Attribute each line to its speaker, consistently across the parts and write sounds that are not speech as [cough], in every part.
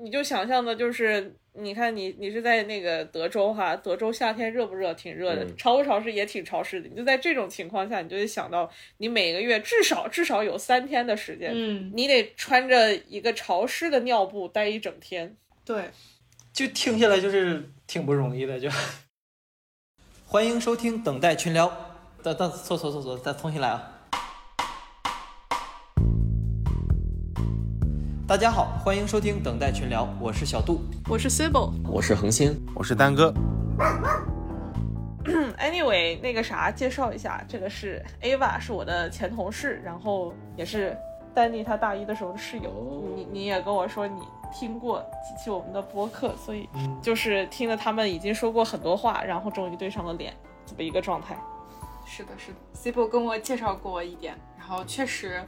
Speaker 1: 你就想象的就是，你看你你是在那个德州哈，德州夏天热不热？挺热的，
Speaker 2: 嗯
Speaker 1: 潮不潮湿？也挺潮湿的。你就在这种情况下，你就得想到你每个月至少至少有三天的时间，
Speaker 3: 嗯，
Speaker 1: 你得穿着一个潮湿的尿布待一整天。
Speaker 3: 对，
Speaker 4: 就听下来就是挺不容易的，就。 [laughs] 欢迎收听等待群聊，等等，错错错错，再重新来啊！大家好，欢迎收听等待群聊，我是小杜。
Speaker 3: 我是 Sibyl，
Speaker 2: 我是恒星，
Speaker 5: 我是丹哥，
Speaker 1: 嗯，anyway，那个啥，介绍一下，这个是 Ava，是我的前同事，然后也是丹尼他大一的时候的室友。你你也跟我说你听过几期我们的播客，所以
Speaker 4: 嗯
Speaker 1: 就是听了他们已经说过很多话，然后终于对上了脸，这么一个状态。
Speaker 3: 是的，是的，Sibyl 跟我介绍过一点，然后确实，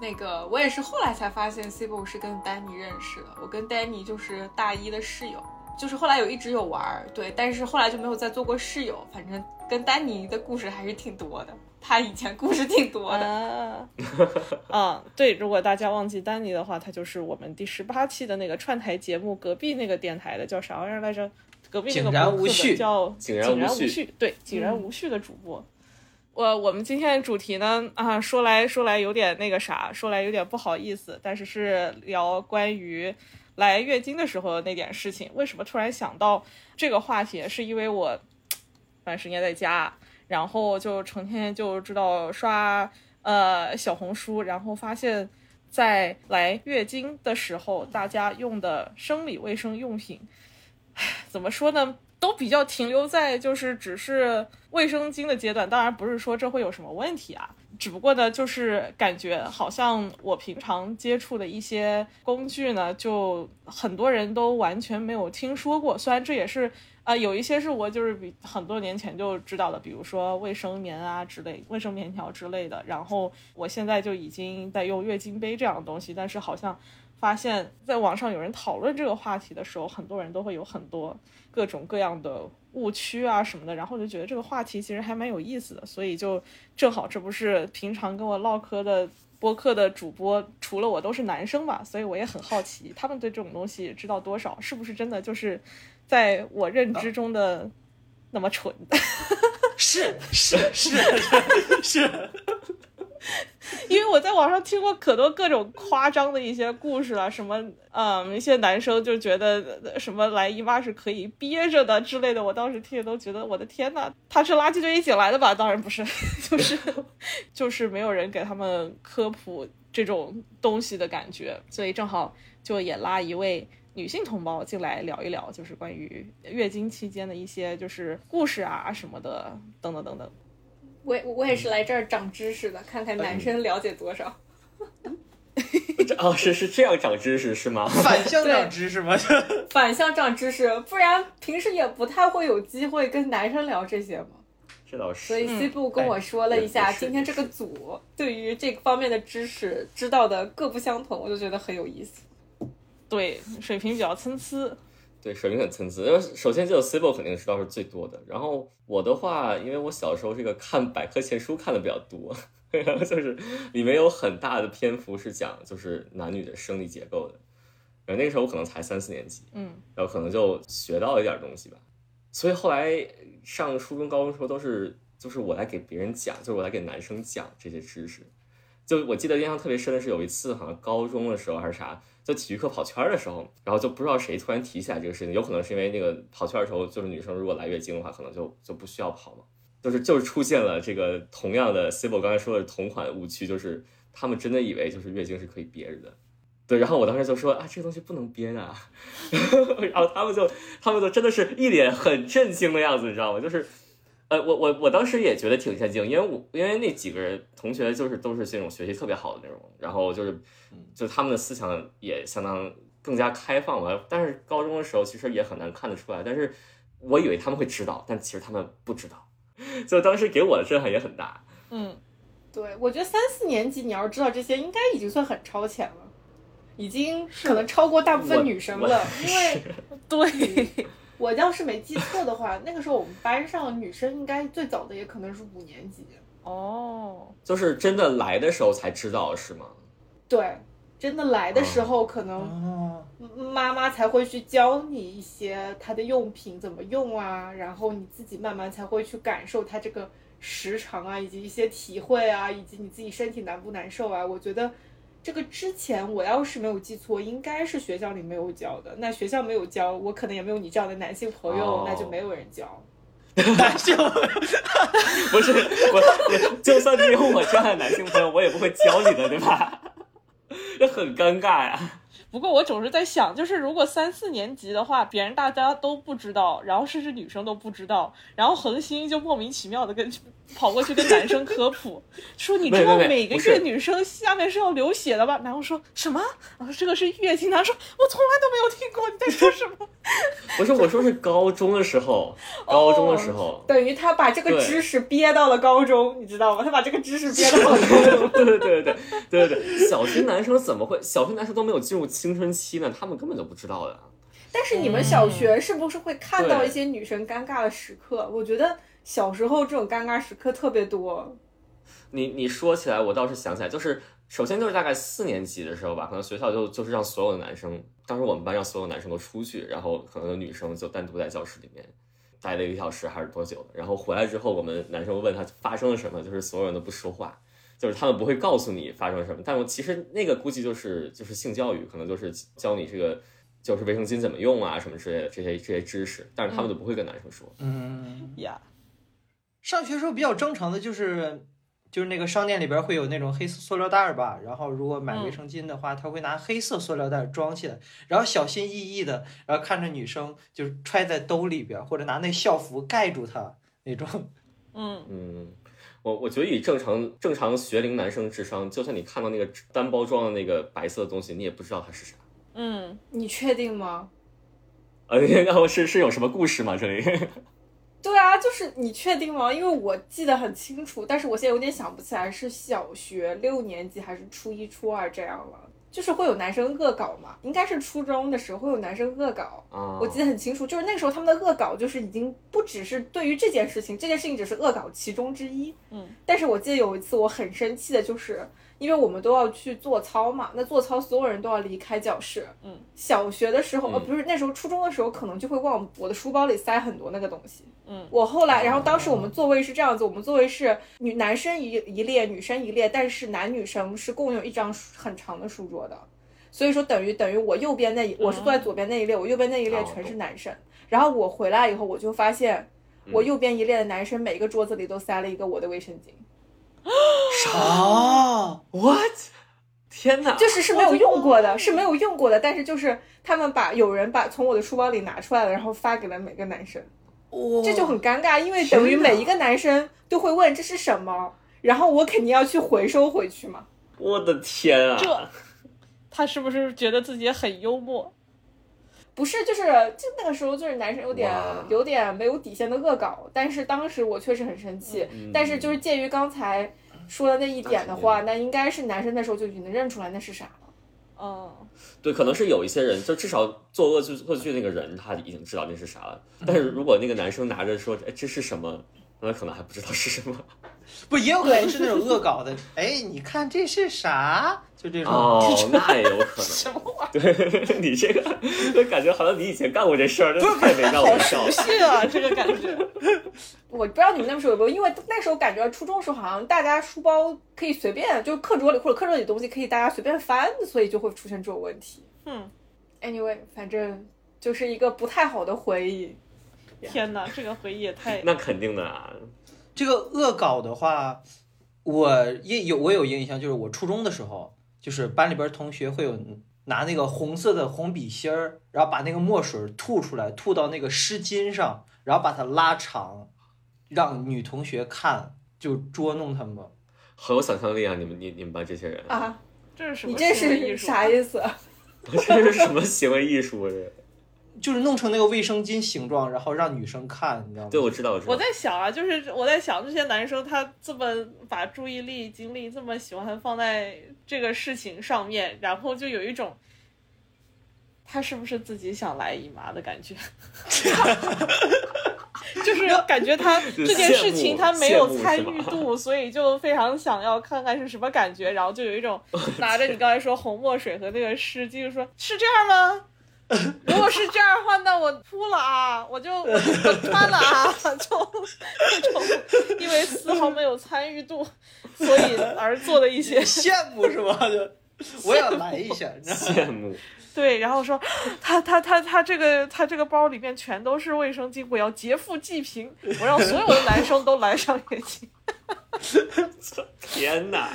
Speaker 3: 那个我也是后来才发现 Sibyl 是跟丹尼认识的，我跟丹尼就是大一的室友，就是后来有一直有玩儿，对，但是后来就没有再做过室友，反正跟丹尼的故事还是挺多的，他以前故事挺多的，
Speaker 2: [laughs]
Speaker 1: 啊，啊，对，如果大家忘记丹尼的话，他就是我们第十八期的那个串台节目隔壁那个电台的，叫啥玩意儿来着？隔壁那个
Speaker 4: 井然
Speaker 1: 播客
Speaker 4: 无
Speaker 1: 的
Speaker 4: 序
Speaker 1: 叫
Speaker 2: 井然
Speaker 1: 然
Speaker 2: 无序嗯
Speaker 1: 序，对，井然无序的主播。我我们今天的主题呢，啊，说来说来有点那个啥，说来有点不好意思，但是是聊关于来月经的时候的那点事情。为什么突然想到这个话题？是因为我短时间在家，然后就成天就知道刷呃小红书，然后发现，在来月经的时候，大家用的生理卫生用品，唉怎么说呢？都比较停留在就是只是卫生巾的阶段，当然不是说这会有什么问题啊，只不过呢，就是感觉好像我平常接触的一些工具呢，就很多人都完全没有听说过。虽然这也是啊、有一些是我就是比很多年前就知道的，比如说卫生棉啊之类、卫生棉条之类的。然后我现在就已经在用月经杯这样的东西，但是好像发现，在网上有人讨论这个话题的时候，很多人都会有很多各种各样的误区啊什么的。然后我就觉得这个话题其实还蛮有意思的，所以就正好这不是平常跟我唠嗑的。播客的主播除了我都是男生嘛，所以我也很好奇他们对这种东西知道多少，是不是真的就是在我认知中的那么蠢，
Speaker 4: 是是是 [laughs] 是，
Speaker 1: 因为我在网上听过可多各种夸张的一些故事了，什么嗯，一些男生就觉得呃什么来姨妈是可以憋着的之类的，我当时听着都觉得我的天呐，他是垃圾堆一起来的吧？当然不是， [laughs] 就是就是没有人给他们科普这种东西的感觉，所以正好就也拉一位。女性同胞进来聊一聊，就是关于月经期间的一些就是故事啊什么的，等等等等。
Speaker 3: 我也我也是来这儿长知识的，看看男生了解多少。
Speaker 2: [laughs] 哦，是是这样长知识是吗？ [laughs]
Speaker 4: 反向
Speaker 3: 对
Speaker 4: 长知识吗？
Speaker 3: 反向长知识，不然平时也不太会有机会跟男生聊这些嘛。
Speaker 2: 这倒
Speaker 3: 所以
Speaker 2: 是。
Speaker 3: 西部跟我说了一
Speaker 2: 哎
Speaker 3: 下，
Speaker 2: 也是
Speaker 3: 今天这个组对于这个方面的知识知道的各不相同，我就觉得很有意思。
Speaker 1: 对，水平比较参差，
Speaker 2: 对，水平很参差。因为首先这个 Sibyl 肯定知道是最多的，然后我的话，因为我小时候这个看百科全书看的比较多，然后就是里面有很大的篇幅是讲就是男女的生理结构的。然后那个时候我可能才三四年级，
Speaker 1: 嗯，
Speaker 2: 然后可能就学到一点东西吧。所以后来上初中、高中的时候都是，就是我来给别人讲，就是我来给男生讲这些知识。就我记得印象特别深的是有一次，好像高中的时候还是啥，就体育课跑圈儿的时候，然后就不知道谁突然提起来这个事情，有可能是因为那个跑圈儿的时候，就是女生如果来月经的话，可能就就不需要跑嘛。就是就是出现了这个同样的 Sibyl 刚才说的同款误区，就是他们真的以为就是月经是可以憋着的，对。然后我当时就说啊，这个东西不能憋的啊，然后他们就他们就真的是一脸很震惊的样子，你知道吗？就是，呃，我我我当时也觉得挺震惊，因为我因为那几个人同学就是都是这种学习特别好的那种，然后就是，就他们的思想也相当更加开放吧。但是高中的时候其实也很难看得出来，但是我以为他们会知道，但其实他们不知道， [laughs] 就当时给我的震撼也很大。
Speaker 1: 嗯，
Speaker 3: 对，我觉得三四年级你要知道这些，应该已经算很超前了，已经可能超过大部
Speaker 2: 我
Speaker 3: 分女
Speaker 2: [laughs]
Speaker 3: 生了。 [laughs] 因为
Speaker 1: [laughs] 对，
Speaker 3: 我要是没记错的话，那个时候我们班上女生应该最早的也可能是五年级。
Speaker 1: 哦，
Speaker 2: 就是真的来的时候才知道是吗？
Speaker 3: 对，真的来的时候可能
Speaker 4: [laughs] 哦，
Speaker 3: 嗯妈妈才会去教你一些它的用品怎么用啊，然后你自己慢慢才会去感受它这个时长啊，以及一些体会啊，以及你自己身体难不难受啊。我觉得这个之前我要是没有记错，应该是学校里没有教的。那学校没有教，我可能也没有你这样的男性朋友，
Speaker 2: 哦
Speaker 3: 那就没有人教。
Speaker 4: 难受。
Speaker 2: 不是我，我 [laughs] 就算你有我这样的男性朋友，我也不会教你的，对吧？ [laughs] 这很尴尬呀。
Speaker 1: 不过我总是在想，就是如果三四年级的话，别人大家都不知道，然后甚至女生都不知道，然后恒星就莫名其妙的跟跑过去跟男生科 [laughs] 普，说你知道
Speaker 2: 没没没
Speaker 1: 每个
Speaker 2: 不是
Speaker 1: 月女生下面是要流血的吧？然后说什么？然后这个是月经。他说我从来都没有听过，你在说什么？
Speaker 2: 不是，我说是高中的时候，高中的时候， [laughs]
Speaker 3: 等于他把这个
Speaker 2: 对
Speaker 3: 知识憋到了高中，你知道吗？他把这个知识憋到了高中。
Speaker 2: 对对对对对对对，小学男生怎么会？小学男生都没有进入青春期呢，他们根本就不知道的。
Speaker 3: 但是你们小学是不是会看到一些女生尴尬的时刻？我觉得小时候这种尴尬时刻特别多。
Speaker 2: 你你说起来，我倒是想起来，就是首先就是大概四年级的时候吧，可能学校就就是让所有的男生，当时我们班让所有男生都出去，然后可能女生就单独在教室里面待了一个小时还是多久的，然后回来之后，我们男生问他发生了什么，就是所有人都不说话，就是他们不会告诉你发生了什么，但我其实那个估计就是就是性教育，可能就是教你这个就是卫生巾怎么用啊什么之类的这些这些知识，但是他们就不会跟男生说。
Speaker 4: 嗯，
Speaker 1: 呀，
Speaker 4: 上学时候比较正常的就是，就是那个商店里边会有那种黑色塑料袋儿吧，然后如果买
Speaker 1: 嗯
Speaker 4: 卫生巾的话，他会拿黑色塑料袋装起来，然后小心翼翼的，然后看着女生就是揣在兜里边，或者拿那校服盖住她那种。
Speaker 1: [laughs] 嗯，
Speaker 2: 嗯，我我觉得以正常正常学龄男生智商，就算你看到那个单包装的那个白色的东西，你也不知道它是啥。
Speaker 1: 嗯，
Speaker 3: 你确定吗？
Speaker 2: 呃，然后是是有什么故事吗？这里
Speaker 3: 对啊，就是你确定吗？因为我记得很清楚，但是我现在有点想不起来是小学六年级还是初一、初二这样了。就是会有男生恶搞嘛，应该是初中的时候会有男生恶搞，
Speaker 2: 啊，
Speaker 1: 哦
Speaker 3: 我记得很清楚，就是那个时候他们的恶搞就是已经不只是对于这件事情，这件事情只是恶搞其中之一。
Speaker 1: 嗯，
Speaker 3: 但是我记得有一次我很生气的就是，因为我们都要去做操嘛，那做操所有人都要离开教室。
Speaker 1: 嗯，
Speaker 3: 小学的时候，呃，
Speaker 2: 嗯
Speaker 3: 不是那时候初中的时候，可能就会往我的书包里塞很多那个东西。
Speaker 1: 嗯
Speaker 3: 我后来，然后当时我们座位是这样子，我们座位是女男生一一列，女生一列，但是男女生是共用一张书很长的书桌的。所以说等于等于我右边那一，我是坐在左边那一列，我右边那一列全是男生。然后我回来以后，我就发现我右边一列的男生每个桌子里都塞了一个我的卫生巾，
Speaker 4: [laughs] 哦，
Speaker 2: what？天哪！
Speaker 3: 就是是没有用过的，是没有用过的，但是就是他们把有人把从我的书包里拿出来了，然后发给了每个男生，
Speaker 4: 哦
Speaker 3: 这就很尴尬，因为等于每一个男生都会问这是什么，然后我肯定要去回收回去嘛。
Speaker 2: 我的天啊！
Speaker 1: 这他是不是觉得自己很幽默？
Speaker 3: 不是，就是就那个时候，就是男生有点
Speaker 2: 哇
Speaker 3: 有点没有底线的恶搞，但是当时我确实很生气。
Speaker 2: 嗯
Speaker 3: 但是就是鉴于刚才说的那一点的
Speaker 2: 那
Speaker 3: 话，
Speaker 2: 肯
Speaker 3: 那应该是男生那时候就已经能认出来那是啥了。
Speaker 1: 嗯，
Speaker 2: 对，可能是有一些人，就至少做恶作恶作剧那个人，他已经知道那是啥了。但是如果那个男生拿着说，哎，这是什么？那可能还不知道是什么。
Speaker 4: 不也有可能是那种恶搞的？ [laughs] 哎，你看这是啥？就这
Speaker 2: [laughs]
Speaker 4: 种。
Speaker 2: 哦，
Speaker 4: [laughs]
Speaker 2: 那也有可能。
Speaker 4: 什么玩意儿？
Speaker 2: 对 [laughs] 你这个，就感觉好像你以前干过这事儿，真的太没让我笑了。
Speaker 1: 是啊，这个感觉，
Speaker 3: 我不知道你们那时候有没有，因为那时候感觉初中时候好像大家书包可以随便，就是课桌里或者课桌里的东西可以大家随便翻，所以就会出现这种问题。
Speaker 1: 嗯，
Speaker 3: Anyway，反正就是一个不太好的回忆。
Speaker 1: [laughs] 天哪，这个回忆也太……
Speaker 2: 那肯定的啊，
Speaker 4: 这个恶搞的话，我也有我有印象，就是我初中的时候，就是班里边同学会有拿那个红色的红笔芯儿，然后把那个墨水吐出来，吐到那个湿巾上，然后把它拉长，让女同学看，就捉弄他们。
Speaker 2: 好有想象力啊！你们你你们班这些人， [laughs]
Speaker 3: 啊，
Speaker 1: 这是什么？啊
Speaker 3: 你这是啥意思？
Speaker 2: 这是什么行为艺术啊？这
Speaker 4: 就是弄成那个卫生巾形状，然后让女生看，你知道吗？
Speaker 2: 对，我知道，我知道。
Speaker 1: 我在想啊，就是我在想这些男生他这么把注意力、精力这么喜欢放在这个事情上面，然后就有一种他是不是自己想来姨妈的感觉， [laughs] [laughs] 就是感觉他这件事情他没有 [laughs] 参与
Speaker 2: 羡
Speaker 1: 度，所以就非常想要看看是什么感觉，然后就有一种拿着你刚才说红墨水和那个湿巾说，是这样吗？如果是这样的话，那我哭了啊，我就我就滚蛋了啊，就就因为丝毫没有参与度，所以而做的一
Speaker 4: [laughs]
Speaker 1: 些
Speaker 4: 羡慕是吧？就我也来一下，你知道吗
Speaker 2: 羡
Speaker 1: [laughs]
Speaker 2: 慕。
Speaker 1: 对，然后说他他他他这个他这个包里面全都是卫生巾，我要劫富济贫，我让所有的男生都来上月经。
Speaker 2: 天哪，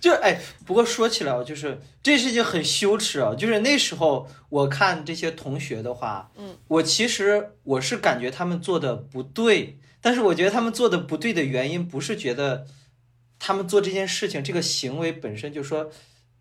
Speaker 4: 就是哎，不过说起来哦，就是这事情很羞耻啊。就是那时候我看这些同学的话，
Speaker 1: 嗯，
Speaker 4: 我其实我是感觉他们做的不对，但是我觉得他们做的不对的原因不是觉得他们做这件事情这个行为本身就说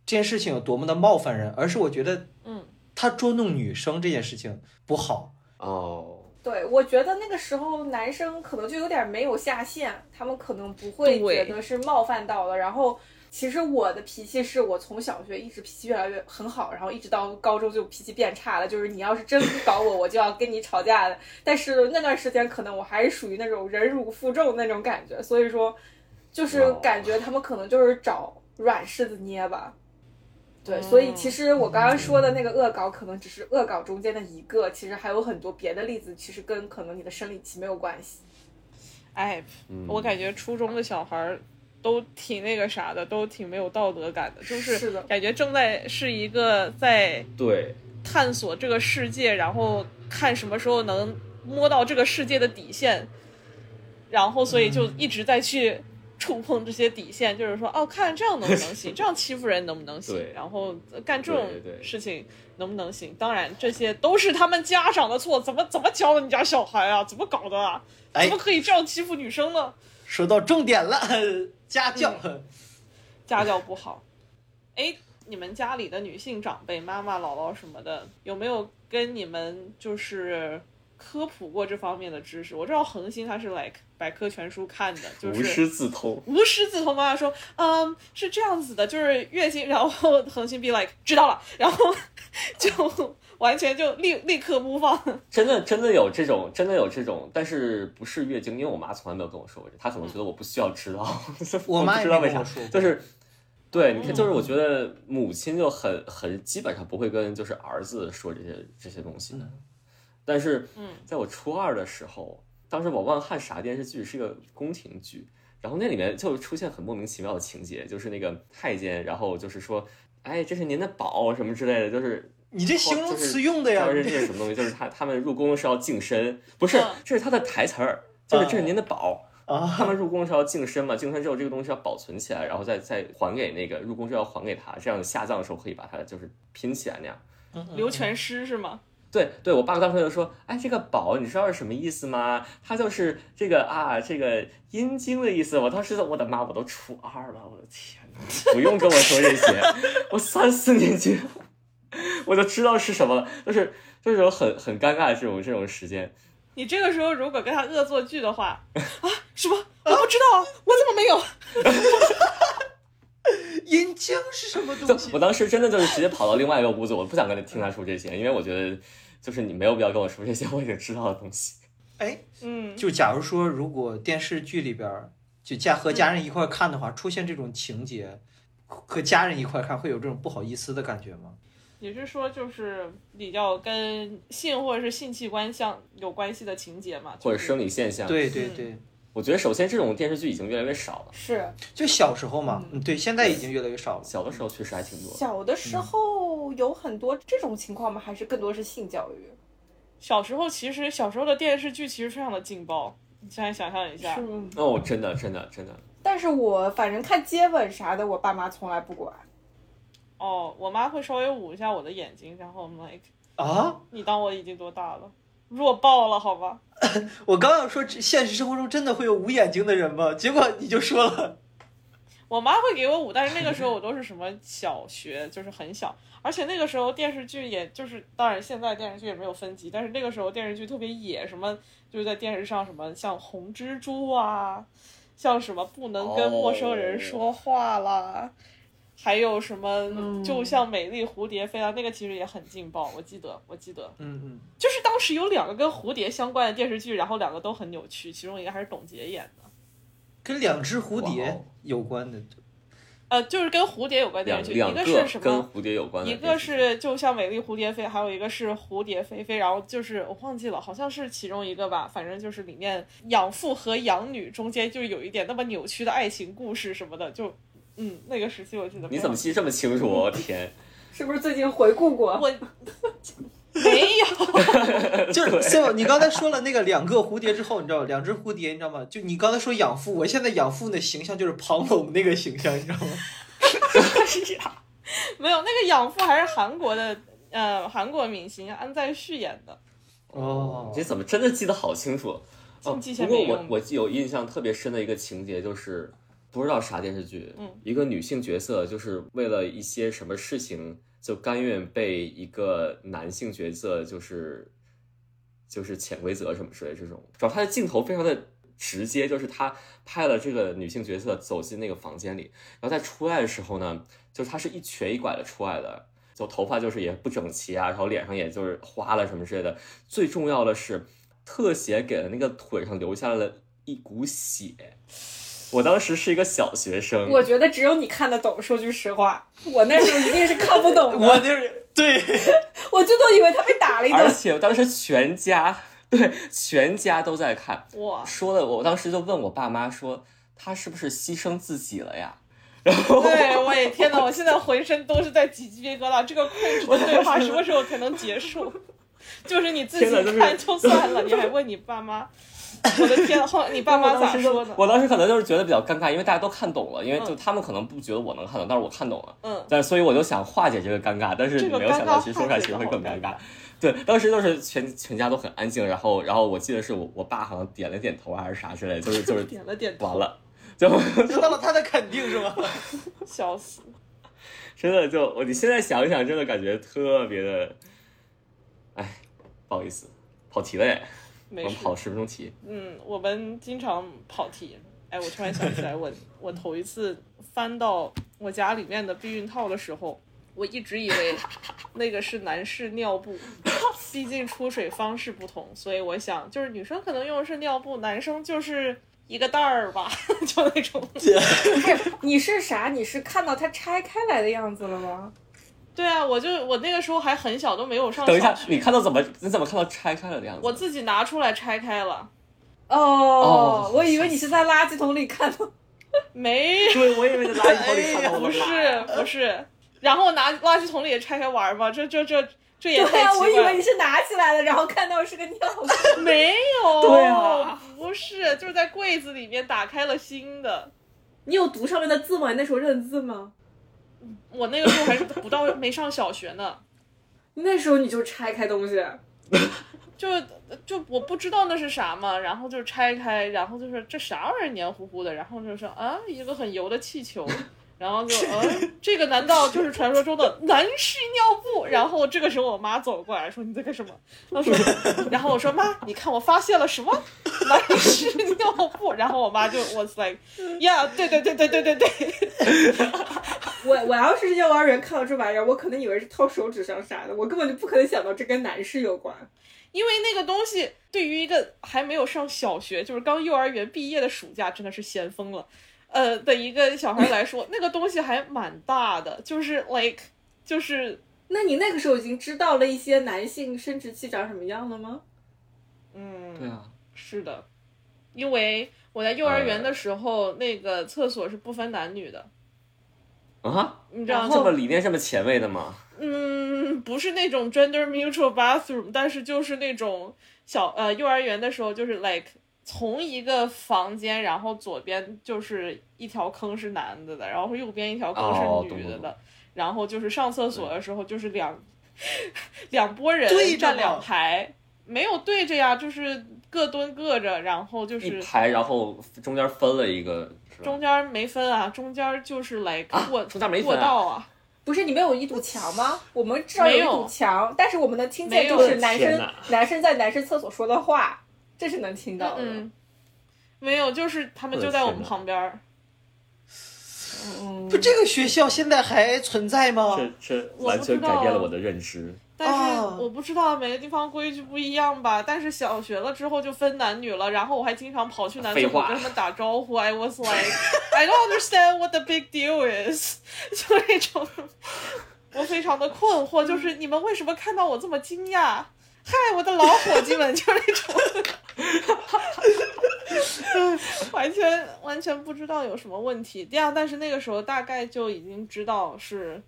Speaker 4: 这件事情有多么的冒犯人，而是我觉得，
Speaker 1: 嗯，
Speaker 4: 他捉弄女生这件事情不好。
Speaker 2: 哦，
Speaker 3: 对，我觉得那个时候男生可能就有点没有下限，他们可能不会
Speaker 1: 对
Speaker 3: 觉得是冒犯到了。然后，其实我的脾气是我从小学一直脾气越来越很好，然后一直到高中就脾气变差了。就是你要是真不搞我，我就要跟你吵架的。但是那段时间可能我还是属于那种忍辱负重那种感觉，所以说，就是
Speaker 2: 哇
Speaker 3: 感觉他们可能就是找软柿子捏吧。对，所以其实我刚刚说的那个恶搞，可能只是恶搞中间的一个，其实还有很多别的例子，其实跟可能你的生理期没有关系。
Speaker 1: 哎，
Speaker 2: 嗯
Speaker 1: 我感觉初中的小孩儿都挺那个啥的，都挺没有道德感的，就是
Speaker 3: 的
Speaker 1: 感觉正在是一个在
Speaker 2: 对，
Speaker 1: 探索这个世界，然后看什么时候能摸到这个世界的底线，然后所以就一直在去触碰这些底线，就是说哦，看这样能不能行，这样欺负人能不能行
Speaker 2: 对，
Speaker 1: 然后呃干这种
Speaker 2: 对对对
Speaker 1: 事情能不能行？当然，这些都是他们家长的错，怎么怎么教的你家小孩啊？怎么搞的啊？
Speaker 4: 哎
Speaker 1: 怎么可以这样欺负女生呢？
Speaker 4: 说到重点了， [laughs] 家教。
Speaker 1: 嗯家教不好。哎，你们家里的女性长辈、妈妈、姥姥什么的，有没有跟你们就是科普过这方面的知识？我知道恒星他是 like 百科全书看的，就
Speaker 2: 无
Speaker 1: 是。
Speaker 2: 师自通。
Speaker 1: 无师自通妈妈说，嗯，是这样子的，就是月经，然后恒星 be like 知道了，然后就完全就立 [laughs] 立刻播放。
Speaker 2: 真的真的有这种，真的有这种，但是不是月经，因为我妈从来没有跟我说过这，她可能觉得我不需要知道， [laughs]
Speaker 4: 我
Speaker 2: 不
Speaker 4: 妈也
Speaker 2: 知道
Speaker 4: 没
Speaker 2: 为
Speaker 4: 跟
Speaker 2: 啥
Speaker 4: 我说过， [laughs]
Speaker 2: 就是。对，你
Speaker 4: 嗯
Speaker 2: 看，就是我觉得母亲就很很基本上不会跟就是儿子说这些这些东西的，
Speaker 4: 嗯
Speaker 2: 但是
Speaker 1: 嗯，
Speaker 2: 在我初二的时候，当时我忘了看啥电视剧，是一个宫廷剧，然后那里面就出现很莫名其妙的情节，就是那个太监，然后就是说，哎，这是您的宝什么之类的，就是
Speaker 4: 你这形容词用的呀，
Speaker 2: 哦就是这是什么东西？就是他他们入宫是要净身，不是
Speaker 1: 嗯，
Speaker 2: 这是他的台词儿，就是这
Speaker 4: 嗯
Speaker 2: 是您的宝。
Speaker 4: 啊，
Speaker 2: 他们入宫是要净身嘛， [laughs] 净身之后这个东西要保存起来，然后再再还给那个入宫是要还给他，这样下葬的时候可以把它就是拼起来那样。
Speaker 1: 刘全诗是吗？
Speaker 2: 对对，我爸当时就说：“哎，这个宝，你知道是什么意思吗？它就是这个啊，这个阴茎的意思。”我当时我的妈，我都初二了，我的天哪，不用跟我说这些， [laughs] 我三四年级我就知道是什么了，就是就是有很很尴尬的这种这种时间。
Speaker 1: 你这个时候如果跟他恶作剧的话，啊，什么？我不知道啊，我怎么没有？
Speaker 4: 阴茎是什
Speaker 2: [laughs]
Speaker 4: 么
Speaker 2: 就
Speaker 4: 东西
Speaker 2: 我？当时真的就是直接跑到另外一个屋子，我不想跟他听他说这些，因为我觉得就是你没有必要跟我说这些我 [laughs] 已经知道的东西。
Speaker 4: 哎，
Speaker 1: 嗯，
Speaker 4: 就假如说，如果电视剧里边儿就家和家人一块儿看的话，出现这种情节，和家人一块儿看会有这种不好意思的感觉吗？
Speaker 1: 你是说就是比较跟性或者是性器官相有关系的情节嘛？
Speaker 2: 或者
Speaker 1: 就是
Speaker 2: 生理现象，
Speaker 4: 对对对，
Speaker 2: 我觉得首先这种电视剧已经越来越少了，
Speaker 3: 是
Speaker 4: 就小时候嘛，嗯，对，现在已经越来越少了。
Speaker 2: 小的时候确实还挺多的。
Speaker 3: 小的时候有很多这种情况吗？还是更多是性教育？
Speaker 1: 小时候其实小时候的电视剧其实非常的劲爆，你现在想象一下，
Speaker 3: 嗯，
Speaker 2: 哦，真的，真的，真的，
Speaker 3: 但是我反正看接吻啥的，我爸妈从来不管。
Speaker 1: 哦，我妈会稍微捂一下我的眼睛，然后 I'm like，
Speaker 4: 啊，
Speaker 1: 你当我已经多大了？弱爆了，好吧？
Speaker 4: 我刚要说，现实生活中真的会有无眼睛的人吗？结果你就说了，
Speaker 1: 我妈会给我捂，但是那个时候我都是什么小学，就是很小，而且那个时候电视剧也就是，当然现在电视剧也没有分级，但是那个时候电视剧特别野，什么就是在电视上什么像红蜘蛛啊，像什么不能
Speaker 2: 哦
Speaker 1: 跟陌生人说话啦。还有什么？就像美丽蝴蝶飞啊，那个其实也很劲爆，我记得，我记得，
Speaker 4: 嗯嗯，
Speaker 1: 就是当时有两个跟蝴蝶相关的电视剧，然后两个都很扭曲，其中一个还是董洁演的。
Speaker 4: 跟两只蝴
Speaker 2: 哇 [laughs]
Speaker 4: 蝶
Speaker 2: 哦
Speaker 4: 有关的，
Speaker 1: 呃，就是跟蝴蝶有关的电
Speaker 2: 两
Speaker 1: 视剧，
Speaker 2: 两
Speaker 1: 一是什
Speaker 2: 跟
Speaker 1: 么？
Speaker 2: 蝴蝶有关的
Speaker 1: 一
Speaker 2: 呃电视剧，
Speaker 1: 个是就像美丽蝴蝶飞，还有一个是蝴蝶飞飞，然后就是我忘记了，好像是其中一个吧，反正就是里面养父和养女中间就有一点那么扭曲的爱情故事什么的，就嗯，那个时期我记得非常
Speaker 2: 你怎么记得这么清楚？我天，
Speaker 5: 是不是最近回顾
Speaker 2: [laughs]
Speaker 5: 过？
Speaker 1: 我没有
Speaker 4: 就是 s i 你刚才说了那个两个蝴蝶之后，你知道两只蝴蝶，你知道吗？就你刚才说养父，我现在养父的形象就是庞龙那个形象，你知道吗？
Speaker 1: 没有那个养父还是韩国的呃韩国明星安在旭演的，
Speaker 4: 哦
Speaker 2: 你怎么真的记得好清楚？哦
Speaker 1: 竞技，
Speaker 2: 不
Speaker 1: 先
Speaker 2: 过
Speaker 1: 没
Speaker 2: 我
Speaker 1: 用。
Speaker 2: 我记有印象特别深的一个情节就是，不知道啥电视剧，
Speaker 1: 嗯
Speaker 2: 一个女性角色就是为了一些什么事情，就甘愿被一个男性角色就是就是潜规则什么之类这种。主要他的镜头非常的直接，就是他派了这个女性角色走进那个房间里，然后在出来的时候呢，就是他是一瘸一拐的出来的。就头发就是也不整齐啊，然后脸上也就是花了什么之类的，最重要的是，特写给了那个腿上留下了一股血。我当时是一个小学生，
Speaker 5: 我觉得只有你看得懂，说句实话，我那时候一定是看不
Speaker 4: [laughs]
Speaker 5: 懂的。
Speaker 4: 我就是对， [laughs]
Speaker 5: 我最多以为他被打了一
Speaker 2: 而 [laughs]
Speaker 5: 顿。
Speaker 2: 且当时全家对全家都在看，
Speaker 1: 哇，
Speaker 2: 说的我当时就问我爸妈说他是不是牺牲自己了呀？ [laughs]
Speaker 1: 对，我也天哪！我现在浑身都是在起鸡皮疙瘩。这个控制的对话什么时候才能结束？就是你自己
Speaker 2: 天哪就是
Speaker 1: 看就算了，你还问你爸妈？我的天，后来你爸妈
Speaker 2: 我
Speaker 1: 咋
Speaker 2: 当时就
Speaker 1: 说的？
Speaker 2: 我当时可能就是觉得比较尴尬，因为大家都看懂了，因为就他们可能不觉得我能看懂，但是我看懂了。
Speaker 1: 嗯，
Speaker 2: 但是所以我就想化解这个尴尬，但是
Speaker 1: 这个
Speaker 2: 没有想到
Speaker 1: 尴尬
Speaker 2: 其实说出来其实会更
Speaker 1: 化解
Speaker 2: 尴
Speaker 1: 得好
Speaker 2: 尬。对，当时就是全全家都很安静，然后然后我记得是我我爸好像点了点头啊还是啥之类的，就是就是
Speaker 1: 点了点头，
Speaker 2: 完了，就
Speaker 4: 得到了他的肯定是吗？
Speaker 1: 笑死！
Speaker 2: 真的就我你现在想一想，真的感觉特别的，哎，不好意思，跑题了耶，我
Speaker 1: 没
Speaker 2: 们
Speaker 1: 事，
Speaker 2: 跑十分钟题，
Speaker 1: 嗯，我们经常跑题。哎，我突然想起
Speaker 2: [laughs]
Speaker 1: 来我，我头一次翻到我家里面的避孕套的时候，我一直以为那个是男士尿布，毕竟出水方式不同，所以我想就是女生可能用的是尿布，男生就是一个袋儿吧， [laughs] 就那种。
Speaker 5: 你是啥？你是看到他拆开来的样子了吗？
Speaker 1: 对啊，我就我那个时候还很小，都没有上
Speaker 2: 等一下
Speaker 1: 小学，
Speaker 2: 你看到怎么你怎么看到拆开了的样子？
Speaker 1: 我自己拿出来拆开了，
Speaker 5: 哦，我以为你是在垃圾桶里看到。
Speaker 1: 没
Speaker 2: 对，我以为在垃圾桶里看到
Speaker 1: 哎不
Speaker 2: 我的妈
Speaker 1: 是不是，然后拿垃圾桶里也拆开玩儿吧，这这这这也
Speaker 5: 对
Speaker 1: 太
Speaker 5: 呀、
Speaker 1: 奇
Speaker 5: 我以
Speaker 1: 怪
Speaker 5: 为
Speaker 1: 了
Speaker 5: 你。是拿起来的，然后看到是个尿布。
Speaker 1: 没有，
Speaker 2: 对啊
Speaker 1: 不是，就是在柜子里面打开了新的。
Speaker 5: [laughs] 你有读上面的字吗？你那时候认字吗？
Speaker 1: 我那个时候还是不到没上小学呢，
Speaker 5: 那时候你就拆开东西，
Speaker 1: 就就我不知道那是啥嘛，然后就拆开，然后就是这啥玩意儿黏糊糊的，然后就说啊，一个很油的气
Speaker 2: [laughs]
Speaker 1: 球。然后就，嗯，这个难道就是传说中的男士尿布？然后这个时候我妈走过来说：“你在干什么？”她
Speaker 2: [laughs]
Speaker 1: 说，然后我说：“妈，你看我发现了什么？男士尿布。”然后我妈就 was like，呀、yeah,，对对对对对对对。
Speaker 5: 我我要是幼儿园看到这玩意儿，我可能以为是套手指上啥的，我根本就不可能想到这跟男士有关。
Speaker 1: 因为那个东西对于一个还没有上小学，就是刚幼儿园毕业的暑假，真的是先锋了，呃的一个小孩来说，那个东西还蛮大的， [laughs] 就是 like 就是
Speaker 5: 那你那个时候已经知道了一些男性生殖器长什么样了吗？
Speaker 1: 嗯，
Speaker 2: 对啊，
Speaker 1: 是的，因为我在幼儿园的时候，那个厕所是不分男女的，
Speaker 2: 啊，
Speaker 1: 你知道
Speaker 5: 然
Speaker 1: 吗
Speaker 5: 后
Speaker 2: 这么理念这么前卫的吗？
Speaker 1: 嗯，不是那种 gender neutral bathroom，但是就是那种小呃幼儿园的时候，就是 like 从一个房间，然后左边就是一条坑是男的的，然后右边一条
Speaker 2: 哦
Speaker 1: 坑是
Speaker 2: 懂
Speaker 1: 女
Speaker 2: 懂
Speaker 1: 的
Speaker 2: 懂
Speaker 1: 的，然后就是上厕所的时候就是两 [laughs] 两拨人
Speaker 4: 对着
Speaker 1: 站
Speaker 4: 嘛
Speaker 1: 两排，没有对着呀，就是各蹲各着，然后就
Speaker 2: 一
Speaker 1: 是
Speaker 2: 排，然后中间分了一个，是吧
Speaker 1: 中间没分啊，中间就是 like 过、
Speaker 2: 中间没分
Speaker 1: 过
Speaker 2: 啊
Speaker 1: 道啊，
Speaker 5: 不是你们有一堵墙吗？我们至少有一
Speaker 1: 没
Speaker 5: 堵
Speaker 1: 有
Speaker 5: 墙，但是我们能听
Speaker 1: 没
Speaker 5: 见
Speaker 1: 有
Speaker 5: 就是男
Speaker 2: 天
Speaker 5: 生
Speaker 2: 哪
Speaker 5: 男生在男生厕所说的话，这是能听到的。
Speaker 1: 嗯，没有，就是他们
Speaker 2: 我的
Speaker 1: 就在我
Speaker 2: 天
Speaker 1: 们
Speaker 2: 哪
Speaker 1: 旁边儿。
Speaker 5: 嗯
Speaker 4: [laughs] 不，这个学校现在还存在吗？
Speaker 2: 这这
Speaker 1: 我
Speaker 2: 完
Speaker 1: 不知
Speaker 2: 全
Speaker 1: 道啊
Speaker 2: 改变了我的认知。
Speaker 1: 但是
Speaker 4: 哦
Speaker 1: 我不知道每个地方规矩不一样吧。但是小学了之后就分男女了，然后我还经常跑去男厕
Speaker 2: 废
Speaker 1: 所
Speaker 2: 话
Speaker 1: 跟他们打招呼。I was like, I don't understand what the big deal is，就 [laughs] 那种，我非常的困惑，就是你们为什么看到我这么惊讶？嗨，我的老伙计们，就是那种。 [laughs] 完全完全不知道有什么问题。第二，但是那个时候大概就已经知道是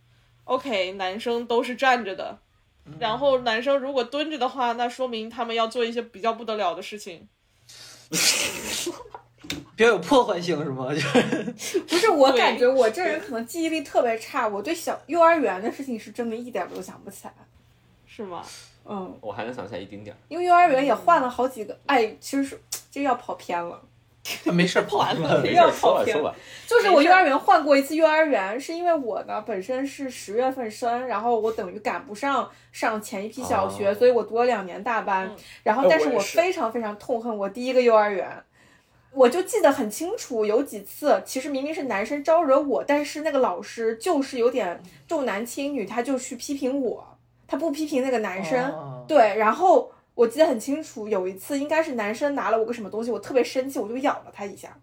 Speaker 1: ，OK，男生都是站着的，然后男生如果蹲着的话，那说明他们要做一些比较不得了的事情。
Speaker 4: 比较有破坏性是吗？ [laughs] 就是
Speaker 3: 不是，我
Speaker 1: 对
Speaker 3: 感觉我这人可能记忆力特别差，我对小幼儿园的事情是真的一点儿都想不起来。
Speaker 1: 是吗？
Speaker 3: 嗯，
Speaker 2: 我还能想起来一丁点儿。
Speaker 3: 因为幼儿园
Speaker 1: 嗯
Speaker 3: 也换了好几个，哎，其实是这要跑偏了。
Speaker 4: 没事儿跑
Speaker 1: 完了
Speaker 2: 没事
Speaker 3: 要
Speaker 2: 儿，说
Speaker 3: 跑
Speaker 2: 吧
Speaker 3: 偏
Speaker 2: 说吧。
Speaker 3: 就是我
Speaker 1: 没事
Speaker 3: 幼儿园换过一次幼儿园，是因为我呢本身是十月份生，然后我等于赶不上上前一批小学，
Speaker 2: 哦
Speaker 3: 所以我读了两年大班。
Speaker 1: 嗯
Speaker 3: 然后
Speaker 2: 哎，
Speaker 3: 但
Speaker 2: 我
Speaker 3: 是
Speaker 2: 也
Speaker 3: 我
Speaker 2: 是
Speaker 3: 非常非常痛恨我第一个幼儿园。我就记得很清楚，有几次其实明明是男生招惹我，但是那个老师就是有点重男轻女，他就去批评我，他不批评那个男生，
Speaker 4: 哦
Speaker 3: 对，然后我记得很清楚，有一次应该是男生拿了我个什么东西，我特别生气，我就咬了他一下，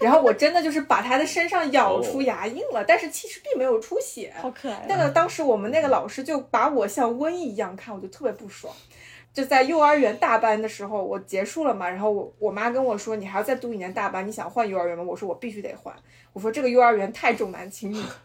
Speaker 3: 然后我真的就是把他的身上咬出牙印了，但是其实并没有出血。
Speaker 1: 好可爱。啊
Speaker 3: 但呢，当时我们那个老师就把我像瘟疫一样看，我就特别不爽。就在幼儿园大班的时候，我结束了嘛，然后我我妈跟我说，你还要再读一年大班，你想换幼儿园吗？我说我必须得换，我说这个幼儿园太重男轻女了，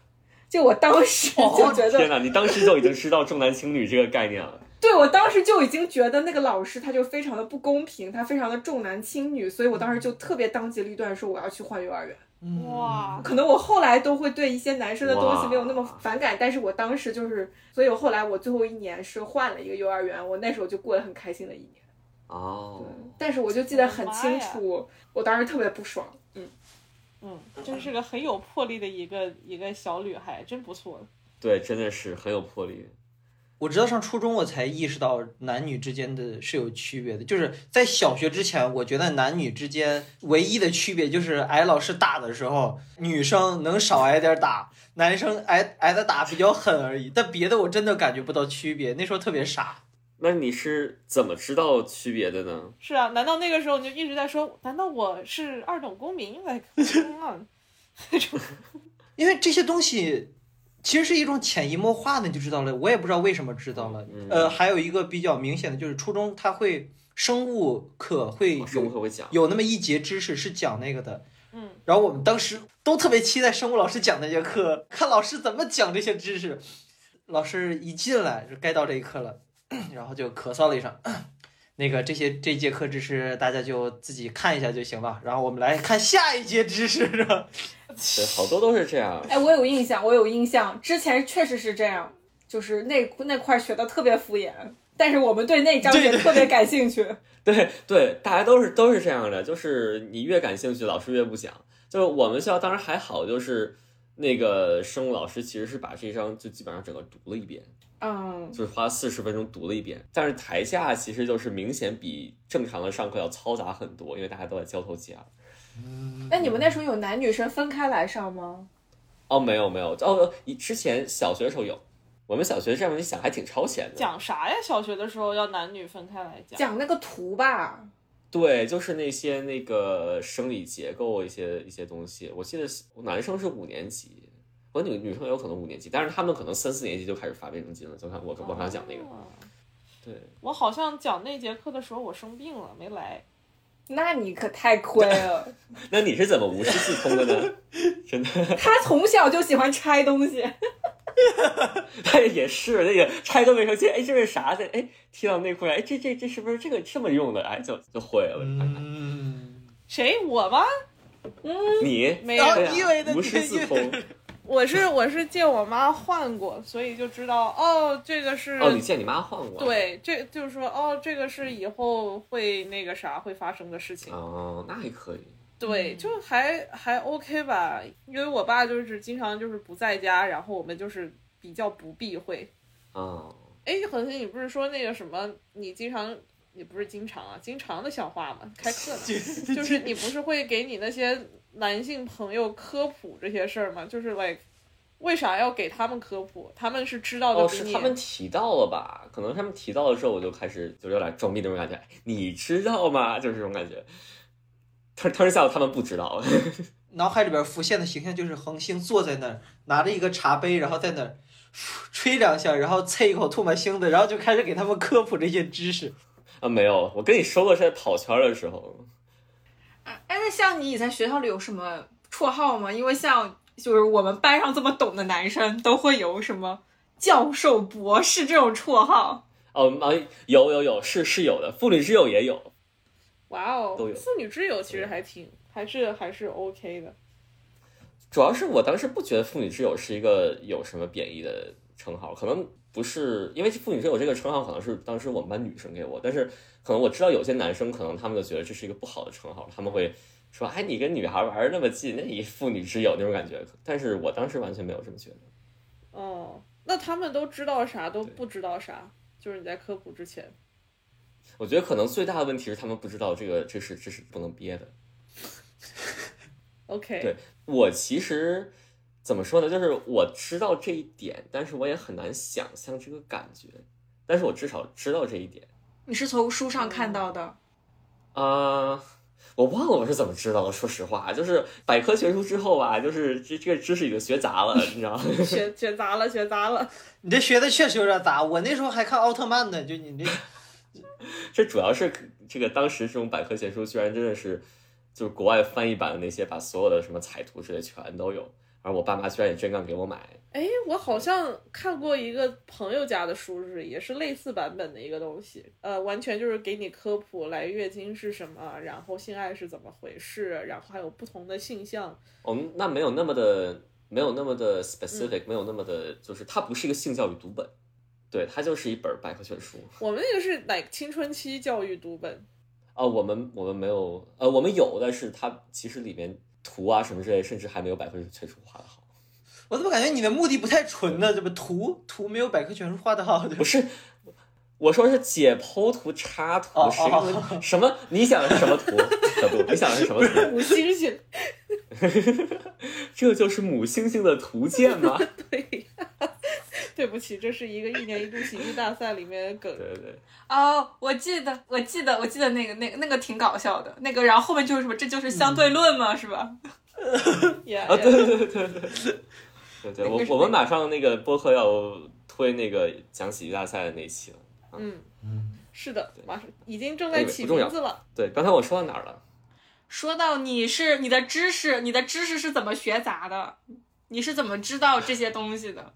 Speaker 3: 就我当时 [laughs] 就觉得
Speaker 2: 天哪，你当时就已经知道重男轻女这个概念了。
Speaker 3: 对我当时就已经觉得那个老师他就非常的不公平，他非常的重男轻女，所以我当时就特别当机立断说我要去换幼儿园。
Speaker 4: 嗯
Speaker 1: 哇，
Speaker 3: 可能我后来都会对一些男生的东西
Speaker 2: 哇
Speaker 3: 没有那么反感，但是我当时就是，所以我后来我最后一年是换了一个幼儿园，我那时候就过得很开心的一年。
Speaker 2: [laughs] 哦，
Speaker 3: 但是我就记得很清
Speaker 1: 我
Speaker 3: 楚，我当时特别不爽。嗯，
Speaker 1: 嗯，真是个很有魄力的一个一个小女孩，真不错。
Speaker 2: 对，真的是很有魄力。
Speaker 4: 我直到上初中我才意识到男女之间的是有区别的，就是在小学之前，我觉得男女之间唯一的区别就是挨老师打的时候，女生能少挨点打，男生挨挨的打比较狠而已，但别的我真的感觉不到区别，那时候特别傻。
Speaker 2: 那你是怎么知道区别的呢？
Speaker 1: 是啊，难道那个时候你就一直在说，难道我是二等公民？Like，嗯
Speaker 4: 因为这些东西其实是一种潜移默化的，你就知道了。我也不知道为什么知道了。
Speaker 2: 嗯
Speaker 4: 呃，还有一个比较明显的就是初中它会生物课会有
Speaker 2: 我生物课会讲，
Speaker 4: 有那么一节知识是讲那个的。
Speaker 1: 嗯，
Speaker 4: 然后我们当时都特别期待生物老师讲那节课，看老师怎么讲这些知识。老师一进来就该到这一课了，然后就咳嗽了一声。那个这些这一节课知识大家就自己看一下就行了，然后我们来看下一节知识，是吧？
Speaker 2: 对，好多都是这样。
Speaker 3: 哎，我有印象，我有印象，之前确实是这样，就是那那块学的特别敷衍，但是我们对那章节特别感兴趣。
Speaker 2: 对对，大家都是都是这样的，就是你越感兴趣，老师越不讲。就是我们学校当然还好，就是那个生物老师其实是把这一章就基本上整个读了一遍，
Speaker 3: 嗯，
Speaker 2: 就是花四十分钟读了一遍。但是台下其实就是明显比正常的上课要嘈杂很多，因为大家都在交头接耳。
Speaker 3: 那你们那时候有男女生分开来上吗？
Speaker 2: 哦，没有没有，哦，你之前小学的时候有，我们小学这样一想还挺超前的。
Speaker 1: 讲啥呀？小学的时候要男女分开来讲。
Speaker 3: 讲那个图吧，
Speaker 2: 对，就是那些那个生理结构一些一些东西。我记得是男生是五年级，我女女生有可能五年级，但是他们可能三四年级就开始发卫生巾了。就看我我刚才讲那个，
Speaker 1: 哦
Speaker 2: 对，
Speaker 1: 我好像讲那节课的时候，我生病了，没来。
Speaker 3: 那你可太亏了。
Speaker 2: 那你是怎么无师自通的呢？ [laughs] 真的，
Speaker 3: 他从小就喜欢拆东西，
Speaker 2: [laughs] 他哎也是那个拆个卫生巾，哎，这是啥的？哎，踢到内裤上，哎，这这这是不是这个这么用的？哎，就就会了。
Speaker 4: 嗯。
Speaker 1: 谁我吗？
Speaker 2: 你
Speaker 1: 没有
Speaker 4: 然后
Speaker 2: 对啊
Speaker 4: 你以为的
Speaker 2: 无师自通
Speaker 1: 我是我是借我妈换过，所以就知道哦，这个是、
Speaker 2: 哦，你见你妈换过？。
Speaker 1: 对，这就是说哦，这个是以后会那个啥会发生的事情。
Speaker 2: 哦，那还可以。
Speaker 1: 对，就还还 OK 吧，因为我爸就是经常就是不在家，然后我们就是比较不避讳。
Speaker 2: 哦，
Speaker 1: 哎，恒星，你不是说那个什么，你经常你不是经常啊，经常的笑话吗？开
Speaker 2: [laughs]
Speaker 1: 课呢。 [laughs] 就是你不是会给你那些男性朋友科普这些事儿吗？就是 like 为啥要给他们科普？他们是知道的
Speaker 2: 哦，
Speaker 1: 比
Speaker 2: 是
Speaker 1: 你。
Speaker 2: 他们提到了吧？可能他们提到了之后，我就开始就有点装逼那种感觉。哎你知道吗？就是这种感觉。turn turn out 他们不知道， [laughs]
Speaker 4: 脑海里边浮现的形象就是恒星坐在那儿，拿着一个茶杯，然后在那儿吹两下，然后啐一口唾沫星子，然后就开始给他们科普这些知识。 [laughs]
Speaker 2: 啊，没有，我跟你说过是在跑圈的时候，
Speaker 3: [laughs] 哎，那像你以前学校里有什么绰号吗？因为像就是我们班上这么懂的男生都会有什么教授、博士这种绰号。
Speaker 2: 哦啊，有有有，是是有的，妇女之友也有，
Speaker 1: 哇哦
Speaker 2: 都有，
Speaker 1: 妇女之友其实还挺，还是还是 OK 的。
Speaker 2: 主要是我当时不觉得“妇女之友”是一个有什么贬义的称号，可能不是因为“妇女之友”这个称号可能是当时我们班女生给我，但是可能我知道有些男生可能他们就觉得这是一个不好的称号，他们会说：“哎，你跟女孩玩的那么近，那你妇女之友那种感觉。”但是我当时完全没有这么觉得。
Speaker 1: 哦，那他们都知道啥，都
Speaker 2: 对
Speaker 1: 不知道啥，就是你在科普之前。
Speaker 2: 我觉得可能最大的问题是他们不知道这个，这是这是不能憋的。
Speaker 1: OK， [laughs]
Speaker 2: 对我其实怎么说呢，就是我知道这一点，但是我也很难想象这个感觉，但是我至少知道这一点。
Speaker 3: 你是从书上看到的，
Speaker 2: 啊、我忘了我是怎么知道的。说实话，就是百科全书之后吧，就是这这个知识已经学杂了， [laughs] 你知道吗？
Speaker 1: 学学杂了，学杂了。
Speaker 4: 你这学的确实有点杂，我那时候还看奥特曼呢，就你这
Speaker 2: 这主要是这个当时这种百科全书居然真的是，就是国外翻译版的那些，把所有的什么彩图之类全都有。而我爸妈居然也真敢给我买，
Speaker 1: 哎，我好像看过一个朋友家的书是，也是类似版本的一个东西，呃，完全就是给你科普来月经是什么，然后性爱是怎么回事，然后还有不同的性向。
Speaker 2: 我们哦那没有那么的，没有那么的 specific，、没有那么的，就是它不是一个性教育读本，对，它就是一本百科全书。
Speaker 1: 我们那个是哪青春期教育读本？
Speaker 2: 啊，我们我们没有，呃，我们有，但是它其实里面图啊什么之类，甚至还没有百科全书画的好。
Speaker 4: 我怎么感觉你的目的不太纯呢？这不图图没有百科全书画的好，对
Speaker 2: 不是，我说是解剖图、插图
Speaker 4: 哦，
Speaker 2: 谁跟
Speaker 4: 哦
Speaker 2: 我什么？你想的是什么
Speaker 4: [laughs]
Speaker 2: 图？小杜，你想的是什么图？
Speaker 1: 五星星， [laughs]
Speaker 2: 这就是母猩猩的图鉴吗？ [laughs]
Speaker 1: 对， [laughs] 对不起，这是一个一年一度喜剧大赛里面的梗。
Speaker 2: 对对对，
Speaker 3: 哦，我记得，我记得，我记得那个，那个，那个挺搞笑的，那个，然后后面就是什么，这就是相对论嘛，是吧？
Speaker 1: Yeah,
Speaker 2: 啊，对
Speaker 1: yeah
Speaker 2: 对对对对对对，我我们马上那个播客要推那个讲喜剧大赛的那一期了。
Speaker 1: 嗯，
Speaker 4: 嗯，
Speaker 1: 是的，马上已经正在
Speaker 2: Anyway，
Speaker 1: 起
Speaker 2: 不重要
Speaker 1: 名字了。
Speaker 2: 对，刚才我说到哪儿了？
Speaker 3: 说到你是你的知识，你的知识是怎么学杂的？你是怎么知道这些东西的？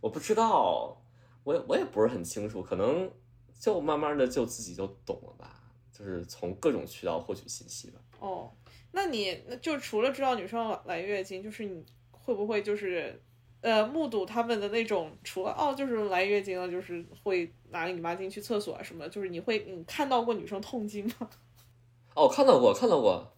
Speaker 2: 我不知道，我也我也不是很清楚，可能就慢慢的就自己就懂了吧，就是从各种渠道获取信息吧。
Speaker 1: 哦，那你那就除了知道女生来月经，就是你会不会就是呃目睹他们的那种，除了哦就是来月经了，就是会拿你妈进去厕所啊什么的，就是你会你看到过女生痛经吗？ [laughs]
Speaker 2: 哦，看到过，看到过，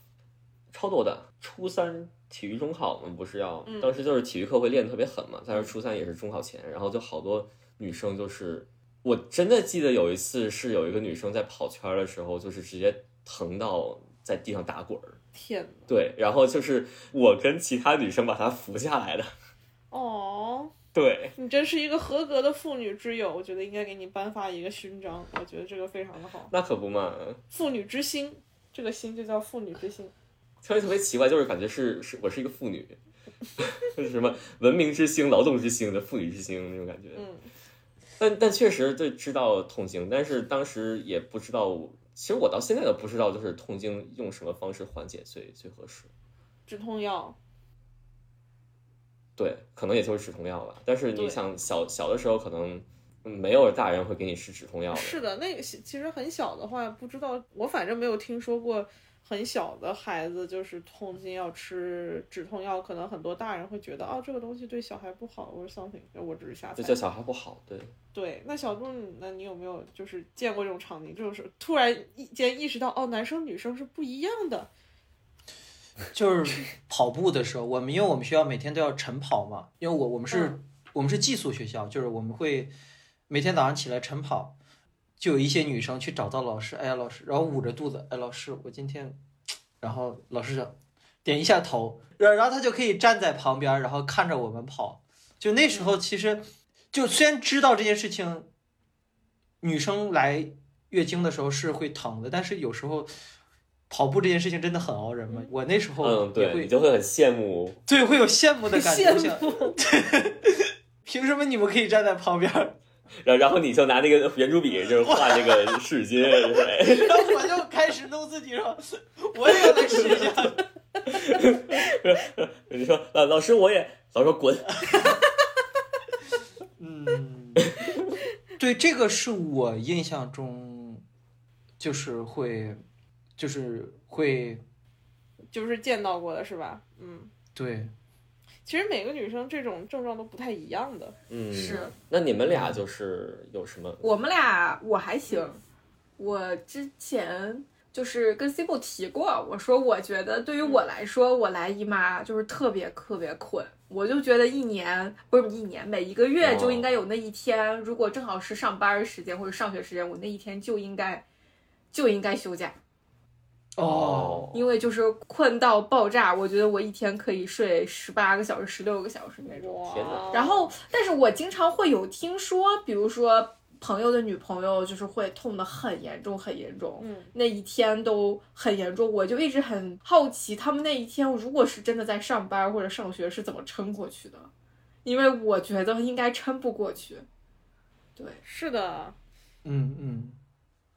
Speaker 2: 超多的。初三体育中考我们不是要，
Speaker 1: 嗯
Speaker 2: 当时就是体育课会练得特别狠嘛，但是初三也是中考前，然后就好多女生就是，我真的记得有一次是有一个女生在跑圈儿的时候，就是直接疼到在地上打滚儿。
Speaker 1: 天呐，
Speaker 2: 对，然后就是我跟其他女生把她扶下来的。
Speaker 1: 哦，
Speaker 2: 对，
Speaker 1: 你真是一个合格的妇女之友，我觉得应该给你颁发一个勋章，我觉得这个非常的好，
Speaker 2: 那可不嘛，
Speaker 1: 妇女之心。这个心就叫妇女之心，
Speaker 2: 特别特别奇怪，就是感觉是是我是一个妇女， [laughs] 就是什么文明之星、劳动之星的妇女之星那种感觉。
Speaker 1: 嗯，
Speaker 2: 但但确实对知道痛经，但是当时也不知道，其实我到现在都不知道，就是痛经用什么方式缓解最最合适。
Speaker 1: 止痛药，
Speaker 2: 对，可能也就是止痛药吧。但是
Speaker 1: 对
Speaker 2: 你想小小的时候，可能没有大人会给你吃止痛药的。
Speaker 1: 是的，那个其其实很小的话，不知道我反正没有听说过很小的孩子就是痛经要吃止痛药，可能很多大人会觉得哦这个东西对小孩不好，或者 something，我只是瞎
Speaker 2: 就叫
Speaker 1: 猜。
Speaker 2: 小孩不好，对，
Speaker 1: 对，那小杜，那你有没有就是见过这种场景，就是突然一间意识到哦男生女生是不一样的，
Speaker 4: [laughs] 就是跑步的时候，我们因为我们学校每天都要晨跑嘛，因为我我们是、我们是寄宿学校，就是我们会每天早上起来晨跑，就有一些女生去找到老师，哎呀老师，然后捂着肚子，哎老师我今天，然后老师就点一下头，然然后他就可以站在旁边，然后看着我们跑。就那时候其实就虽然知道这件事情，女生来月经的时候是会疼的，但是有时候跑步这件事情真的很熬人嘛。我那时候
Speaker 2: 嗯，
Speaker 4: 也
Speaker 2: 对
Speaker 4: 会
Speaker 2: 你就会很羡慕，
Speaker 4: 对，会有羡慕的感觉，
Speaker 5: 羡
Speaker 4: 我想
Speaker 5: 慕，
Speaker 4: [laughs] 凭什么你们可以站在旁边？
Speaker 2: 然然后你就拿那个圆珠笔就是画那个世 [laughs] 界，对
Speaker 4: [laughs] 然后我就开始弄自己说，我也要来试一下。
Speaker 2: 你说老老师我也，老师说滚，
Speaker 4: [laughs] 嗯， [laughs] 对，这个是我印象中，就是会，就是会，
Speaker 1: 就是见到过的是吧？嗯，
Speaker 4: 对，
Speaker 1: 其实每个女生这种症状都不太一样的。
Speaker 2: 嗯，
Speaker 3: 是。
Speaker 2: 那你们俩就是有什么？
Speaker 3: 我们俩我还
Speaker 1: 嗯
Speaker 3: 行，我之前就是跟 C 部提过，我说我觉得对于我来说，我来姨妈就是特别特别困，我就觉得一年不是一年，每一个月就应该有那一天，如果正好是上班时间或者上学时间，我那一天就应该就应该休假，
Speaker 4: 哦，
Speaker 3: 因为就是困到爆炸，我觉得我一天可以睡十八个小时、十六个小时那种。
Speaker 2: 天哪
Speaker 1: 哦
Speaker 3: 然后，但是我经常会有听说，比如说朋友的女朋友就是会痛得很严重，很严重，
Speaker 1: 嗯，
Speaker 3: 那一天都很严重。我就一直很好奇，他们那一天如果是真的在上班或者上学是怎么撑过去的，因为我觉得应该撑不过去。对，
Speaker 1: 是的，
Speaker 4: 嗯嗯，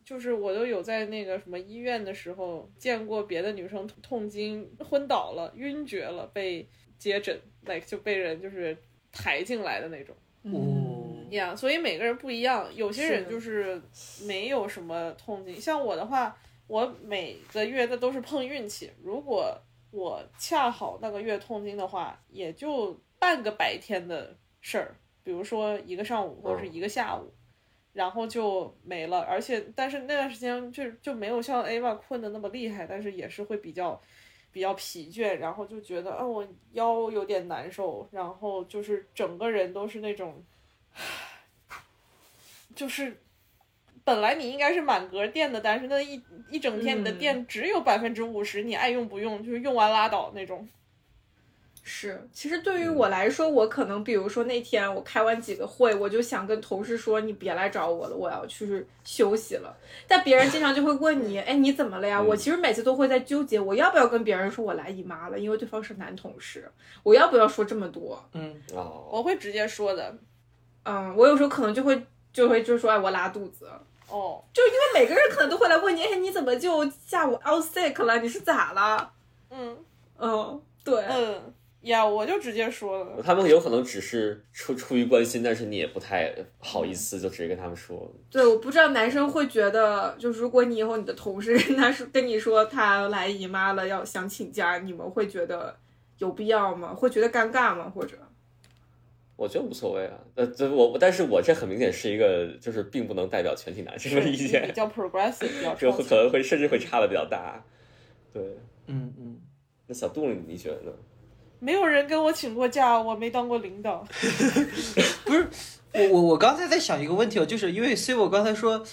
Speaker 1: 就是我都有在那个什么医院的时候见过别的女生痛痛经昏倒了、晕厥了，被接诊，like 就被人就是抬进来的那种。
Speaker 3: 嗯
Speaker 4: 哦，
Speaker 1: 呀所以每个人不一样，有些
Speaker 3: 是
Speaker 1: 人就是没有什么痛经，像我的话，我每个月那都是碰运气。如果我恰好那个月痛经的话，也就半个白天的事儿，比如说一个上午或者是一个下午，然后就没了。而且，但是那段时间就就没有像 Ava 困的那么厉害，但是也是会比较比较疲倦，然后就觉得啊，我腰有点难受，然后就是整个人都是那种，就是本来你应该是满格电的，但是那一一整天你的
Speaker 3: 嗯
Speaker 1: 电只有百分之五十，你爱用不用，就是用完拉倒那种。
Speaker 3: 是，其实对于我来说，我可能比如说那天我开完几个会，我就想跟同事说，你别来找我了，我要去休息了。但别人经常就会问你，哎，你怎么了呀？我其实每次都会在纠结，我要不要跟别人说我来姨妈了，因为对方是男同事，我要不要说这么多？
Speaker 4: 嗯，
Speaker 2: 哦，
Speaker 1: 我会直接说的
Speaker 3: 嗯，我有时候可能就会就会就说，哎，我拉肚子。
Speaker 1: 哦，
Speaker 3: 那每个人可能都会来问你，哎，你怎么就下午 out sick 了？你是咋了？
Speaker 1: 嗯
Speaker 3: 嗯，对，
Speaker 1: 嗯呀，我就直接说了。
Speaker 2: 他们有可能只是出出于关心，但是你也不太好意思，就直接跟他们说。
Speaker 3: 对，我不知道男生会觉得，就如果你以后你的同事 [laughs] 跟他说跟你说他来姨妈了，要想请假，你们会觉得有必要吗？会觉得尴尬吗？或者
Speaker 2: 我觉得无所谓啊，呃，这我但是我这很明显是一个，就是并不能代表全体男生的意
Speaker 1: 比
Speaker 2: 见，
Speaker 1: 较 progressive，比较
Speaker 2: [laughs] 这
Speaker 1: 超
Speaker 2: 会
Speaker 1: 前
Speaker 2: 可能会甚至会差的比较大。对，
Speaker 4: 嗯嗯，
Speaker 2: 那小杜你你觉得呢？
Speaker 1: 没有人跟我请过假，我没当过领导。
Speaker 4: 我我我刚才在想一个问题哦，就是因为 C 我刚才说，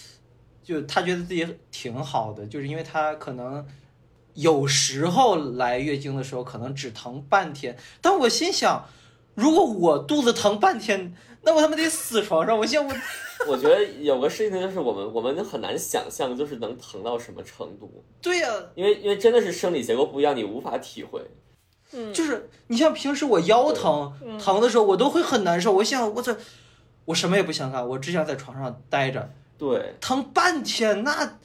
Speaker 4: 就他觉得自己挺好的，就是因为他可能有时候来月经的时候可能只疼半天，但我心想，如果我肚子疼半天，那我他妈得死床上，我现在我
Speaker 2: [laughs] 我觉得有个事情就是我们我们很难想象，就是能疼到什么程度，
Speaker 4: 对呀、
Speaker 2: 因为因为真的是生理结构不一样，你无法体会。
Speaker 1: 嗯，
Speaker 4: 就是你像平时我腰疼、
Speaker 1: 嗯
Speaker 4: 疼的时候，我都会很难受。我想我这我什么也不想干，我只想在床上待着，
Speaker 2: 对，
Speaker 4: 疼半天那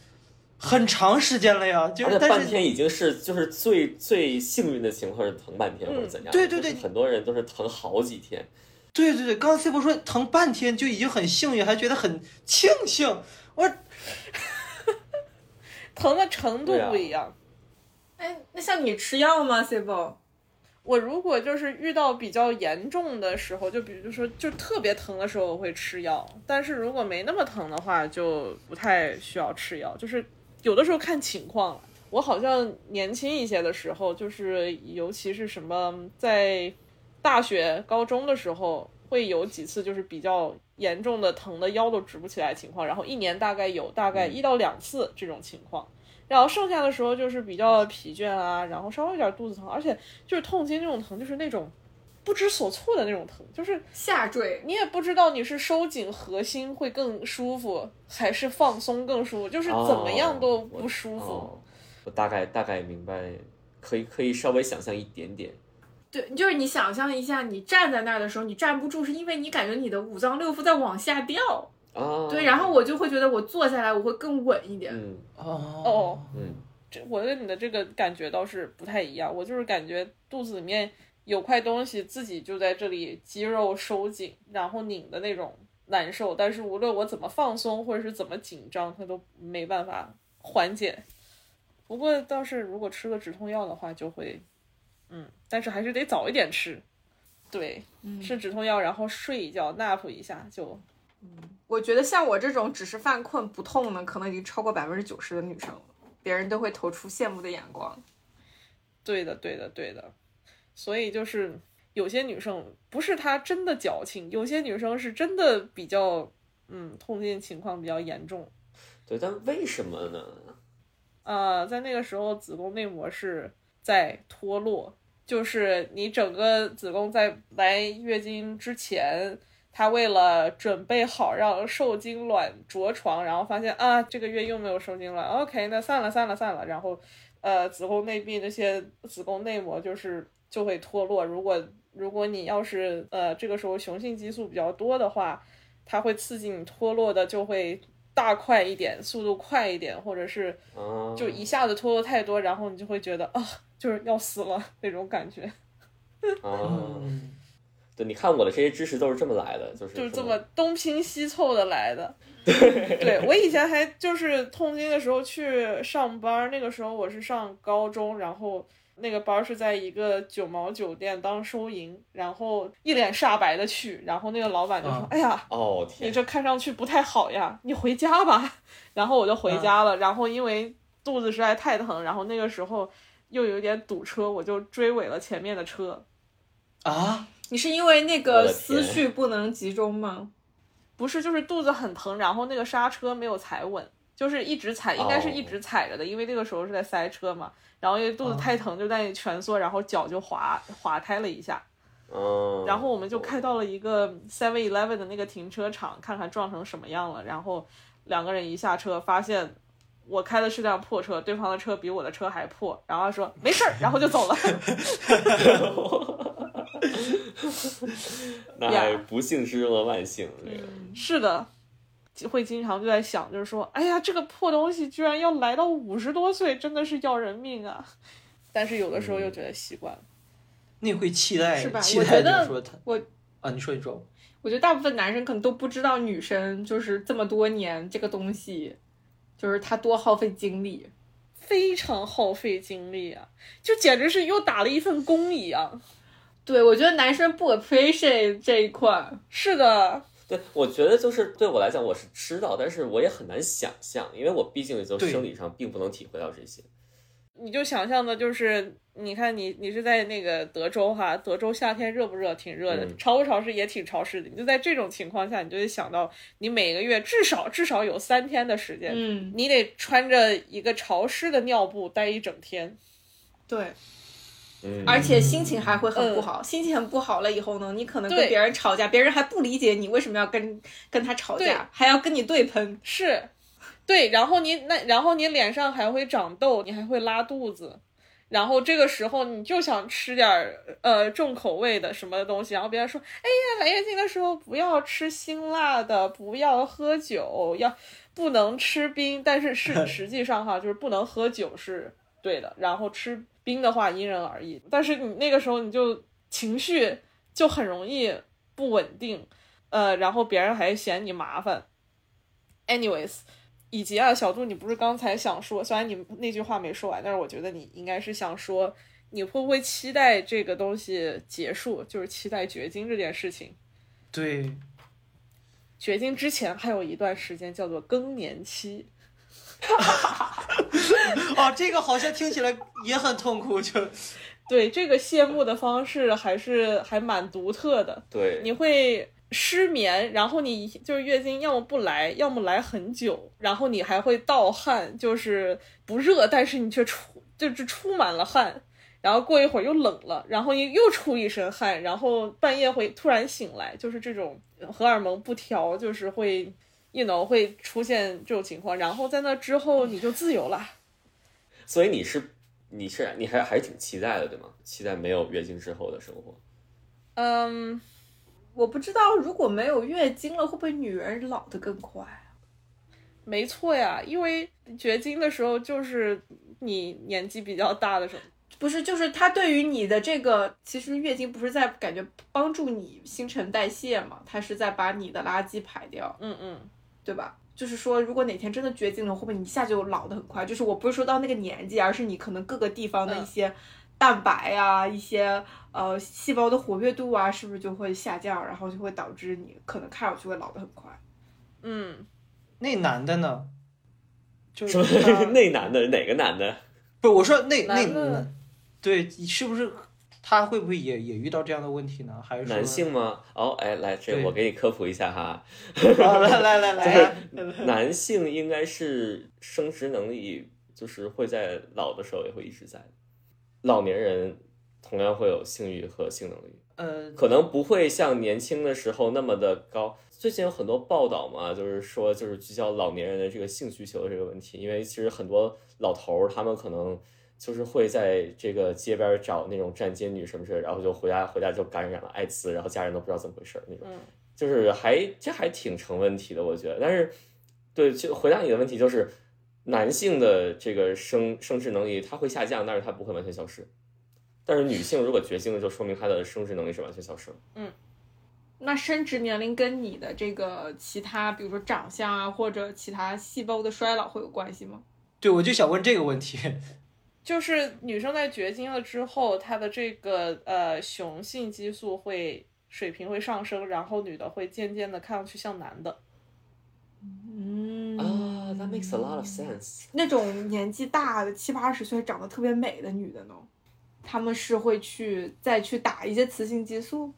Speaker 4: 很长时间了呀。就
Speaker 2: 而
Speaker 4: 是
Speaker 2: 且
Speaker 4: 但
Speaker 2: 半
Speaker 4: 是
Speaker 2: 天已经是就是最最幸运的情况是疼半天或者怎样，
Speaker 4: 对对
Speaker 2: 就是
Speaker 4: 对
Speaker 2: 很多人都是疼好几天。
Speaker 4: 对对对，刚才 C 博说疼半天就已经很幸运，还觉得很庆幸。
Speaker 1: 疼的程度不一样。
Speaker 3: 哎，那像你吃药吗，Sibo？
Speaker 1: 我如果就是遇到比较严重的时候，就比如说就特别疼的时候，我会吃药。但是如果没那么疼的话，就不太需要吃药。就是有的时候看情况了。我好像年轻一些的时候，就是尤其是什么在大学、高中的时候，会有几次就是比较严重的疼的腰都直不起来的情况，然后一年大概有大概一到两次这种情况。然后剩下的时候就是比较疲倦啊，然后稍微有点肚子疼，而且就是痛经这种疼，就是那种不知所措的那种疼，就是
Speaker 3: 下坠，
Speaker 1: 你也不知道你是收紧核心会更舒服，还是放松更舒服，就是怎么样都不舒服。
Speaker 2: 哦，我大概大概明白，可以可以稍微想象一点点。
Speaker 3: 对，就是你想象一下，你站在那儿的时候，你站不住，是因为你感觉你的五脏六腑在往下掉。
Speaker 2: 哦，
Speaker 3: 对，然后我就会觉得我坐下来我会更稳一点。
Speaker 2: 嗯
Speaker 4: 哦
Speaker 1: 哦，
Speaker 2: 嗯，
Speaker 1: 这我跟你的这个感觉倒是不太一样，我就是感觉肚子里面有块东西自己就在这里肌肉收紧，然后拧的那种难受，但是无论我怎么放松或者是怎么紧张，它都没办法缓解。不过倒是如果吃个止痛药的话，就会，嗯，但是还是得早一点吃。对，
Speaker 3: 嗯
Speaker 1: 吃止痛药，然后睡一觉，nap 一下就
Speaker 3: 我觉得像我这种只是犯困不痛呢，可能已经超过百分之九十的女生了，别人都会投出羡慕的眼光。
Speaker 1: 对的，对的，对的。所以就是有些女生不是她真的矫情，有些女生是真的比较，嗯，痛经情况比较严重。
Speaker 2: 对，但为什么呢？
Speaker 1: 呃，在那个时候，子宫内膜是在脱落，就是你整个子宫在来月经之前，它为了准备好让受精卵着床，然后发现啊，这个月又没有受精卵，OK，那散了散了散了，然后呃，子宫内壁那些子宫内膜就是就会脱落。如果如果你要是呃这个时候雄性激素比较多的话，它会刺激你脱落的就会大块一点，速度快一点，或者是
Speaker 2: 啊，
Speaker 1: 就一下子脱落太多，然后你就会觉得啊，就是要死了那种感觉，
Speaker 3: 哦
Speaker 2: 啊，
Speaker 4: 嗯
Speaker 2: 对，你看我的这些知识都是这么来的，就是
Speaker 1: 就是
Speaker 2: 什
Speaker 1: 这么东拼西凑的来的。 [laughs] 对我以前还就是痛经的时候去上班，那个时候我是上高中，然后那个班是在一个九毛酒店当收银，然后一脸煞白的去，然后那个老板就说：“
Speaker 4: 啊
Speaker 1: 哎呀，
Speaker 2: 哦
Speaker 1: 你
Speaker 2: 天，
Speaker 1: 这看上去不太好呀，你回家吧。 [laughs] 然后我就回家了，然后因为肚子实在太疼，然后那个时候又有点堵车，我就追尾了前面的车。
Speaker 4: 啊，
Speaker 3: 你是因为那
Speaker 2: 我
Speaker 3: 个
Speaker 2: 的天
Speaker 3: 思绪不能集中吗？
Speaker 1: 不是，就是肚子很疼，然后那个刹车没有踩稳，就是一直踩，应该是
Speaker 2: 哦
Speaker 1: 一直踩着的，因为那个时候是在塞车嘛。然后因为肚子太疼，就在蜷缩，然后脚就滑滑开了一下。
Speaker 2: 嗯，
Speaker 1: 然后我们就开到了一个 Seven Eleven 的那个停车场，看看撞成什么样了。然后两个人一下车，发现我开的是辆破车，对方的车比我的车还破。然后他说没事儿，然后就走了。 [laughs]
Speaker 2: 那
Speaker 1: 呀
Speaker 2: 还不幸之中的万幸，这个
Speaker 1: 是的，就会经常就在想，就是说，哎呀，这个破东西居然要来到五十多岁，真的是要人命啊！但是有的时候又觉得习惯了。
Speaker 4: 那会期待
Speaker 3: 是吧
Speaker 4: 期
Speaker 3: 我觉
Speaker 4: 待
Speaker 3: 得
Speaker 4: 就是说他
Speaker 3: 我
Speaker 4: 啊，你说你说，
Speaker 3: 我觉得大部分男生可能都不知道女生就是这么多年这个东西，就是它多耗费精力。
Speaker 1: 非常耗费精力啊，就简直是又打了一份工一样。
Speaker 3: 对，我觉得男生不 appreciate 这一块。
Speaker 1: 是的，
Speaker 2: 对，我觉得就是对我来讲，我是知道，但是我也很难想象，因为我毕竟从
Speaker 4: 对
Speaker 2: 生理上并不能体会到这些。
Speaker 1: 你就想象的就是，你看你你是在那个德州哈，德州夏天热不热？挺热的，
Speaker 2: 嗯
Speaker 1: 潮不潮湿？也挺潮湿的。你就在这种情况下，你就得想到你每个月至少至少有三天的时间，
Speaker 3: 嗯，
Speaker 1: 你得穿着一个潮湿的尿布待一整天。
Speaker 3: 对，
Speaker 2: 嗯，
Speaker 3: 而且心情还会很不好。心情很不好了以后呢，你可能
Speaker 1: 嗯
Speaker 3: 跟
Speaker 1: 对
Speaker 3: 别人吵架，别人还不理解你为什么要跟跟他吵
Speaker 1: 对
Speaker 3: 架，还要跟你对喷。
Speaker 1: 是，对，然后你那然后你脸上还会长痘，你还会拉肚子。然后这个时候你就想吃点儿呃重口味的什么东西，然后别人说，哎呀，来月经的时候不要吃辛辣的，不要喝酒，要不能吃冰。但是是实际上哈，就是不能喝酒是对的，然后吃冰的话因人而异。但是你那个时候你就情绪就很容易不稳定，呃，然后别人还嫌你麻烦。anyways，以及啊，小杜，你不是刚才想说，虽然你那句话没说完，但是我觉得你应该是想说，你会不会期待这个东西结束，就是期待绝经这件事情。
Speaker 4: 对，
Speaker 1: 绝经之前还有一段时间叫做更年期，
Speaker 4: 哦，这个好像听起来也很痛苦，就
Speaker 1: 对这个谢幕的方式还是还蛮独特的。
Speaker 2: 对，
Speaker 1: 你会失眠，然后你就是月经要么不来，要么来很久，然后你还会盗汗，就是不热，但是你却出就是出满了汗，然后过一会儿又冷了，然后又又出一身汗，然后半夜会突然醒来，就是这种荷尔蒙不调，就是会一 you know 会出现这种情况，然后在那之后你就自由了。
Speaker 2: 所以你是你是你还还挺期待的，对吗？期待没有月经之后的生活。
Speaker 1: 嗯，
Speaker 6: 我不知道如果没有月经了，会不会女人老得更快？
Speaker 1: 没错呀，因为绝经的时候就是你年纪比较大的时候。
Speaker 6: 不是，就是它对于你的这个，其实月经不是在感觉帮助你新陈代谢嘛，它是在把你的垃圾排掉，
Speaker 1: 嗯嗯，
Speaker 6: 对吧？就是说，如果哪天真的绝经了，会不会你一下就老得很快？就是我不是说到那个年纪，而是你可能各个地方的
Speaker 3: 嗯
Speaker 6: 一些蛋白啊，一些呃细胞的活跃度啊，是不是就会下降，然后就会导致你可能看上去会老得很快。
Speaker 1: 嗯，
Speaker 4: 那男的呢？就
Speaker 2: 什
Speaker 4: 是
Speaker 2: 么、
Speaker 4: 他
Speaker 2: [laughs] 那男的哪个男的？
Speaker 4: 不是我说那
Speaker 1: 男的
Speaker 4: 那对是不是他会不会也也遇到这样的问题呢？还是说啊
Speaker 2: 男性吗？哦，哎，来，这
Speaker 4: 对
Speaker 2: 我给你科普一下哈。
Speaker 4: 啊？来来
Speaker 2: [laughs]
Speaker 4: 来来呀，
Speaker 2: 男性应该是生殖能力，就是会在老的时候也会一直在。老年人同样会有性欲和性能力，
Speaker 4: 呃，
Speaker 2: 可能不会像年轻的时候那么的高。最近有很多报道嘛，就是说就是聚焦老年人的这个性需求的这个问题，因为其实很多老头儿他们可能就是会在这个街边儿找那种站街女什么之类的，然后就回家回家就感染了艾滋，然后家人都不知道怎么回事儿那种。
Speaker 1: 嗯
Speaker 2: 就是还这还挺成问题的，我觉得。但是，对，就回答你的问题，就是男性的这个生生殖能力它会下降，但是它不会完全消失。但是女性如果绝经了，就说明她的生殖能力是完全消失了。
Speaker 3: 那生殖年龄跟你的这个其他，比如说长相啊，或者其他细胞的衰老会有关系吗？
Speaker 4: 对我就想问这个问题，
Speaker 1: 就是女生在绝经了之后，她的这个呃雄性激素会水平会上升，然后女的会渐渐的看上去像男的。
Speaker 6: 嗯
Speaker 2: 啊、t h a t makes a lot of sense。
Speaker 6: 那种年纪大的七八十岁长得特别美的女的呢，她们是会去再去打一些雌性激素。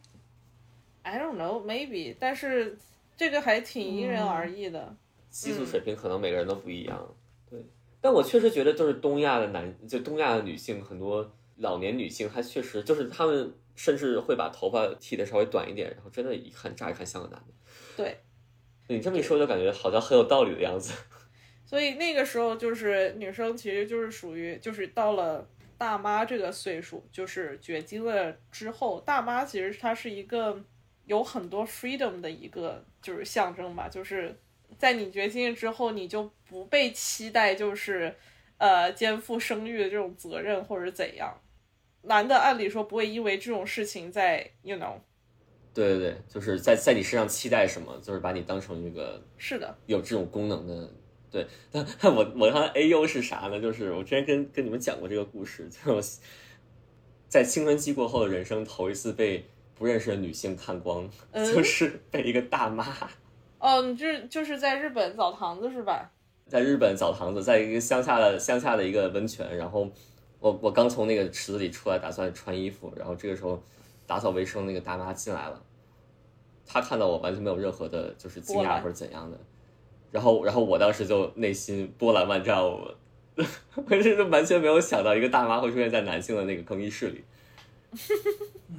Speaker 1: I don't know, maybe，但是这个还挺因人而异的。
Speaker 2: 激素水平可能每个人都不一样。对，但我确实觉得，就是东亚的男，就东亚的女性，很多老年女性，她确实就是她们甚至会把头发剃得稍微短一点，然后真的一看乍一看像个男的。
Speaker 1: 对，
Speaker 2: 你这么一说，就感觉好像很有道理的样子。 [laughs]
Speaker 1: 所以那个时候就是女生其实就是属于就是到了大妈这个岁数，就是绝经了之后，大妈其实她是一个有很多 freedom 的一个就是象征吧，就是在你绝经了之后，你就不被期待就是呃肩负生育的这种责任或者怎样。男的按理说不会因为这种事情在，you know，
Speaker 2: 对对对，就是在在你身上期待什么，就是把你当成一个
Speaker 1: 是的，
Speaker 2: 有这种功能的。对，但但我我看 A U 是啥呢？就是我之前跟跟你们讲过这个故事，就是我在青春期过后的人生头一次被不认识的女性看光，
Speaker 1: 嗯
Speaker 2: 就是被一个大妈
Speaker 1: 哦，你这就是在日本澡堂子是吧？
Speaker 2: 在日本澡堂子，在一个乡下的乡下的一个温泉，然后我我刚从那个池子里出来，打算穿衣服，然后这个时候打扫卫生那个大妈进来了，她看到我完全没有任何的就是惊
Speaker 1: 波
Speaker 2: 讶
Speaker 1: 澜
Speaker 2: 或者怎样的，然后然后我当时就内心波澜万丈，我 [laughs] 我真的完全没有想到一个大妈会出现在男性的那个更衣室里，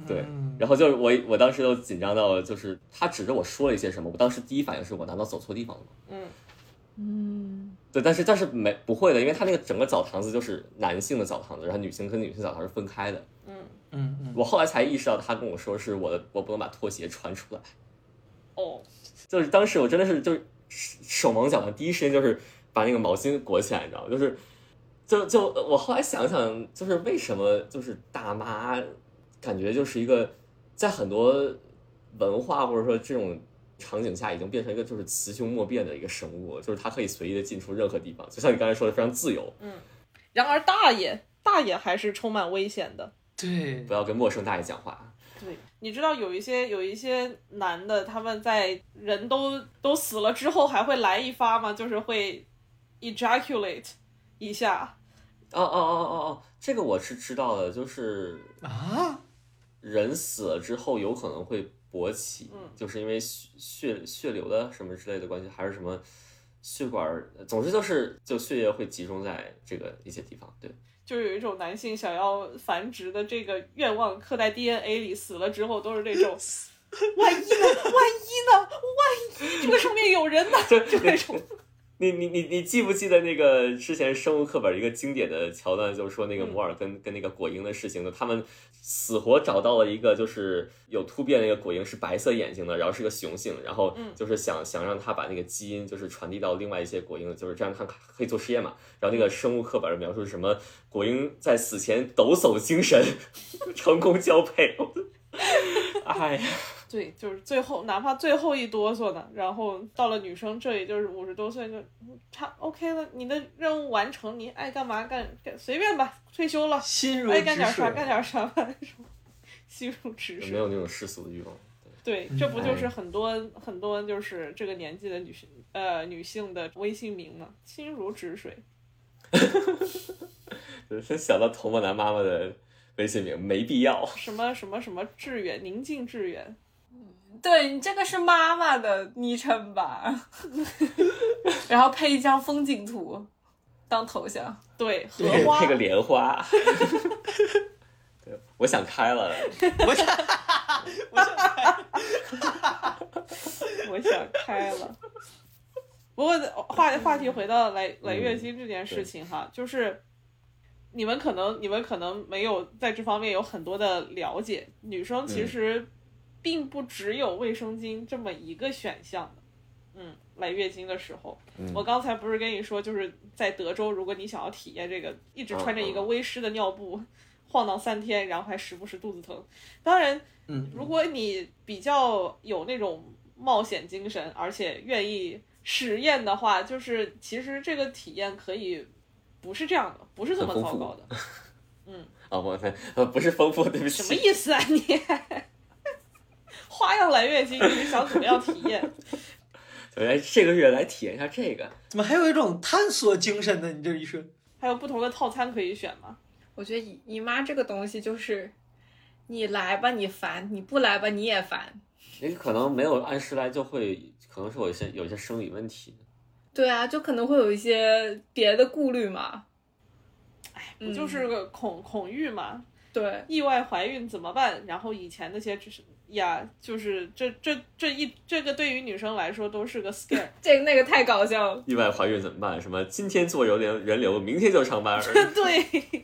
Speaker 2: 对
Speaker 4: 嗯
Speaker 2: 然后就是我我当时都紧张到了就是她指着我说了一些什么，我当时第一反应是我难道走错地方了吗？
Speaker 1: 嗯，
Speaker 6: 嗯，
Speaker 2: 对，但是但是没不会的，因为它那个整个澡堂子就是男性的澡堂子，然后女性跟女性澡堂是分开的。
Speaker 4: 嗯嗯，
Speaker 2: 我后来才意识到，他跟我说是我的，我不能把拖鞋穿出来。
Speaker 1: 哦，
Speaker 2: 就是当时我真的是就是手忙脚乱，第一时间就是把那个毛巾裹起来，你知道吗？就是就就我后来想想，就是为什么就是大妈感觉就是一个在很多文化或者说这种。场景下已经变成一个就是雌雄莫辨的一个生物，就是它可以随意的进出任何地方，就像你刚才说的非常自由。
Speaker 1: 然而大爷大爷还是充满危险的。
Speaker 4: 对
Speaker 2: 不要跟陌生大爷讲话。
Speaker 1: 对，你知道有一些有一些男的，他们在人都都死了之后还会来一发吗？就是会 ejaculate 一下。
Speaker 2: 哦哦哦哦哦，这个我是知道的，就是
Speaker 4: 啊，
Speaker 2: 人死了之后有可能会勃起，就是因为血血血流的什么之类的关系，还是什么血管儿，总之就是就血液会集中在这个一些地方。对，
Speaker 1: 就是有一种男性想要繁殖的这个愿望刻在 DNA 里，死了之后都是那种万一呢？万一呢？万一这个上面有人呢？
Speaker 2: 就
Speaker 1: 就那种
Speaker 2: 你你你你记不记得那个之前生物课本一个经典的桥段，就是说那个摩尔跟、跟那个果蝇的事情呢？他们死活找到了一个就是有突变的一个果蝇，是白色眼睛的，然后是个雄性，然后就是想、想让它把那个基因就是传递到另外一些果蝇，就是这样看可以做实验嘛。然后那个生物课本描述是什么果蝇在死前抖擞精神， [laughs] 成功交 [laughs] 配。哎呀，
Speaker 1: 对，就是最后哪怕最后一哆嗦呢，然后到了女生这里就是五十多岁就差 OK 了，你的任务完成，你爱干嘛干干随便吧，退休了，
Speaker 4: 心如
Speaker 1: 爱
Speaker 4: 止
Speaker 1: 哎干点啥
Speaker 4: 水。
Speaker 1: 干点啥吧，那种心如止水
Speaker 2: 没。有那哎种世俗的欲望。
Speaker 1: 对，这不就是很多、很多就是这个年纪的女性呃女性的微信名吗？心如止水。
Speaker 2: 就是想到童梦男妈妈的微信名，没必要。
Speaker 1: 什么什么什么致远，宁静致远，
Speaker 3: 对你这个是妈妈的昵称吧？ [laughs] 然后配一张风景图当头像，
Speaker 1: 对，荷
Speaker 2: 配
Speaker 1: 花
Speaker 2: 配个莲花。 [laughs] 对，我想开了，
Speaker 4: 我想，我想，
Speaker 1: 我想开了。不过话话题回到来来月经这
Speaker 2: 嗯
Speaker 1: 件事情哈，就是你们可能你们可能没有在这方面有很多的了解，女生
Speaker 2: 嗯
Speaker 1: 其实并不只有卫生巾这么一个选项的。嗯，来月经的时候，
Speaker 2: 嗯
Speaker 1: 我刚才不是跟你说，就是在德州，如果你想要体验这个，一直穿着一个
Speaker 2: 嗯嗯
Speaker 1: 微湿的尿布 [laughs] 晃荡三天，然后还时不时肚子疼。当然，
Speaker 4: 嗯，
Speaker 1: 如果你比较有那种冒险精神，而且愿意实验的话，就是其实这个体验可以不是这样的，不是这么
Speaker 2: 很
Speaker 1: 糟
Speaker 2: 丰富
Speaker 1: 糕的。
Speaker 2: 啊，我呃不是丰富，对不
Speaker 1: 什么
Speaker 2: 起。
Speaker 1: 意思啊你？
Speaker 2: [laughs]
Speaker 1: 花样来月经，你想怎么样体验？
Speaker 2: 来哎这个月来体验一下这个，
Speaker 4: 怎么还有一种探索精神呢？你这一说，
Speaker 1: 还有不同的套餐可以选吗？
Speaker 3: 我觉得姨姨妈这个东西就是，你来吧你烦，你不来吧你也烦。
Speaker 2: 你可能没有按时来，就会可能是有一些有一些生理问题。
Speaker 3: 对啊，就可能会有一些别的顾虑嘛。
Speaker 2: 嗯
Speaker 1: 不就是个恐恐育嘛？
Speaker 3: 对，
Speaker 1: 意外怀孕怎么办？然后以前那些知识呀，就是这这这一这个对于女生来说都是个 scare。 [laughs]
Speaker 3: 这个那个太搞笑了。
Speaker 2: 意外怀孕怎么办？什么今天做人流人流，明天就上班
Speaker 1: [laughs]
Speaker 2: 儿。
Speaker 1: 对，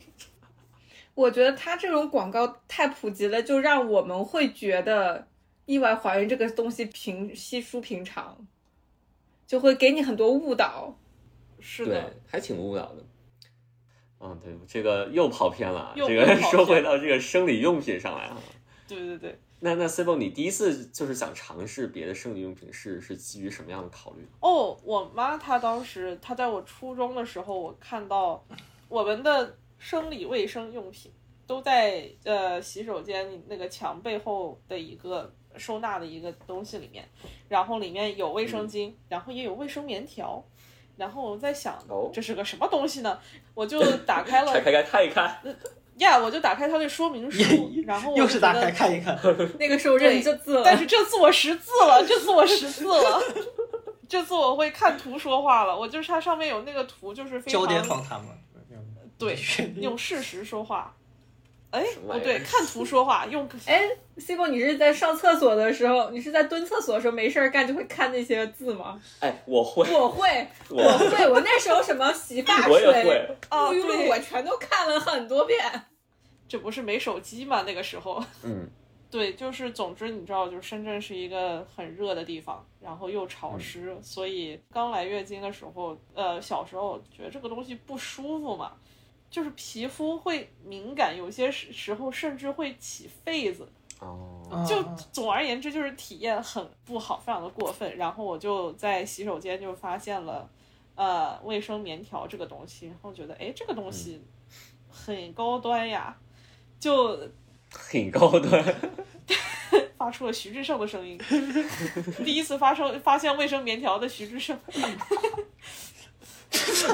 Speaker 3: 我觉得他这种广告太普及了，就让我们会觉得意外怀孕这个东西平稀疏平常，就会给你很多误导。
Speaker 1: 是
Speaker 2: 对
Speaker 1: 的，，
Speaker 2: 还挺误导的。嗯，对，这个又跑偏了啊。
Speaker 1: 又
Speaker 2: 这个
Speaker 1: 又跑
Speaker 2: 说回
Speaker 1: 偏
Speaker 2: 到这个生理用品上来啊。
Speaker 1: 对对对。
Speaker 2: 那那 Cibo，你第一次就是想尝试别的生理用品是是基于什么样的考虑？
Speaker 1: 哦，我妈她当时她在我初中的时候，我看到我们的生理卫生用品都在呃洗手间那个墙背后的一个收纳的一个东西里面，然后里面有卫生巾，然后也有卫生棉条，然后我在想、
Speaker 2: 哦
Speaker 1: 这是个什么东西呢？我就打开了
Speaker 2: 拆开开看一看，
Speaker 1: 呀我就打开它的说明书，然后我
Speaker 4: 又
Speaker 1: 就是
Speaker 4: 打
Speaker 1: 觉
Speaker 4: 开
Speaker 1: 得
Speaker 4: 看一看，
Speaker 3: 那个时候认这
Speaker 1: [laughs]
Speaker 3: 字
Speaker 1: 但
Speaker 3: 了，
Speaker 1: 是这次我识字了， [laughs] 这次我识字了， [laughs] 这次我会看图说话了。我就是它上面有那个图，就是非
Speaker 4: 焦点
Speaker 1: 常
Speaker 4: 访谈嘛。
Speaker 1: 对
Speaker 4: 对
Speaker 1: [laughs] 用事实说话。哎，
Speaker 2: 么玩
Speaker 1: 不
Speaker 2: 意
Speaker 1: 对，
Speaker 2: 儿
Speaker 1: 看图说话 [laughs] 用啊
Speaker 3: 哎，C 哥，你是在上厕所的时候，你是在蹲厕所的时候没事儿干就会看那些字吗？
Speaker 2: 哎，我会，
Speaker 1: [laughs]
Speaker 3: 我会，
Speaker 2: [laughs] 我
Speaker 3: 我会，我那时候什么洗发
Speaker 2: 我也
Speaker 3: 水、
Speaker 2: 会，
Speaker 1: 啊，
Speaker 3: 沐浴露，我
Speaker 1: 对，
Speaker 3: 全都看了很多遍。
Speaker 1: 这不是没手机吗？那个时候。 [laughs]
Speaker 2: 嗯，
Speaker 1: 对，就是总之你知道，就是深圳是一个很热的地方，然后又潮
Speaker 4: 嗯
Speaker 1: 湿，所以刚来月经的时候，呃，小时候觉得这个东西不舒服嘛，就是皮肤会敏感，有些时时候甚至会起痱子。
Speaker 2: 哦，
Speaker 4: 嗯
Speaker 1: 就总而言之，就是体验很不好，非常的过分。然后我就在洗手间就发现了，呃，卫生棉条这个东西，然后觉得哎，这个
Speaker 4: 嗯
Speaker 1: 东西很高端呀，就
Speaker 2: 很高端， [laughs]
Speaker 1: 发出了徐志胜的声音。 [laughs] 第一次发生发现卫生棉条的徐志胜， [laughs]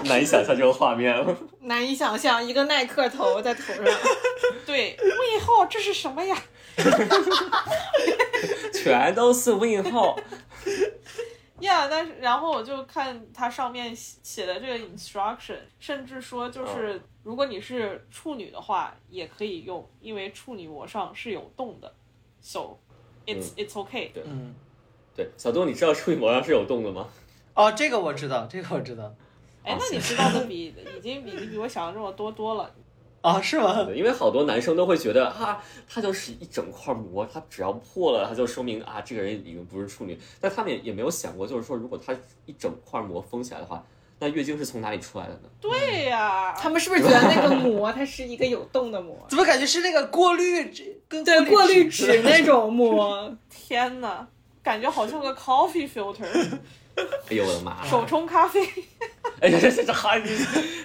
Speaker 2: 难以想象这个画面。
Speaker 3: 难以想象一个耐克头在 [laughs] 头上，
Speaker 1: 对，魏浩这是什么呀？
Speaker 2: [laughs] 全都是问号。
Speaker 1: 呀，但是然后我就看它上面写写的这个 instruction，甚至说就是如果你是处女的话也可以用，因为处女膜上是有洞的，so it's、it's okay。
Speaker 4: 嗯，
Speaker 2: 对，小东，你知道处女膜上是有洞的 [laughs] 吗？
Speaker 4: 哦，这个我知道，这个我知道。
Speaker 1: 哎，那你知道的比已经已经比我想的这么多多了。
Speaker 4: 啊，是吗？
Speaker 2: 对因为好多男生都会觉得啊，他就是一整块膜，他只要破了，他就说明啊，这个人已经不是处女。但他们也也没有想过，就是说，如果他一整块膜封起来的话，那月经是从哪里出来的呢？
Speaker 1: 对呀、
Speaker 3: 嗯
Speaker 5: 他们是不是觉得那个膜它是一个有洞的膜？
Speaker 4: 怎么感觉是那个过滤纸
Speaker 5: [laughs]
Speaker 4: 跟
Speaker 5: 对，过滤纸
Speaker 4: 纸？
Speaker 5: 那种膜，
Speaker 1: 天哪，感觉好像个 coffee filter，
Speaker 2: 哎呦我的
Speaker 1: [laughs]
Speaker 2: 妈！
Speaker 1: 手冲咖啡。
Speaker 2: 哎呀，这这这哈，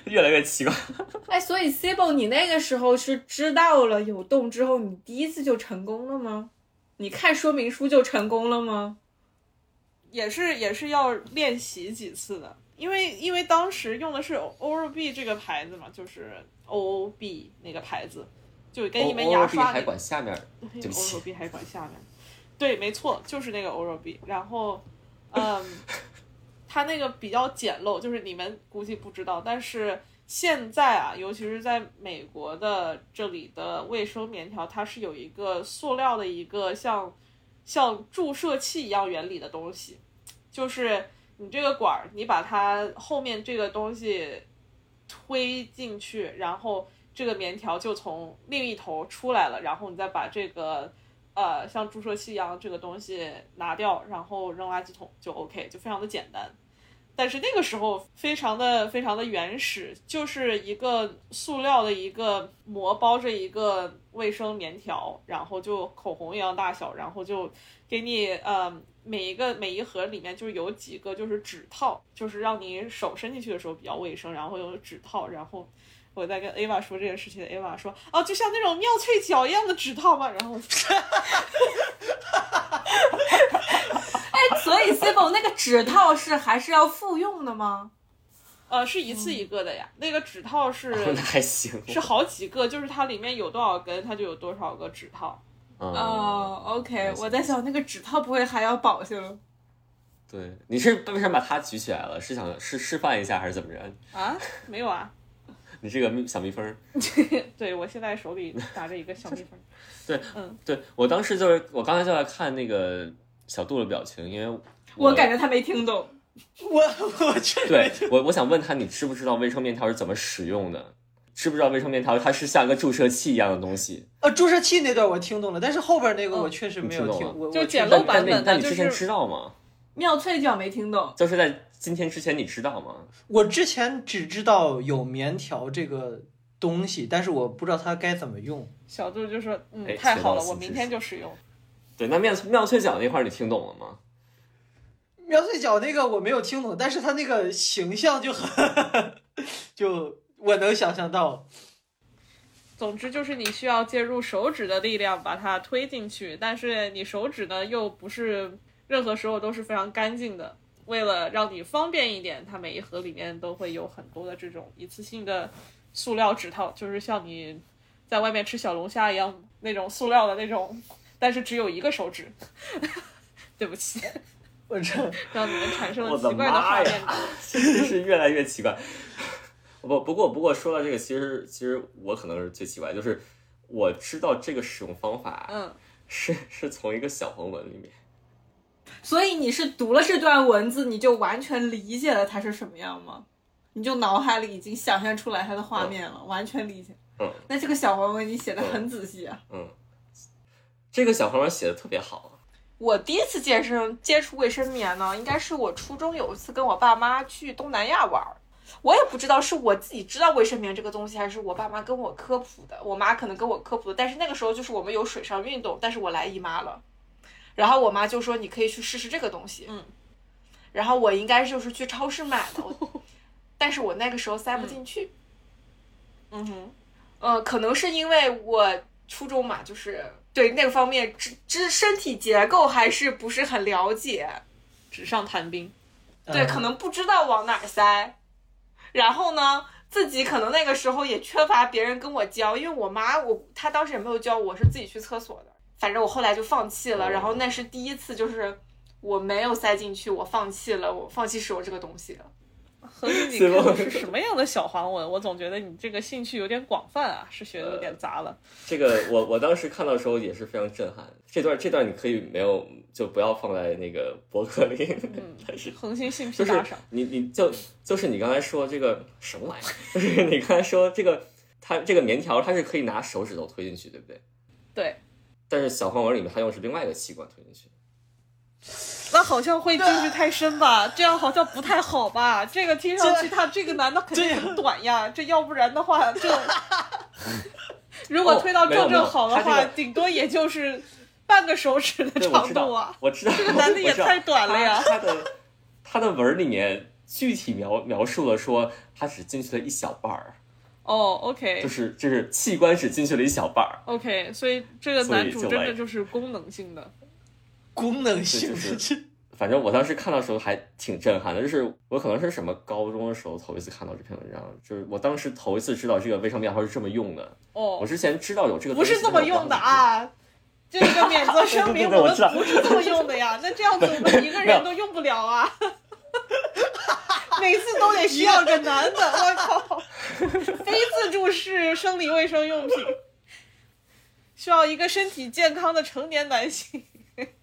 Speaker 2: 越来越奇怪。
Speaker 6: [laughs] 哎，所以 Sibo，你那个时候是知道了有洞之后，你第一次就成功了吗？你看说明书就成功了吗？
Speaker 1: 也是也是要练习几次的，因为因为当时用的是 Oral B 这个牌子嘛，就是 O O B 那个牌子，就跟哎你们牙刷
Speaker 2: 哦还
Speaker 1: 那个
Speaker 2: 管下
Speaker 1: [laughs]
Speaker 2: 面，对不
Speaker 1: Oral
Speaker 2: 起，
Speaker 1: B 还管下面，对，没错，就是那个 Oral B。然后，嗯，它那个比较简陋，就是你们估计不知道，但是现在啊，尤其是在美国的这里的卫生棉条，它是有一个塑料的一个像像注射器一样原理的东西，就是你这个管儿，你把它后面这个东西推进去，然后这个棉条就从另一头出来了，然后你再把这个呃像注射器一样的这个东西拿掉，然后扔垃圾桶就 OK，就非常的简单。但是那个时候非常的非常的原始，就是一个塑料的一个膜包着一个卫生棉条，然后就口红一样大小，然后就给你呃每一个每一盒里面就是有几个就是指套，就是让你手伸进去的时候比较卫生，然后有指套，然后我在跟 Ava 说这件事情，Ava 说哦，就像那种妙脆角一样的指套嘛，然后
Speaker 6: 哎，所以 Sibo 那个指套是还是要复用的吗？
Speaker 1: 呃是一次一个的呀，那个指套是
Speaker 2: 那 [laughs] 还行。
Speaker 1: 是好几个，就是它里面有多少根，它就有多少个指套。
Speaker 2: 嗯，
Speaker 6: 哦、o k 我在想那个指套不会还要保修？
Speaker 2: 对，你是为什么把它举起来了？是想是示范一下还是怎么着？
Speaker 1: 啊， [laughs] 没有啊，
Speaker 2: 你这个小蜜蜂。
Speaker 1: 对我现在手里拿着一个小蜜蜂，
Speaker 2: 对我当时就是我刚才就在看那个小杜的表情，因为我
Speaker 6: 我感觉他没听懂。
Speaker 4: 我我这
Speaker 2: 对我我想问他，你知不知道卫生面条是怎么使用的？知不知道卫生面条它是像一个注射器一样的东西？
Speaker 4: 呃注射器那段我听懂了，但是后边那个
Speaker 1: 嗯
Speaker 4: 我确实没有
Speaker 2: 你听
Speaker 4: 听
Speaker 2: 懂，了
Speaker 4: 我我
Speaker 1: 就
Speaker 4: 确实
Speaker 1: 简
Speaker 2: 但
Speaker 1: 陋版本的
Speaker 2: 但你但你
Speaker 1: 就是
Speaker 2: 之前知道吗？
Speaker 6: 妙脆角没听懂，
Speaker 2: 就是在今天之前你知道吗？
Speaker 4: 我之前只知道有棉条这个东西，但是我不知道它该怎么用。
Speaker 1: 小杜就说嗯
Speaker 2: 哎
Speaker 1: 太
Speaker 2: 学
Speaker 1: 好
Speaker 2: 到
Speaker 1: 了，
Speaker 2: 了
Speaker 1: 我
Speaker 2: 新
Speaker 1: 明
Speaker 2: 知
Speaker 1: 天
Speaker 2: 识
Speaker 1: 就使用。
Speaker 2: 对，那妙妙脆角那块儿你听懂了吗？
Speaker 4: 苗翠角那个我没有听懂，但是他那个形象就很，就我能想象到。
Speaker 1: 总之就是你需要借助手指的力量把它推进去，但是你手指呢又不是任何时候都是非常干净的。为了让你方便一点，它每一盒里面都会有很多的这种一次性的塑料指套，就是像你在外面吃小龙虾一样那种塑料的那种，但是只有一个手指。 [laughs] 对不起，
Speaker 4: 我这
Speaker 1: 让你们产生了
Speaker 2: 我的
Speaker 1: 奇怪的画
Speaker 2: 妈
Speaker 1: 面
Speaker 2: 呀
Speaker 1: 感。
Speaker 2: 真是越来越奇怪。不，不过不过说到这个，其实其实我可能是最奇怪，就是我知道这个使用方法
Speaker 1: 嗯，
Speaker 2: 是是从一个小黄文里面。
Speaker 6: 所以你是读了这段文字，你就完全理解了它是什么样吗？你就脑海里已经想象出来它的画面了，完全理解。
Speaker 2: 嗯
Speaker 6: 那这个小黄文你写的很仔细啊。
Speaker 2: 嗯，这个小黄文写的特别好。
Speaker 3: 我第一次健身接触卫生棉呢，应该是我初中有一次跟我爸妈去东南亚玩儿，我也不知道是我自己知道卫生棉这个东西，还是我爸妈跟我科普的，我妈可能跟我科普的。但是那个时候就是我们有水上运动，但是我来姨妈了，然后我妈就说你可以去试试这个东西，
Speaker 1: 嗯，
Speaker 3: 然后我应该就是去超市买的，我但是我那个时候塞不进去，
Speaker 1: 嗯哼，
Speaker 3: 呃，可能是因为我初中嘛，就是对那个方面知知身体结构还是不是很了解，
Speaker 1: 纸上谈兵。
Speaker 4: 呃
Speaker 3: 对，可能不知道往哪儿塞。然后呢，自己可能那个时候也缺乏别人跟我教，因为我妈我她当时也没有教我，是自己去厕所的，反正我后来就放弃了。然后那是第一次，就是我没有塞进去，我放弃了，我放弃使用这个东西了。
Speaker 1: 何
Speaker 2: [laughs]
Speaker 1: 必你
Speaker 2: 是吗
Speaker 1: 看我是什么样的小黄文？我总觉得你这个兴趣有点广泛啊，是学的有点杂了。
Speaker 2: 这个我我当时看到的时候也是非常震撼。这段这段你可以没有就不要放在那个博客里， [laughs] 但是
Speaker 1: 恒星性
Speaker 2: 就
Speaker 1: 批嗯
Speaker 2: 是
Speaker 1: 打赏，
Speaker 2: 你你就就是你刚才说这个什么玩意儿， [laughs] 就是你刚才说这个它这个棉条它是可以拿手指头推进去，对不对？
Speaker 1: 对，
Speaker 2: 但是小黄文里面它用的是另外一个器官推进去，
Speaker 1: 那好像会进去太深吧？这样好像不太好吧？这个听上去他这个男的肯定很短呀，这要不然的话，
Speaker 2: [laughs]
Speaker 1: 这如果推到
Speaker 2: 哦没有
Speaker 1: 正
Speaker 2: 没有
Speaker 1: 正好的
Speaker 2: 他这
Speaker 1: 话，
Speaker 2: 个
Speaker 1: 顶多也就是半个手指的
Speaker 2: 对，我
Speaker 1: 长
Speaker 2: 知
Speaker 1: 度
Speaker 2: 道
Speaker 1: 啊，。
Speaker 2: 我知道，
Speaker 1: 这个男的也
Speaker 2: 我知道
Speaker 1: 太短了呀
Speaker 2: 他他的他的文儿里面具体描描述了说，他只进去了一小半儿，
Speaker 1: 哦
Speaker 2: 就
Speaker 1: ，OK
Speaker 2: 是就是器官只进去了一小半儿，
Speaker 1: OK，所以这个
Speaker 2: 所以
Speaker 1: 男主
Speaker 2: 就
Speaker 1: 真
Speaker 2: 来
Speaker 1: 的就是功能性的。
Speaker 4: 功能性
Speaker 2: 对就
Speaker 4: 的这
Speaker 2: 反正我当时看到的时候还挺震撼的，就是我可能是什么高中的时候头一次看到这篇文章，就是我当时头一次知道这个微商面条是这么用的。
Speaker 1: 哦
Speaker 2: 我，之前知道有这个
Speaker 1: 不
Speaker 2: 东西，
Speaker 1: 是这么用的啊。这个免责声明
Speaker 2: 对对对
Speaker 1: 们
Speaker 2: 我知道
Speaker 1: 不是这么用的呀，那这样子我们一个人都用不了啊，每次都得需要个男的，我靠，非自助式生理卫生用品，需要一个身体健康的成年男性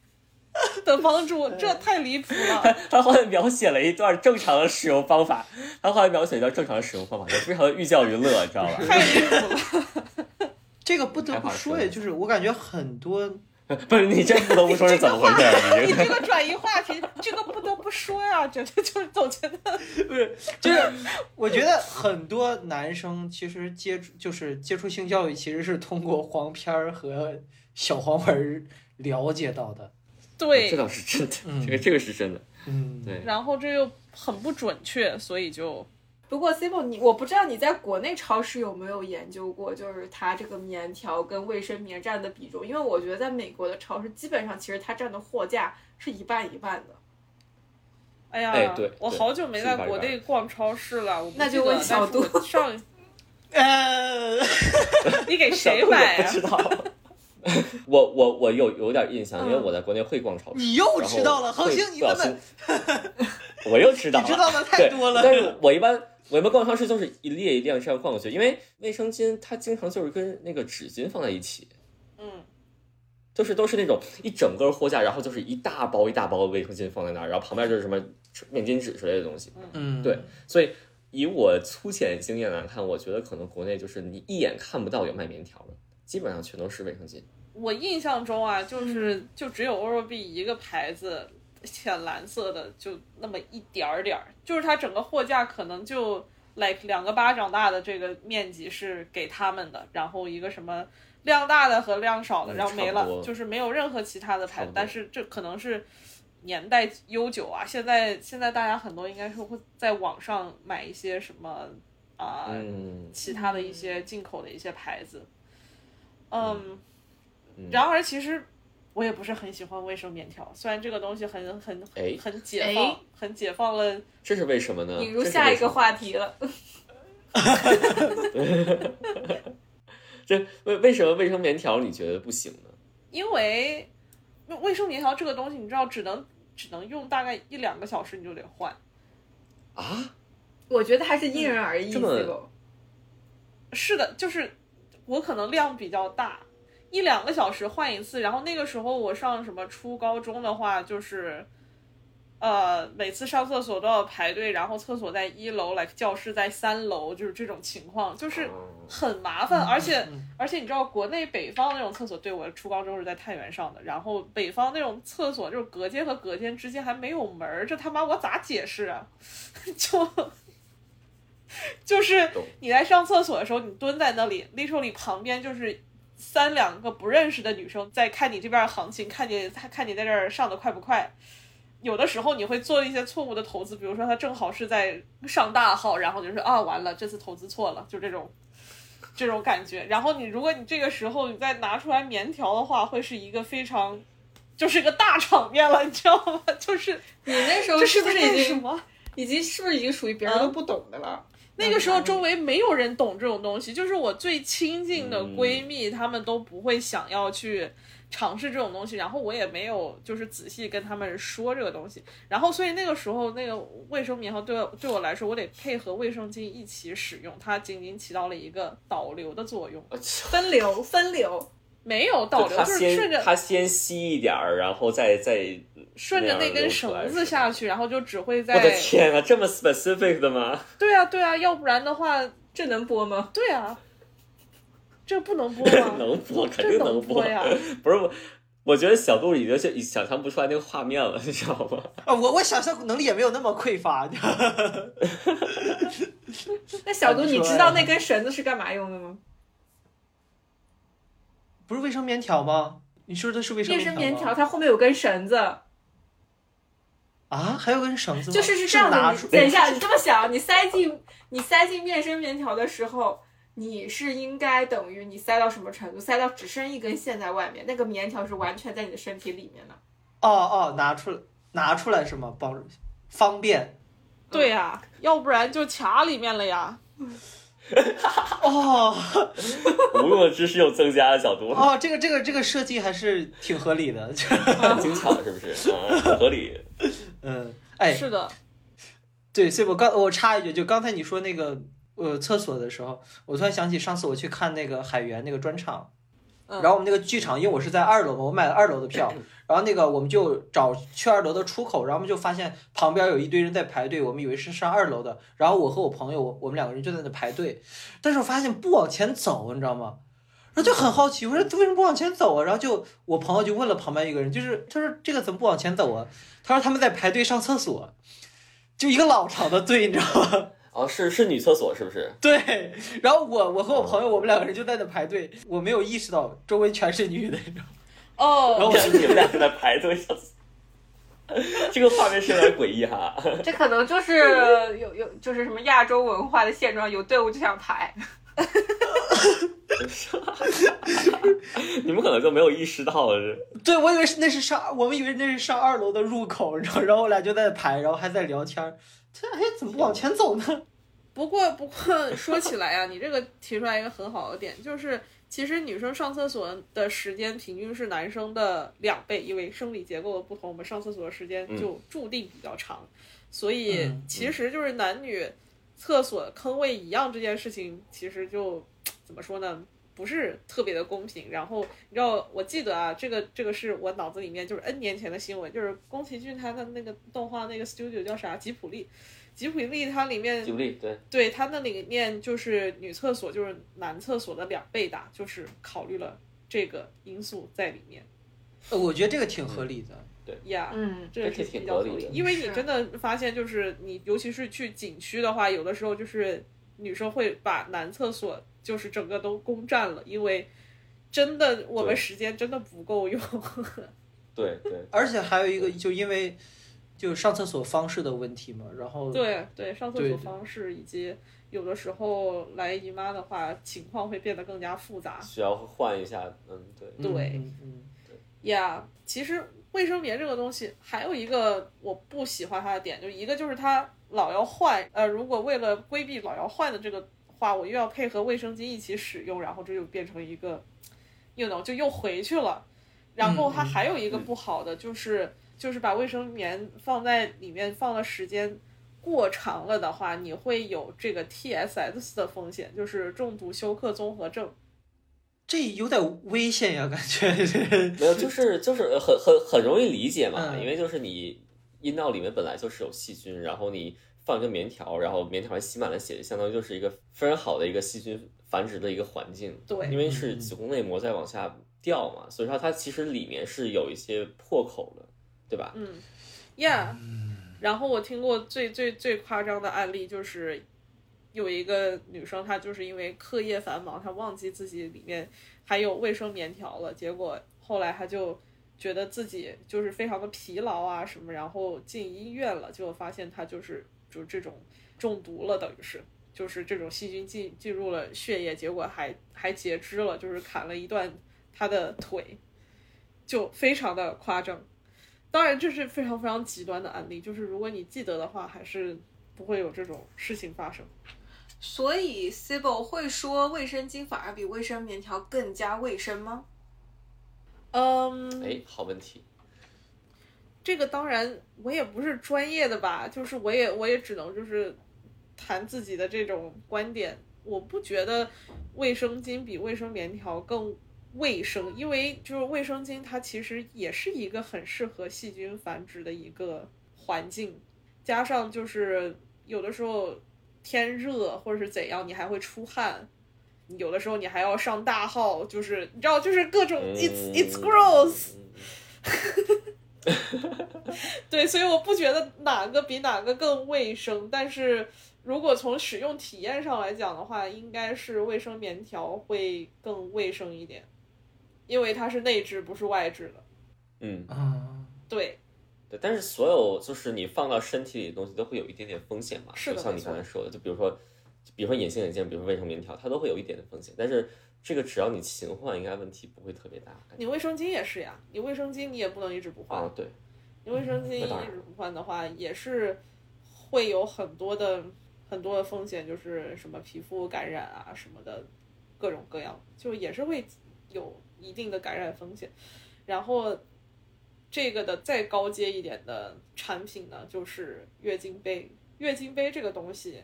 Speaker 1: [laughs] 的帮助，这太离谱
Speaker 2: 但
Speaker 1: 了，
Speaker 2: 是。他后来描写了一段正常的使用方法，他后来描写一段正常的使用方法，就非常的寓教于乐，你知道吧？
Speaker 1: 太离谱
Speaker 2: [laughs]
Speaker 1: 了。
Speaker 4: [laughs] 这个不得不说，也就是我感觉很
Speaker 3: [laughs]
Speaker 4: 多
Speaker 2: [laughs] 不是你真不得不说是怎么回事儿？你
Speaker 1: 你
Speaker 4: [laughs]
Speaker 2: 这个
Speaker 1: 这个转移话题，这个不得不说呀，这这就总觉得
Speaker 4: 不是，就是我觉得很多男生其实接触就是接触性教育，其实是通过黄片儿和小黄文儿了解到的。
Speaker 1: 对
Speaker 2: [laughs] 这，倒是真的，
Speaker 4: 嗯
Speaker 2: 这个这个是真的，
Speaker 4: 嗯，
Speaker 2: 对。
Speaker 1: 然后这又很不准确，所以就
Speaker 3: 不过 Cibo，你我不知道你在国内超市有没有研究过，就是它这个棉条跟卫生棉占的比重，因为我觉得在美国的超市基本上其实它占的货架是一半一半的。
Speaker 1: 哎呀，
Speaker 2: 哎对
Speaker 1: 我
Speaker 2: 对
Speaker 1: 好久没在
Speaker 2: 是吧
Speaker 1: 国内逛超市了，我不
Speaker 3: 那就
Speaker 1: 记得
Speaker 3: 问小
Speaker 1: 但是我
Speaker 2: [laughs]
Speaker 1: 上
Speaker 4: 呃，
Speaker 1: 你给谁买啊
Speaker 4: 啊
Speaker 2: 不
Speaker 1: 呀、
Speaker 2: 知道。 [laughs] 我我我有有点印象，因为
Speaker 1: 嗯
Speaker 2: 我在国内会逛超市。
Speaker 4: 你又知道了
Speaker 2: 然后会
Speaker 4: 恒星你
Speaker 2: 不小
Speaker 4: 根
Speaker 2: 心 [laughs] 我又知道
Speaker 4: 你
Speaker 2: 了，
Speaker 4: 知道的太
Speaker 2: 对
Speaker 4: 多了。
Speaker 2: 但是我一般我一般逛超市就是一列一列这样逛过去，因为卫生巾它经常就是跟那个纸巾放在一起，
Speaker 1: 嗯，
Speaker 2: 就是都是那种一整个货架，然后就是一大包一大包的卫生巾放在那儿，然后旁边就是什么面巾纸之类的东西。
Speaker 4: 嗯，
Speaker 2: 对，所以以我粗浅经验来看，我觉得可能国内就是你一眼看不到有卖棉条的，基本上全都是卫生巾。
Speaker 1: 我印象中啊，
Speaker 2: 嗯
Speaker 1: 就是就只有 Oral B 一个牌子，浅蓝色的，就那么一点儿点儿，就是它整个货架可能就 like 两个巴掌大的这个面积是给他们的，然后一个什么量大的和量少的，
Speaker 2: 嗯
Speaker 1: 然后没
Speaker 2: 差不
Speaker 1: 了，
Speaker 2: 多
Speaker 1: 就是没有任何其他的
Speaker 2: 差
Speaker 1: 牌
Speaker 2: 不
Speaker 1: 子
Speaker 2: 多，
Speaker 1: 但是这可能是。年代悠久啊，现在现在大家很多应该是会在网上买一些什么啊、
Speaker 2: 嗯，
Speaker 1: 其他的一些进口的一些牌子，嗯，
Speaker 2: 嗯
Speaker 1: 然而其实我也不是很喜欢卫生棉条，虽然这个东西很很
Speaker 2: 哎
Speaker 1: 很很解放，
Speaker 3: 哎
Speaker 1: 很解放了，
Speaker 2: 这是为什么呢？
Speaker 3: 引入下一个话题了，
Speaker 2: 这是为什么，这为为什么卫生棉条你觉得不行呢？
Speaker 1: 因为卫生棉条这个东西，你知道只能只能用大概一两个小时，你就得换。
Speaker 2: 啊，
Speaker 3: 我觉得还是因人而
Speaker 6: 嗯
Speaker 3: 异。
Speaker 2: 这么
Speaker 3: Cibo
Speaker 1: 是的，就是我可能量比较大，一两个小时换一次。然后那个时候我上什么初高中的话，就是呃每次上厕所都要排队，然后厕所在一楼，like 教室在三楼，就是这种情况，就是
Speaker 2: 哦啊
Speaker 1: 很麻烦。而且而且你知道，国内北方那种厕所，对我初高中是在太原上的，然后北方那种厕所就是隔间和隔间之间还没有门儿，这他妈我咋解释啊？ [laughs] 就。就是
Speaker 2: 懂
Speaker 1: 你在上厕所的时候，你蹲在那里，literally 旁边就是三两个不认识的女生在看你这边的行情，看你她看你在这儿上的快不快。有的时候你会做一些错误的投资，比如说他正好是在上大号，然后你就说啊完了，这次投资错了，就这种这种感觉。然后你如果你这个时候你再拿出来棉条的话，会是一个非常就是个大场面了，你知道吗？就是 [laughs]
Speaker 3: 你那时候
Speaker 1: 这
Speaker 3: 是不
Speaker 1: 在
Speaker 3: 是
Speaker 1: 干
Speaker 3: 已
Speaker 1: 什
Speaker 3: 经
Speaker 1: 么？
Speaker 6: 嗯
Speaker 3: 已经是不是已经属于别人都不懂的了？
Speaker 1: 那个时候周围没有人懂这种东西，就是我最亲近的闺蜜，她们都不会想要去尝试这种东西，然后我也没有就是仔细跟她们说这个东西，然后所以那个时候那个卫生棉条对我对我来说，我得配合卫生巾一起使用，它仅仅起到了一个导流的作用，
Speaker 6: 分流分流，
Speaker 1: 没有导流
Speaker 2: 他
Speaker 1: 就是顺
Speaker 2: 先
Speaker 1: 着
Speaker 2: 他先吸一点儿，然后再再。
Speaker 1: 顺着那根绳子下去，然后就只会在
Speaker 2: 我的天啊，这么 specific 的吗？ [laughs]
Speaker 1: 对啊对啊，要不然的话，
Speaker 6: 这能播吗？
Speaker 1: 对啊，这不能播吗？
Speaker 2: 能播， [laughs] 肯
Speaker 1: 这
Speaker 2: 定能
Speaker 1: 播呀！
Speaker 2: 不是我，我觉得小杜已经是想象不出来那个画面了，你知道吗？
Speaker 4: 啊，我我想象能力也没有那么匮乏。
Speaker 6: 那小
Speaker 4: 啊
Speaker 6: 杜，
Speaker 4: 你
Speaker 6: 你
Speaker 4: 说
Speaker 6: 知
Speaker 4: 呀
Speaker 6: 道那根绳子是干嘛用的吗？
Speaker 4: 不是卫生棉条吗？你说的是卫生
Speaker 6: 卫生
Speaker 4: 棉
Speaker 6: 棉条
Speaker 4: 条吗
Speaker 6: 它后面有根绳子，
Speaker 4: 啊？还有根绳子吗？
Speaker 6: 就是
Speaker 4: 是
Speaker 6: 这样
Speaker 4: 拿
Speaker 6: 的。
Speaker 4: 出
Speaker 6: 你等一下，你这么想，你塞进你塞进面生棉条的时候，你是应该等于你塞到什么程度？塞到只剩一根线在外面，那个棉条是完全在你的身体里面的。
Speaker 4: 哦哦，拿出来拿出来是吗？帮方便
Speaker 1: 对啊呀、要不然就卡里面了呀。
Speaker 4: 哦
Speaker 2: 无用的知识又增加了，小
Speaker 4: [laughs]
Speaker 2: 杜，
Speaker 4: 哦，这个这个这个设计还是挺合理的。
Speaker 2: 精巧是不是？啊，很合理。
Speaker 4: 嗯，哎，
Speaker 1: 是的，
Speaker 4: 对，所以我刚我插一句，就刚才你说那个呃厕所的时候，我突然想起上次我去看那个海源那个专场，
Speaker 1: 嗯
Speaker 4: 然后我们那个剧场，因为我是在二楼嘛，我买了二楼的票，然后那个我们就找去二楼的出口，然后我们就发现旁边有一堆人在排队，我们以为是上二楼的，然后我和我朋友，我我们两个人就在那排队，但是我发现不往前走，你知道吗？然后就很好奇，我说为什么不往前走啊？然后就我朋友就问了旁边一个人，就是他说这个怎么不往前走啊？他说他们在排队上厕所，就一个老长的队，你知道 [laughs] 吗？
Speaker 2: 哦，是是女厕所是不是？
Speaker 4: 对，然后我我和我朋友我们两个人就在那排队，我没有意识到周围全是女的，你知道吗？然后
Speaker 1: 哦，
Speaker 4: 我就
Speaker 2: 你们俩正在排队上厕所， [laughs] 这个画面是有点诡异哈。
Speaker 6: 这可能就是有有就是什么亚洲文化的现状，有队伍就想排。
Speaker 2: 你们可能就没有意识到是
Speaker 4: 对我以为是那是上，我们以为那是上二楼的入口，然后然后我俩就在那排，然后还在聊天儿。这哎，怎么不往前走呢？
Speaker 1: 不过不过说起来啊，你这个提出来一个很好的点，就是其实女生上厕所的时间平均是男生的两倍，因为生理结构的不同，我们上厕所的时间就注定比较长，所以
Speaker 4: 嗯
Speaker 1: 其实就是男女厕所坑位一样这件事情，其实就怎么说呢？不是特别的公平。然后你知道，我记得啊，这个这个是我脑子里面就是 N 年前的新闻，就是宫崎骏他的那个动画那个 studio 叫啥？吉普力，吉普力它里面
Speaker 2: 吉卜力对，
Speaker 1: 对它那里面就是女厕所就是男厕所的两倍大，就是考虑了这个因素在里面
Speaker 4: 呃我觉得这个挺合理的。
Speaker 1: 呀。
Speaker 6: 嗯，
Speaker 1: 这
Speaker 2: 这
Speaker 1: 是
Speaker 2: 挺
Speaker 1: 比较
Speaker 2: 合
Speaker 1: 合
Speaker 2: 理的
Speaker 1: 因为你
Speaker 6: 是
Speaker 1: 真的发现，就是你，尤其是去景区的话，有的时候就是女生会把男厕所就是整个都攻占了，因为真的我
Speaker 2: 对
Speaker 1: 们时间真的不够用。 [laughs]
Speaker 2: 对对，
Speaker 4: 而且还有一个，就因为就上厕所方式的问题嘛，然后嗯
Speaker 1: 对对，上厕
Speaker 4: 对
Speaker 1: 所
Speaker 4: 对
Speaker 1: 方式以及有的时候来姨妈的话，情况会变得更加复杂。
Speaker 2: 需要换一下，嗯对。
Speaker 4: 嗯
Speaker 1: 对
Speaker 4: 嗯嗯
Speaker 1: 呀啊其实卫生棉这个东西还有一个我不喜欢它的点，就一个就是它老要换，呃，如果为了规避老要换的这个话，我又要配合卫生巾一起使用，然后这就变成一个，you know，就又回去了。然后它
Speaker 4: 嗯嗯
Speaker 1: 还有一个不好的就是，就是把卫生棉放在里面放的时间过长了的话，你会有这个 TSS 的风险，就是重度休克综合症。
Speaker 4: 这有点危险呀，感觉。
Speaker 2: 没有，就是就是很很很容易理解嘛，
Speaker 4: 嗯
Speaker 2: 因为就是你阴道里面本来就是有细菌，然后你放一个棉条，然后棉条还吸满了血，相当于就是一个非常好的一个细菌繁殖的一个环境。
Speaker 1: 对
Speaker 2: 因为是
Speaker 4: 嗯嗯
Speaker 2: 子宫内膜在往下掉嘛，所以说它其实里面是有一些破口的，对吧？
Speaker 1: 嗯，Yeah。然后我听过最最最夸张的案例就是，有一个女生她就是因为课业繁忙，她忘记自己里面还有卫生棉条了，结果后来她就觉得自己就是非常的疲劳啊什么，然后进医院了，结果发现她就是就是这种中毒了，等于是。就是这种细菌进进入了血液，结果还还截肢了，就是砍了一段她的腿，就非常的夸张。当然，这是非常非常极端的案例，就是如果你记得的话，还是不会有这种事情发生。
Speaker 3: 所以 Sibyl 会说卫生巾反而比卫生棉条更加卫生吗？
Speaker 1: 嗯，
Speaker 2: 哎，好问题。
Speaker 1: 这个当然我也不是专业的吧，就是我也我也只能就是谈自己的这种观点。我不觉得卫生巾比卫生棉条更卫生，因为就是卫生巾它其实也是一个很适合细菌繁殖的一个环境，加上就是有的时候天热或者是怎样，你还会出汗。有的时候你还要上大号，就是你知道，就是各种
Speaker 2: 嗯
Speaker 1: it's it's gross，对，所以我不觉得哪个比哪个更卫生，但是如果从使用体验上来讲的话，应该是卫生棉条会更卫生一点，因为它是内置不是外置的。
Speaker 2: 嗯，
Speaker 4: 啊，
Speaker 1: 对，
Speaker 2: 对，但是所有就是你放到身体里的东西都会有一点点风险嘛，
Speaker 1: 是的
Speaker 2: 就像
Speaker 1: 没
Speaker 2: 你
Speaker 1: 错
Speaker 2: 刚才说的，就比如说，比如说隐形眼镜，比如说卫生棉条，它都会有一点点风险，但是这个只要你勤换，应该问题不会特别大。感觉
Speaker 1: 你卫生巾也是呀，你卫生巾你也不能一直不换
Speaker 2: 啊，，对，
Speaker 1: 你卫生巾一
Speaker 2: 那当然
Speaker 1: 直不换的话，也是会有很多的很多的风险，就是什么皮肤感染啊什么的，各种各样，就也是会有一定的感染风险。然后这个的再高阶一点的产品呢，就是月经杯。月经杯这个东西，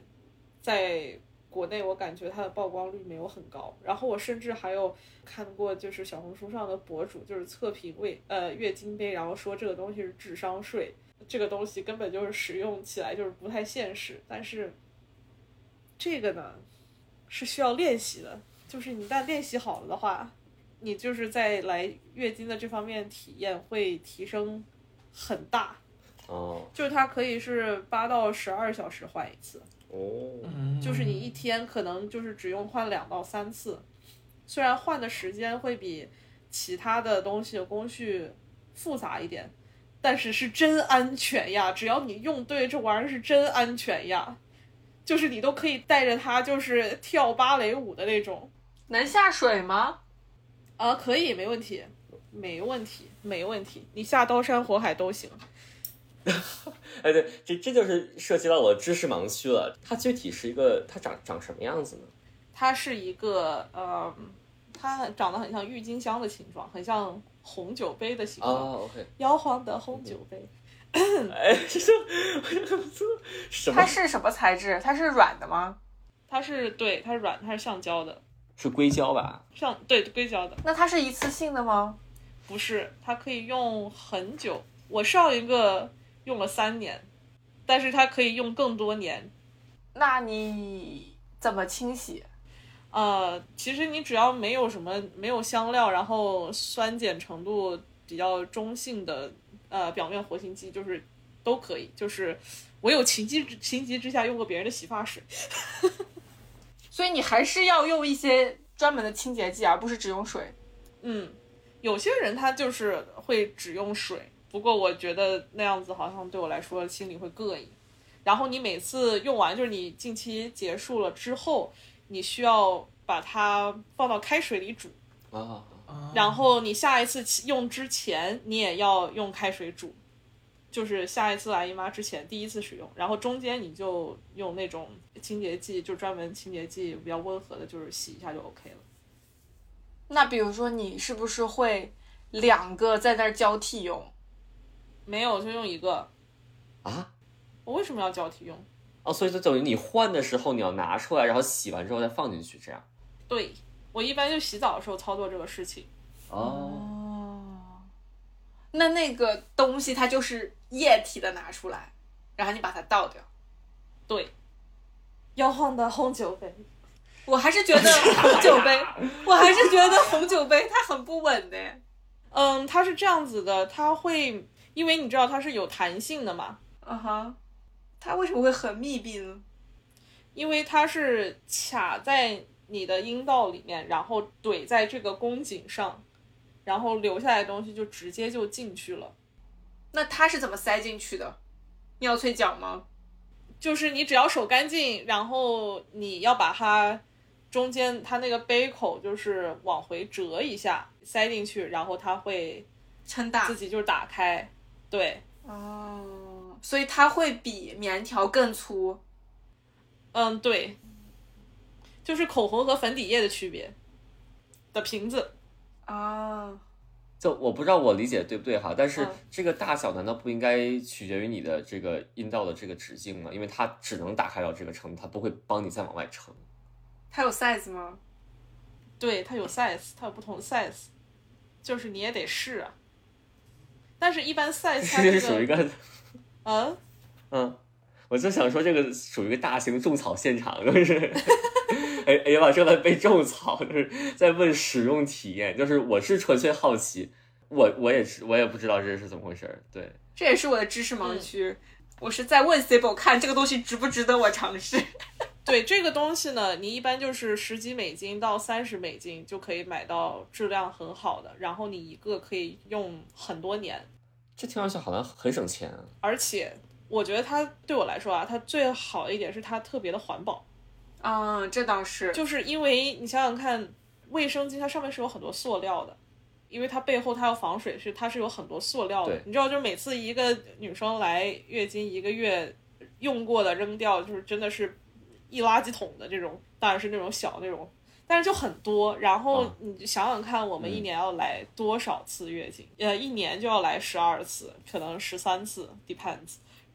Speaker 1: 在国内我感觉它的曝光率没有很高。然后我甚至还有看过，就是小红书上的博主就是测评卫呃月经杯，然后说这个东西是智商税，这个东西根本就是使用起来就是不太现实。但是这个呢，是需要练习的，就是你一旦练习好了的话，你就是在来月经的这方面体验会提升很大，
Speaker 2: 哦
Speaker 1: 就是它可以是八到十二小时换一次。
Speaker 2: 哦，
Speaker 4: 嗯
Speaker 1: 就是你一天可能就是只用换两到三次，虽然换的时间会比其他的东西工序复杂一点，但是是真安全呀！只要你用对，这玩意儿是真安全呀。就是你都可以带着它，就是跳芭蕾舞的那种
Speaker 3: 能下水吗？
Speaker 1: 啊，可以，没问题，没问题，没问题，你下刀山火海都行。
Speaker 2: 哎，对，这这就是涉及到我的知识盲区了。它具体是一个，它长长什么样子呢？
Speaker 1: 它是一个呃，它长得很像郁金香的形状，很像红酒杯的形状。
Speaker 2: 哦，OK，
Speaker 1: 摇晃的红酒杯，
Speaker 2: 哎，这这什么
Speaker 3: 它？是什么材质？它是软的吗？
Speaker 1: 它是对，它是软，它是橡胶的，
Speaker 2: 是硅胶吧？
Speaker 1: 橡对硅胶的，
Speaker 3: 那它是一次性的吗？
Speaker 1: 不是，它可以用很久。我上一个用了三年，但是它可以用更多年。
Speaker 3: 那你怎么清洗？
Speaker 1: 呃，其实你只要没有什么没有香料，然后酸碱程度比较中性的呃表面活性剂，就是都可以。就是我有情急之情急之下用过别人的洗发水，
Speaker 3: 所以你还是要用一些专门的清洁剂，而不是只用水。
Speaker 1: 嗯，有些人他就是会只用水，不过我觉得那样子好像对我来说心里会膈应。然后你每次用完，就是你近期结束了之后，你需要把它放到开水里煮，
Speaker 2: 啊，
Speaker 4: 嗯
Speaker 1: 然后你下一次起用之前，你也要用开水煮，就是下一次来姨妈之前第一次使用，然后中间你就用那种清洁剂，就专门清洁剂比较温和的，就是洗一下就 OK 了。
Speaker 3: 那比如说，你是不是会两个在那儿交替用？
Speaker 1: 没有就用一个
Speaker 2: 啊！
Speaker 1: 我为什么要交替用？
Speaker 2: 哦，所以就等于你换的时候你要拿出来，然后洗完之后再放进去，这样。
Speaker 1: 对我一般就洗澡的时候操作这个事情。
Speaker 2: 哦，
Speaker 3: 哦，那那个东西它就是液体的拿出来，然后你把它倒掉。
Speaker 1: 对，摇晃的红酒杯，
Speaker 3: 我还是觉得红酒
Speaker 1: [laughs] 哎
Speaker 3: 杯，我还是觉得红酒杯它很不稳的。
Speaker 1: 嗯，它是这样子的，它会因为你知道它是有弹性的嘛，
Speaker 3: 嗯哼，它为什么会很密闭呢？
Speaker 1: 因为它是卡在你的阴道里面，然后怼在这个宫颈上，然后留下来的东西就直接就进去了。
Speaker 3: 那它是怎么塞进去的？尿脆角吗？
Speaker 1: 就是你只要手干净，然后你要把它中间它那个杯口就是往回折一下，塞进去，然后它会
Speaker 3: 撑大
Speaker 1: 自己就打开。对，
Speaker 3: 哦，所以它会比棉条更粗。
Speaker 1: 嗯，对，就是口红和粉底液的区别的瓶子。
Speaker 6: 啊，
Speaker 2: 就我不知道我理解对不对哈，但是
Speaker 1: 嗯
Speaker 2: 这个大小难道不应该取决于你的这个阴道的这个直径吗？因为它只能打开到这个程度，它不会帮你再往外撑。
Speaker 6: 它有 size 吗？
Speaker 1: 对，它有 size，它有不同 size，就是你也得试啊。但是，一般 size 它
Speaker 2: 这
Speaker 1: 这
Speaker 2: 是属于一
Speaker 1: 个，
Speaker 2: 个，
Speaker 1: 嗯，
Speaker 2: 嗯，我就想说这个属于一个大型种草现场，就是， [laughs] 哎哎呀，正在被种草，就是在问使用体验，就是我是纯粹好奇，我我也是我也不知道这是怎么回事儿，对。
Speaker 3: 这也是我的知识
Speaker 1: 嗯
Speaker 3: 盲区。我是在问 Sibo 看这个东西值不值得我尝试。
Speaker 1: 嗯对这个东西呢，你一般就是十几美金到三十美金就可以买到质量很好的，然后你一个可以用很多年，
Speaker 2: 这听上去好像很省钱啊！
Speaker 1: 而且我觉得它对我来说啊，它最好的一点是它特别的环保。
Speaker 3: 嗯，这倒是。
Speaker 1: 就是因为你想想看，卫生巾它上面是有很多塑料的，因为它背后它要防水，是它是有很多塑料的
Speaker 2: 对。
Speaker 1: 你知道，就是每次一个女生来月经一个月用过的扔掉，就是真的是一垃圾桶的这种，当然是那种小那种。但是就很多，然后
Speaker 2: 啊
Speaker 1: 你想想看，我们一年要来多少次月经？呃，一年就要来十二次，可能十三次，depends。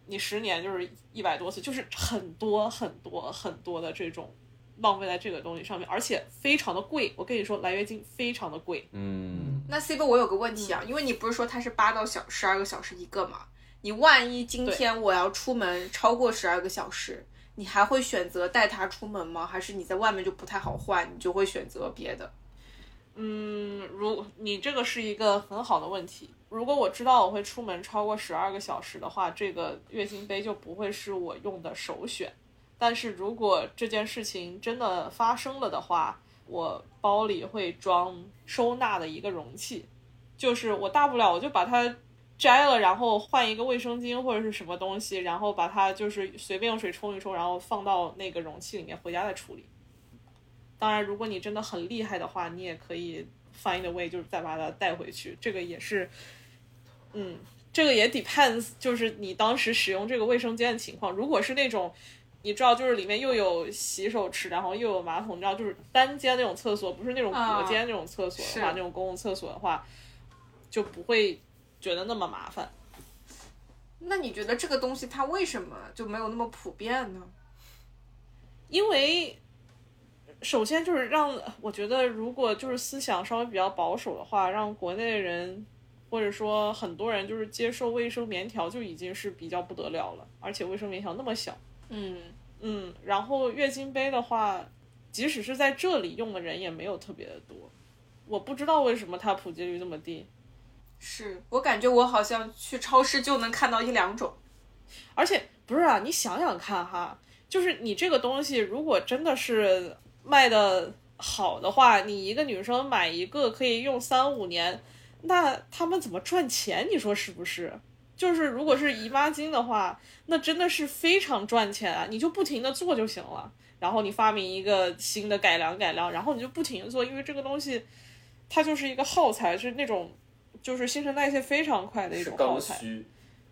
Speaker 1: 你十年就是一百多次，就是很多很多很多的这种浪费在这个东西上面，而且非常的贵。我跟你说，来月经非常的贵。
Speaker 2: 嗯，
Speaker 3: 那 Sibo，我有个问题啊，因为你不是说它是八到小十二个小时一个嘛？你万一今天我要出门超过十二个小时，你还会选择带它出门吗？还是你在外面就不太好换，你就会选择别的？
Speaker 1: 嗯，如你这个是一个很好的问题。如果我知道我会出门超过十二个小时的话，这个月经杯就不会是我用的首选。但是如果这件事情真的发生了的话，我包里会装收纳的一个容器，就是我大不了我就把它摘了，然后换一个卫生巾或者是什么东西，然后把它就是随便用水冲一冲，然后放到那个容器里面，回家再处理。当然，如果你真的很厉害的话，你也可以 find a way，就是再把它带回去。这个也是，嗯，这个也 depends，就是你当时使用这个卫生间的情况。如果是那种你知道，就是里面又有洗手池，然后又有马桶，你知道，就是单间那种厕所，不是那种
Speaker 3: 啊
Speaker 1: 隔间那种厕所的话，
Speaker 3: 是
Speaker 1: 那种公共厕所的话，就不会觉得那么麻烦。
Speaker 3: 那你觉得这个东西它为什么就没有那么普遍呢？
Speaker 1: 因为首先就是让我觉得，如果就是思想稍微比较保守的话，让国内的人或者说很多人就是接受卫生棉条就已经是比较不得了了，而且卫生棉条那么小，
Speaker 3: 嗯，
Speaker 1: 嗯，然后月经杯的话，即使是在这里用的人也没有特别的多，我不知道为什么它普及率这么低。
Speaker 3: 是我感觉我好像去超市就能看到一两种。
Speaker 1: 而且不是啊，你想想看哈，就是你这个东西如果真的是卖的好的话，你一个女生买一个可以用三五年，那他们怎么赚钱？你说是不是？就是如果是姨妈巾的话，那真的是非常赚钱啊！你就不停的做就行了，然后你发明一个新的改良改良，然后你就不停的做，因为这个东西它就是一个耗材，是那种就是新陈代谢非常快的一
Speaker 2: 是
Speaker 1: 种
Speaker 2: 刚
Speaker 1: 耗材。
Speaker 2: 需，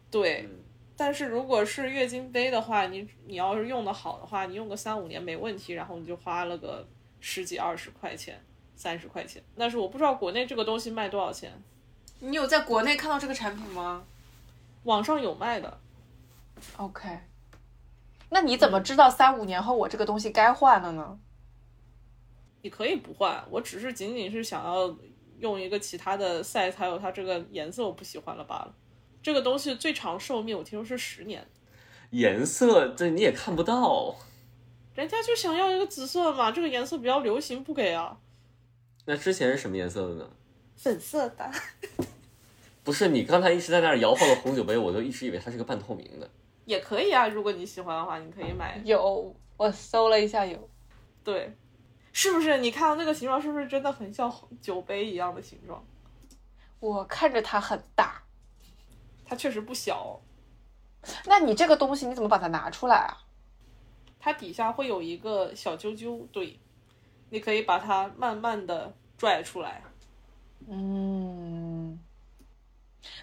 Speaker 1: 对，
Speaker 2: 嗯
Speaker 1: 但是如果是月经杯的话，你你要是用的好的话，你用个三五年没问题，然后你就花了个十几二十块钱、三十块钱。但是我不知道国内这个东西卖多少钱，
Speaker 3: 你有在国内看到这个产品吗
Speaker 1: 网上有卖的。
Speaker 3: ？OK，那你怎么知道三五年后我这个东西该换了呢？
Speaker 1: 你可以不换，我只是仅仅是想要用一个其他的 size，还有它这个颜色我不喜欢了罢了。这个东西最长寿命我听说是十年，
Speaker 2: 颜色这你也看不到，
Speaker 1: 人家就想要一个紫色嘛，这个颜色比较流行，不给啊，
Speaker 2: 那之前是什么颜色的呢？
Speaker 1: 粉色的。
Speaker 2: 不是你刚才一直在那儿摇晃的红酒杯，我就一直以为它是个半透明的。
Speaker 1: 也可以啊，如果你喜欢的话，你可以买
Speaker 3: 有，我搜了一下有。
Speaker 1: 对，是不是？你看到那个形状，是不是真的很像酒杯一样的形状？
Speaker 3: 我看着它很大，
Speaker 1: 它确实不小，
Speaker 3: 那你这个东西你怎么把它拿出来啊？
Speaker 1: 它底下会有一个小揪揪，对，你可以把它慢慢的拽出来。
Speaker 3: 嗯，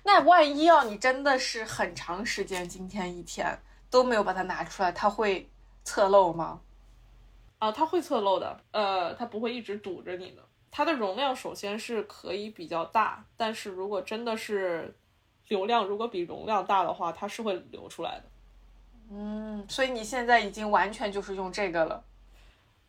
Speaker 3: 那万一要你真的是很长时间，今天一天都没有把它拿出来，它会侧漏吗？
Speaker 1: 啊，它会侧漏的，呃，它不会一直堵着你的。它的容量首先是可以比较大，但是如果真的是流量如果比容量大的话，它是会流出来的。
Speaker 3: 嗯，所以你现在已经完全就是用这个了。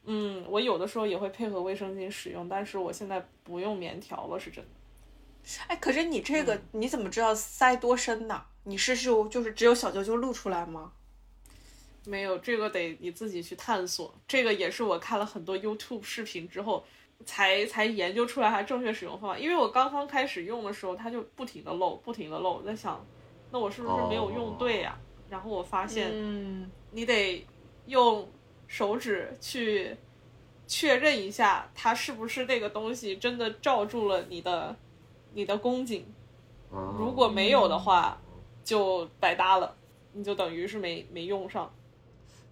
Speaker 1: 嗯，我有的时候也会配合卫生巾使用，但是我现在不用棉条了，是真的。
Speaker 3: 哎，可是你这个、你怎么知道塞多深呢？你是是就是只有小啾啾露出来吗？
Speaker 1: 没有，这个得你自己去探索。这个也是我看了很多 YouTube 视频之后，才才研究出来它正确使用方法。因为我刚刚开始用的时候，它就不停的漏，不停的漏。我在想，那我是不是没有用对呀、然后我发现，
Speaker 3: 嗯，
Speaker 1: 你得用手指去确认一下，它是不是那个东西真的罩住了你的你的宫颈。
Speaker 2: 啊
Speaker 1: 如果没有的话，就白搭了，你就等于是没没用上。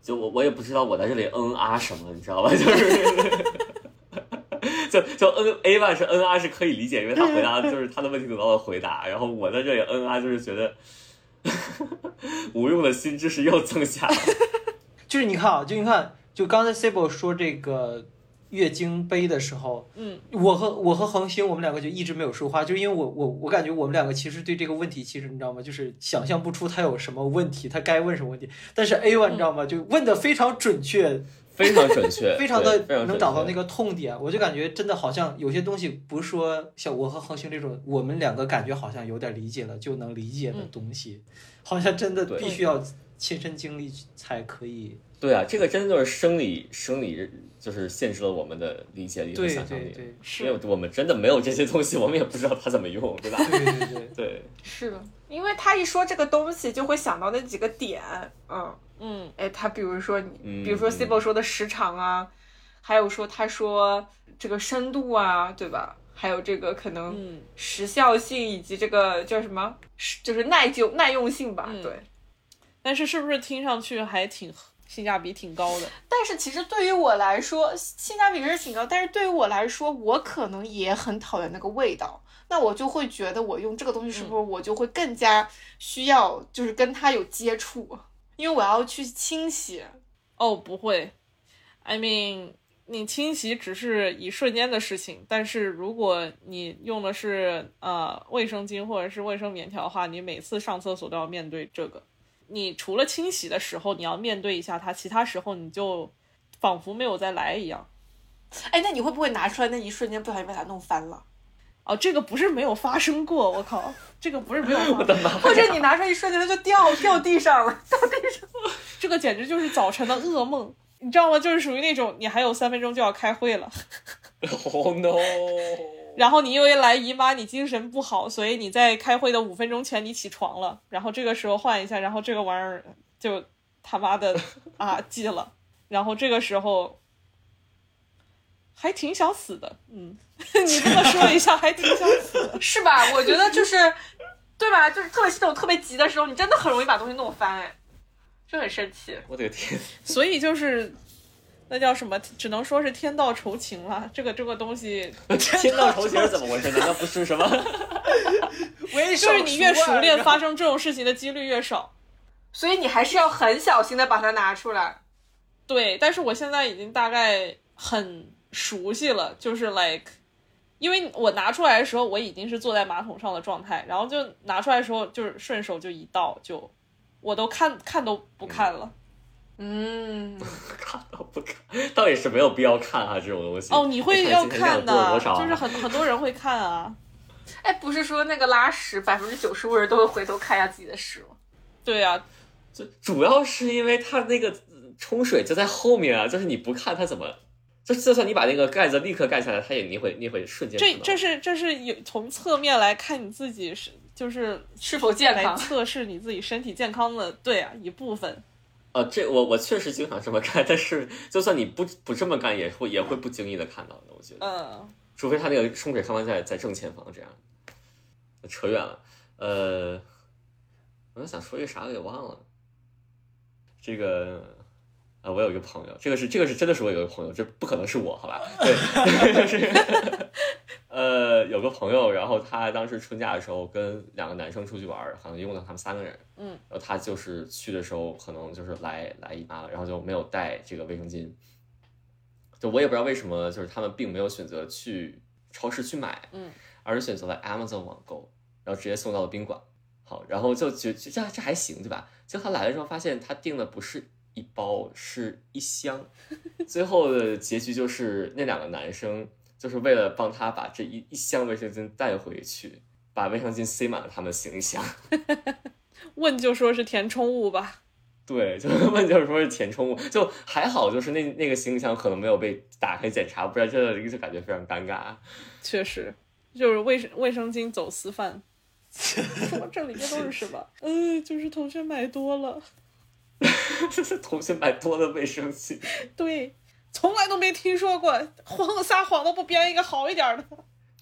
Speaker 2: 就我我也不知道我在这里嗯啊什么，你知道吧？ [laughs] 就是就就嗯 A 吧是嗯啊是可以理解，因为他回
Speaker 4: [laughs]
Speaker 2: 答就是他的问题得到了回答，然后我在这里嗯啊就是觉得 [laughs] 无用的新知识又增加了。
Speaker 4: 就是你看啊，就你看，就刚才 Sable 说这个月经杯的时候，
Speaker 1: 嗯，
Speaker 4: 我和我和恒星我们两个就一直没有说话，就是因为我我我感觉我们两个其实对这个问题，其实你知道吗？就是想象不出他有什么问题，他该问什么问题。但是 A 万你知道吗？就问的非常准确，
Speaker 2: 非常准确，
Speaker 4: [laughs] 非常
Speaker 2: 对
Speaker 4: 的
Speaker 2: 非常
Speaker 4: 能找到那
Speaker 2: 个。
Speaker 4: 个痛点。我就感觉真的好像有些东西不是说像我和恒星这种，我们两个感觉好像有点理解了就能理解的东西，好像真的
Speaker 2: 对
Speaker 4: 必须要亲身经历才可以。
Speaker 2: 对啊，这个真的就是生理生理就是限制了我们的理解力和
Speaker 4: 对
Speaker 2: 想象
Speaker 4: 对
Speaker 2: 力，
Speaker 4: 对。
Speaker 2: [laughs] 因为我们真的没有这些东西，我们也不知道它怎么用，对吧？ [laughs]
Speaker 4: 对对对，
Speaker 1: [laughs]
Speaker 2: 对，
Speaker 3: 是的，
Speaker 6: 因为他一说这个东西，就会想到那几个点，嗯，
Speaker 1: 嗯，
Speaker 6: 哎，他比如说
Speaker 2: 嗯
Speaker 6: 你，比如说
Speaker 2: 嗯
Speaker 6: Sibo 说的时长啊，还有说他说这个深度啊，对吧？还有这个可能
Speaker 1: 嗯，
Speaker 6: 时效性以及这个叫什么，是就是耐久耐用性吧，
Speaker 1: 嗯
Speaker 6: 对。
Speaker 1: 但是是不是听上去还挺性价比挺高的？
Speaker 3: 但是其实对于我来说，性价比是挺高，但是对于我来说，我可能也很讨厌那个味道。那我就会觉得，我用这个东西是不
Speaker 1: 嗯
Speaker 3: 是我就会更加需要，就是跟它有接触，因为我要去清洗。
Speaker 1: 哦，不会，I mean，你清洗只是一瞬间的事情，但是如果你用的是呃卫生巾或者是卫生棉条的话，你每次上厕所都要面对这个。你除了清洗的时候你要面对一下它，其他时候你就仿佛没有再来一样。
Speaker 3: 哎，那你会不会拿出来那一瞬间不小心把它弄翻了？
Speaker 1: 哦，这个不是没有发生过，我靠，这个不是没有发生过，
Speaker 6: 或者你拿出来一瞬间，它就掉掉地上了。
Speaker 1: 这个简直就是早晨的噩梦，你知道吗？就是属于那种你还有三分钟就要开会了。
Speaker 2: Oh no！
Speaker 1: 然后你又一来姨妈，你精神不好，所以你在开会的五分钟前你起床了，然后这个时候换一下，然后这个玩意儿就他妈的啊记了，然后这个时候还挺想死的，嗯， [laughs] 你这么说一下还挺想死
Speaker 3: [laughs]
Speaker 1: 的，
Speaker 6: 是吧？我觉得就是， [laughs] 对吧？就是特别是那种特别急的时候，你真的很容易把东西弄翻，哎，就很生气。
Speaker 2: 我的个天！
Speaker 1: [laughs] 所以就是那叫什么，只能说是天道酬勤了，这个这个东西
Speaker 2: 天道酬勤是怎么回事？难道不是
Speaker 1: [laughs]
Speaker 2: 什么？
Speaker 4: 为
Speaker 1: 就是你越熟
Speaker 4: 啊
Speaker 1: 练，发生这种事情的几率越少。
Speaker 6: 所以你还是要很小心的把它拿出来。
Speaker 1: 对，但是我现在已经大概很熟悉了，就是 like，因为我拿出来的时候，我已经是坐在马桶上的状态，然后就拿出来的时候，就是顺手就一倒，就我都看看都不看了。
Speaker 6: 嗯，
Speaker 2: 看都不看，倒也是没有必要看啊，这种东西。
Speaker 1: 哦，你会
Speaker 2: 看
Speaker 1: 要
Speaker 2: 今天量
Speaker 1: 看
Speaker 2: 多了
Speaker 1: 的，
Speaker 2: 多少啊？
Speaker 1: 就是很很多人会看啊。
Speaker 6: 哎，不是说那个拉屎百分之九十五人都会回头看一下自己的屎吗？
Speaker 1: 对
Speaker 2: [laughs]
Speaker 1: 啊，
Speaker 2: 就主要是因为它那个呃冲水就在后面啊，就是你不看它怎么，就就算你把那个盖子立刻盖下来，它也你会你会瞬间
Speaker 1: 这
Speaker 2: 看到
Speaker 1: 这是这是有从侧面来看你自己是就是
Speaker 6: 是否健
Speaker 1: 来
Speaker 6: 康？
Speaker 1: 测试你自己身体健康的，对啊一部分。
Speaker 2: 呃，这我我确实经常这么干，但是就算你不不这么干，也会也会不经意的看到的。我觉得，
Speaker 1: 嗯，
Speaker 2: 除非它那个冲水开关在在正前方这样。扯远了，呃，我想说一个啥我给忘了。这个啊，我有一个朋友，这个是这个是真的是我有一个朋友，这不可能是我，好吧？对， [laughs] 就是呃，有个朋友，然后他当时春假的时候跟两个男生出去玩儿，好像一共他们三个人，
Speaker 1: 嗯，
Speaker 2: 然后他就是去的时候可能就是来来姨妈了，然后就没有带这个卫生巾，就我也不知道为什么，就是他们并没有选择去超市去买，
Speaker 7: 嗯，
Speaker 2: 而是选择了 Amazon 网购，然后直接送到了宾馆。好，然后就觉这这还行，对吧？结果他来了之后，发现他订的不是一包，是一箱。最后的结局就是那两个男生就是为了帮他把这一一箱卫生巾带回去，把卫生巾塞满了他们的行李箱。 [laughs]
Speaker 1: 问就说是填充物吧，
Speaker 2: 对， [laughs] 就是问就是说是填充物，就还好，就是那那个行李箱可能没有被打开检查，不然真的就感觉非常尴尬。
Speaker 1: 确实就是卫生卫生巾走私犯。说这里面都是什么？嗯，就是同学买多了，
Speaker 2: 这是同学买多的卫生巾，
Speaker 1: 对，从来都没听说过谎撒谎都不编一个好一点的。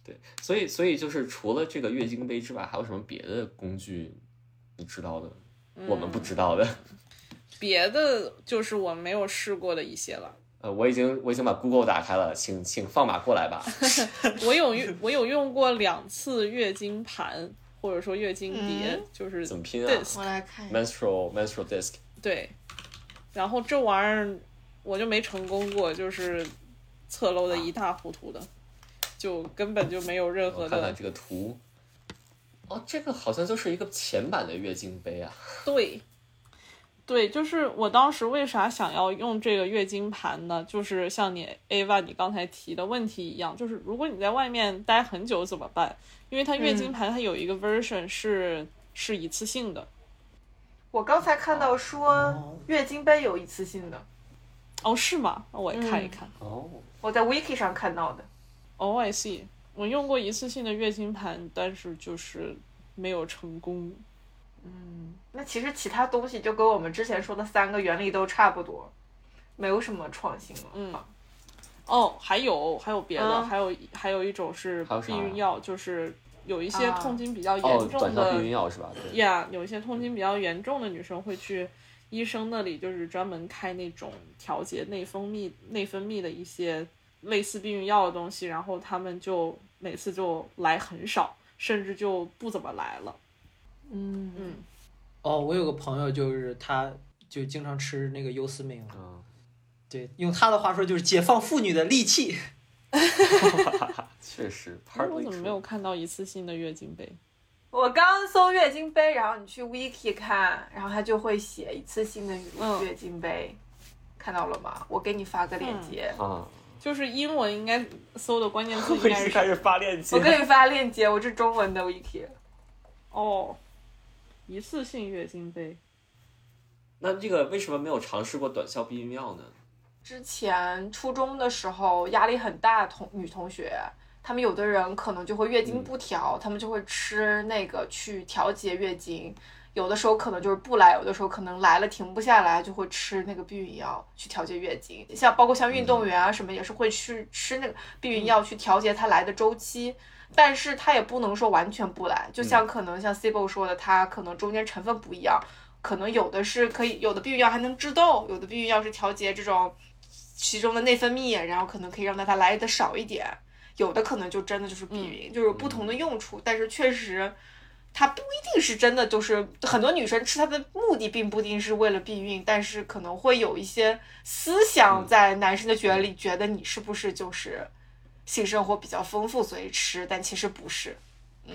Speaker 2: 对，所以所以就是除了这个月经杯之外，还有什么别的工具你知道的，我们不知道
Speaker 1: 嗯
Speaker 2: 的？
Speaker 1: 别的就是我没有试过的一些了。
Speaker 2: 呃，我已经我已经把 Google 打开了，请请放马过来
Speaker 1: [laughs]
Speaker 2: 吧。
Speaker 1: 我有用，我有用过两次月经盘或者说月经碟，
Speaker 7: 嗯
Speaker 1: 就是
Speaker 2: 怎么拼啊
Speaker 1: disk
Speaker 7: 我来看一下，
Speaker 2: menstrual menstrual disc，
Speaker 1: 对，然后这玩意儿我就没成功过，就是侧漏的一塌糊涂的，就根本就没有任
Speaker 2: 我
Speaker 1: 何
Speaker 2: 看
Speaker 1: 的
Speaker 2: 看这个图。哦，这个好像就是一个浅版的月经杯啊。
Speaker 1: 对，对，就是我当时为啥想要用这个月经盘呢？就是像你 Ava 你刚才提的问题一样，就是如果你在外面待很久怎么办？因为它月经盘它有一个 version 是、是一次性的。
Speaker 3: 我刚才看到说
Speaker 4: 哦
Speaker 3: 月经杯有一次性的，
Speaker 1: 哦，是吗？那我也看一看。
Speaker 2: 哦，
Speaker 3: 我在 Wiki 上看到的。
Speaker 1: 哦、I see。我用过一次性的月经盘，但是就是没有成功。
Speaker 3: 那其实其他东西就跟我们之前说的三个原理都差不多，没有什么创新了。
Speaker 1: 嗯哦，还有还有别的，
Speaker 3: 嗯
Speaker 1: 还有还有一种是
Speaker 2: 还有啥
Speaker 1: 避孕药，就是有一些
Speaker 3: 啊
Speaker 1: 痛经比较
Speaker 2: 哦
Speaker 1: 严，
Speaker 2: 短
Speaker 1: 重
Speaker 2: 效
Speaker 1: 的
Speaker 2: 避孕药是吧？对。
Speaker 1: 呀有一些痛经比较严重的女生会去医生那里，就是专门开那种调节内分泌、内分泌的一些类似避孕药的东西，然后她们就每次就来很少，甚至就不怎么来了。
Speaker 3: 嗯
Speaker 1: 嗯，
Speaker 4: 哦，我有个朋友就是他就经常吃那个优思明，
Speaker 2: 嗯，
Speaker 4: 对，用他的话说就是解放妇女的利器。
Speaker 2: 确实
Speaker 1: 哎
Speaker 2: ，partly
Speaker 1: 我怎么
Speaker 2: true
Speaker 1: 没有看到一次性的月经杯？
Speaker 3: 我刚搜月经杯，然后你去 Wiki 看，然后它就会写一次性的
Speaker 1: 嗯
Speaker 3: 月经杯，看到了吗？我给你发个链接，
Speaker 2: 啊？
Speaker 1: 就是英文应该搜的关
Speaker 2: [laughs]
Speaker 1: 键词
Speaker 2: 我
Speaker 1: 应该
Speaker 2: 一开
Speaker 1: 是
Speaker 2: 始发链接
Speaker 3: 我，给你发链接，我是中文的 Wiki。
Speaker 1: 哦，一次性月经杯。
Speaker 2: 那这个为什么没有尝试过短效避孕药呢？
Speaker 3: 之前初中的时候压力很大，同女同学，她们有的人可能就会月经不调，她、们就会吃那个去调节月经。有的时候可能就是不来，有的时候可能来了停不下来，就会吃那个避孕药去调节月经。像包括像运动员啊什么，也是会去吃那个避孕药去调节它来的周期。但是它也不能说完全不来，就像可能像 Cibo 说的，它可能中间成分不一样，可能有的是可以，有的避孕药还能治痘，有的避孕药是调节这种其中的内分泌，然后可能可以让它它来的少一点，有的可能就真的就是避孕，就是有不同的用处，但是确实。它不一定是真的，就是很多女生吃它的目的并不一定是为了避孕，但是可能会有一些思想在男生的觉里，觉得你是不是就是性生活比较丰富，所以吃，但其实不是。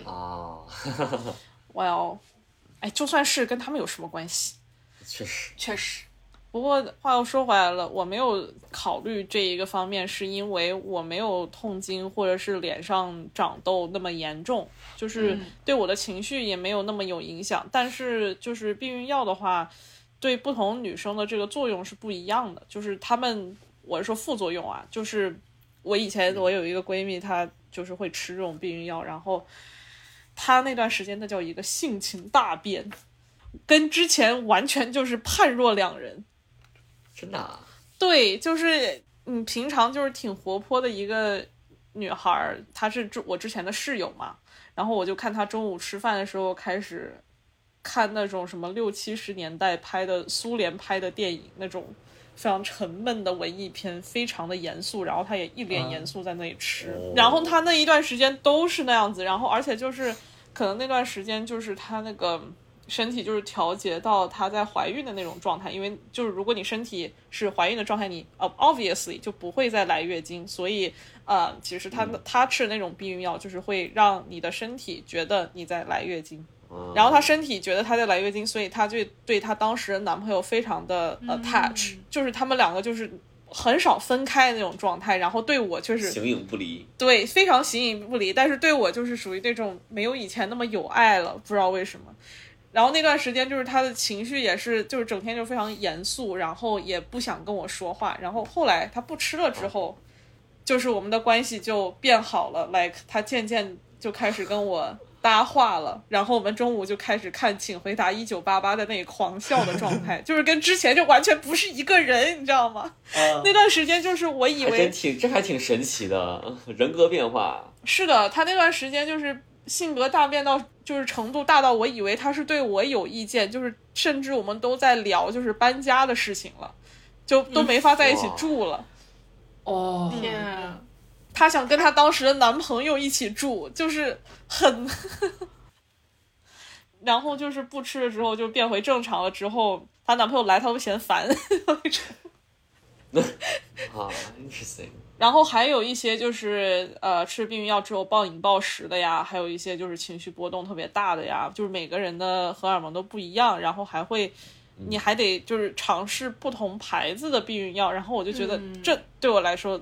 Speaker 2: 啊，
Speaker 1: 哇哦，哎，就算是跟他们有什么关系？
Speaker 2: 确实，
Speaker 3: 确实，
Speaker 1: 不过话又说回来了，我没有考虑这一个方面，是因为我没有痛经或者是脸上长痘那么严重，就是
Speaker 3: 嗯
Speaker 1: 对我的情绪也没有那么有影响。但是就是避孕药的话，对不同女生的这个作用是不一样的，就是她们，我是说副作用啊，就是我以前我有一个闺蜜，她就是会吃这种避孕药，然后她那段时间那叫一个性情大变。跟之前完全就是判若两人，
Speaker 2: 真的、啊，
Speaker 1: 对，就是嗯，平常就是挺活泼的一个女孩儿，她是之我之前的室友嘛，然后我就看她中午吃饭的时候开始看那种什么六七十年代拍的苏联拍的电影，那种非常沉闷的文艺片，非常的严肃，然后她也一脸
Speaker 4: 嗯
Speaker 1: 严肃在那里吃，
Speaker 2: 哦
Speaker 1: 然后她那一段时间都是那样子，然后而且就是可能那段时间就是她那个身体就是调节到她在怀孕的那种状态，因为就是如果你身体是怀孕的状态，你呃 obviously 就不会再来月经，所以呃，其实
Speaker 2: 嗯
Speaker 1: 她她吃的那种避孕药就是会让你的身体觉得你在来月经，
Speaker 2: 嗯
Speaker 1: 然后她身体觉得她在来月经，所以她就对她当时的男朋友非常的 attach，、就是他们两个就是很少分开的那种状态，然后对我确实
Speaker 2: 嗯形影不离，
Speaker 1: 对，非常形影不离，但是对我就是属于那种没有以前那么有爱了，不知道为什么。然后那段时间就是他的情绪也是，就是整天就非常严肃，然后也不想跟我说话。然后后来他不吃了之后，就是我们的关系就变好了，like 他渐渐就开始跟我搭话了。然后我们中午就开始看《请回答一九八八》的那个狂笑的状态，就是跟之前就完全不是一个人，你知道吗？
Speaker 4: [laughs] 啊
Speaker 1: 那段时间就是我以
Speaker 2: 还
Speaker 1: 为
Speaker 2: 真挺这还挺神奇的，人格变化。
Speaker 1: 是的，他那段时间就是性格大变到就是程度大到我以为他是对我有意见，就是甚至我们都在聊就是搬家的事情了，就都没法在一起
Speaker 2: 哇
Speaker 1: 住了。
Speaker 4: 哦，
Speaker 3: 天啊，
Speaker 1: 她想跟她当时的男朋友一起住，就是很， [laughs] 然后就是不吃了之后就变回正常了之后，她男朋友来她都嫌烦。
Speaker 2: 啊，interesting。
Speaker 1: 然后还有一些就是呃吃避孕药之后暴饮暴食的呀，还有一些就是情绪波动特别大的呀，就是每个人的荷尔蒙都不一样，然后还会你还得就是尝试不同牌子的避孕药，然后我就觉得
Speaker 3: 嗯
Speaker 1: 这对我来说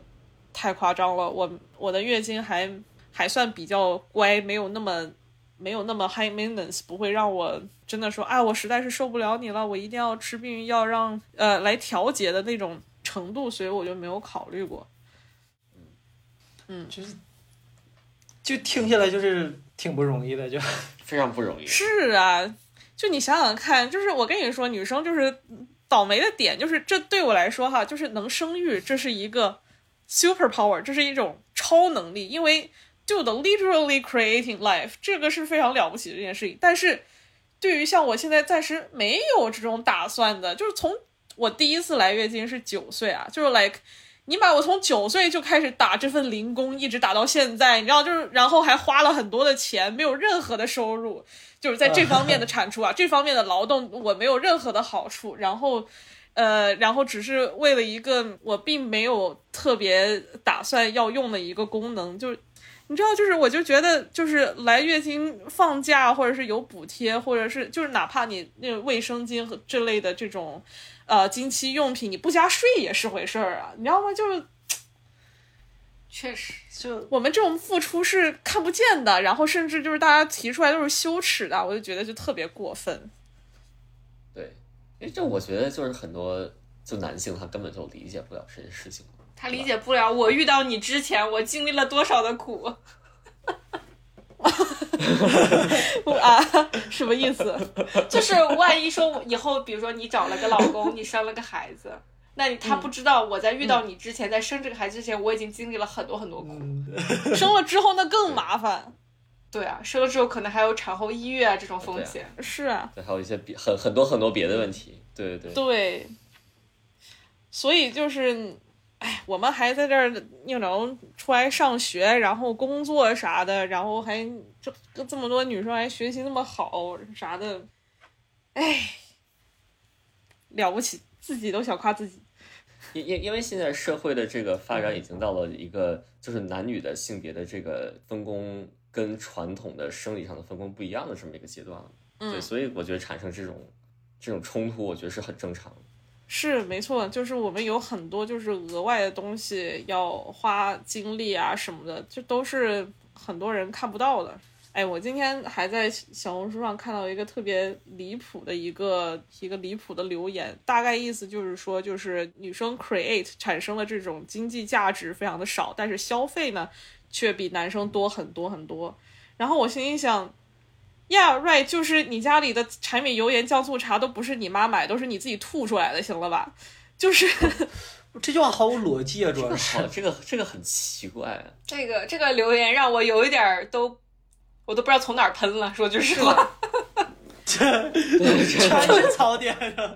Speaker 1: 太夸张了，我我的月经还还算比较乖，没有那么。没有那么 high maintenance，不会让我真的说，哎，我实在是受不了你了，我一定要吃避孕药让呃来调节的那种程度，所以我就没有考虑过。
Speaker 4: 就是就听下来就是挺不容易的，就
Speaker 2: 非常不容易。
Speaker 1: 是啊，就你想想看，就是我跟你说，女生就是倒霉的点，就是这对我来说哈，就是能生育，这是一个 super power，这是一种超能力，因为 dude literally creating life，这个是非常了不起的一件事情。但是对于像我现在暂时没有这种打算的，就是从我第一次来月经是九岁啊，就是 like。你把我从九岁就开始打这份零工，一直打到现在，你知道，就是然后还花了很多的钱，没有任何的收入，就是 [laughs] 在这方面的产出啊，这方面的劳动我没有任何的好处，然后。呃，然后只是为了一个我并没有特别打算要用的一个功能，就是你知道，就是我就觉得，就是来月经放假，或者是有补贴，或者是就是哪怕你那个卫生巾和这类的这种，呃，经期用品，你不加税也是回事儿啊，你知道吗？就是
Speaker 3: 确实，
Speaker 4: 就
Speaker 1: 我们这种付出是看不见的，然后甚至就是大家提出来都是羞耻的，我就觉得就特别过分。
Speaker 2: 对，因为这我觉得就是很多就男性他根本就理解不了这件事情。
Speaker 3: 他理解不了我遇到你之前我经历了多少的苦。
Speaker 1: 不啊，什么意思？
Speaker 3: [laughs] 就是万一说我以后，比如说你找了个老公，你生了个孩子，那你他不知道我在遇到你之前，在生这个孩子之前，我已经经历了很多很多苦。
Speaker 2: 嗯
Speaker 1: 生了之后那更麻烦。
Speaker 3: 对啊，生了之后可能还有产后抑郁啊这种风险。
Speaker 1: 是啊，
Speaker 2: 对，还有一些别很很多很多别的问题。对对对，
Speaker 1: 对。所以就是，哎，我们还在这儿，you know，出来上学，然后工作啥的，然后还这这么多女生还学习那么好啥的，哎，了不起，自己都想夸自己。
Speaker 2: 因因因为现在社会的这个发
Speaker 1: 嗯
Speaker 2: 展已经到了一个就是男女的性别的这个分工跟传统的生理上的分工不一样的这么一个阶段了。对，
Speaker 1: 嗯，
Speaker 2: 所以我觉得产生这种这种冲突，我觉得是很正常的。
Speaker 1: [laughs] 是没错，就是我们有很多就是额外的东西要花精力啊什么的，这都是很多人看不到的。哎，我今天还在小红书上看到一个特别离谱的一个一个离谱的留言，大概意思就是说，就是女生 create 产生的这种经济价值非常的少，但是消费呢却比男生多很多很多。然后我心里想，Yeah, right，就是你家里的柴米油盐酱醋茶都不是你妈买，都是你自己吐出来的，行了吧？
Speaker 2: [laughs]
Speaker 1: 就是，
Speaker 4: [laughs] 这句话毫无逻辑啊，主要
Speaker 2: 好，
Speaker 4: 是
Speaker 2: 哦这个这个很奇
Speaker 1: [laughs]
Speaker 2: 怪、啊。
Speaker 3: 这个这个留言让我有一点儿都，我都不知道从哪儿喷了。说句实话，
Speaker 4: [laughs] 全是槽点啊。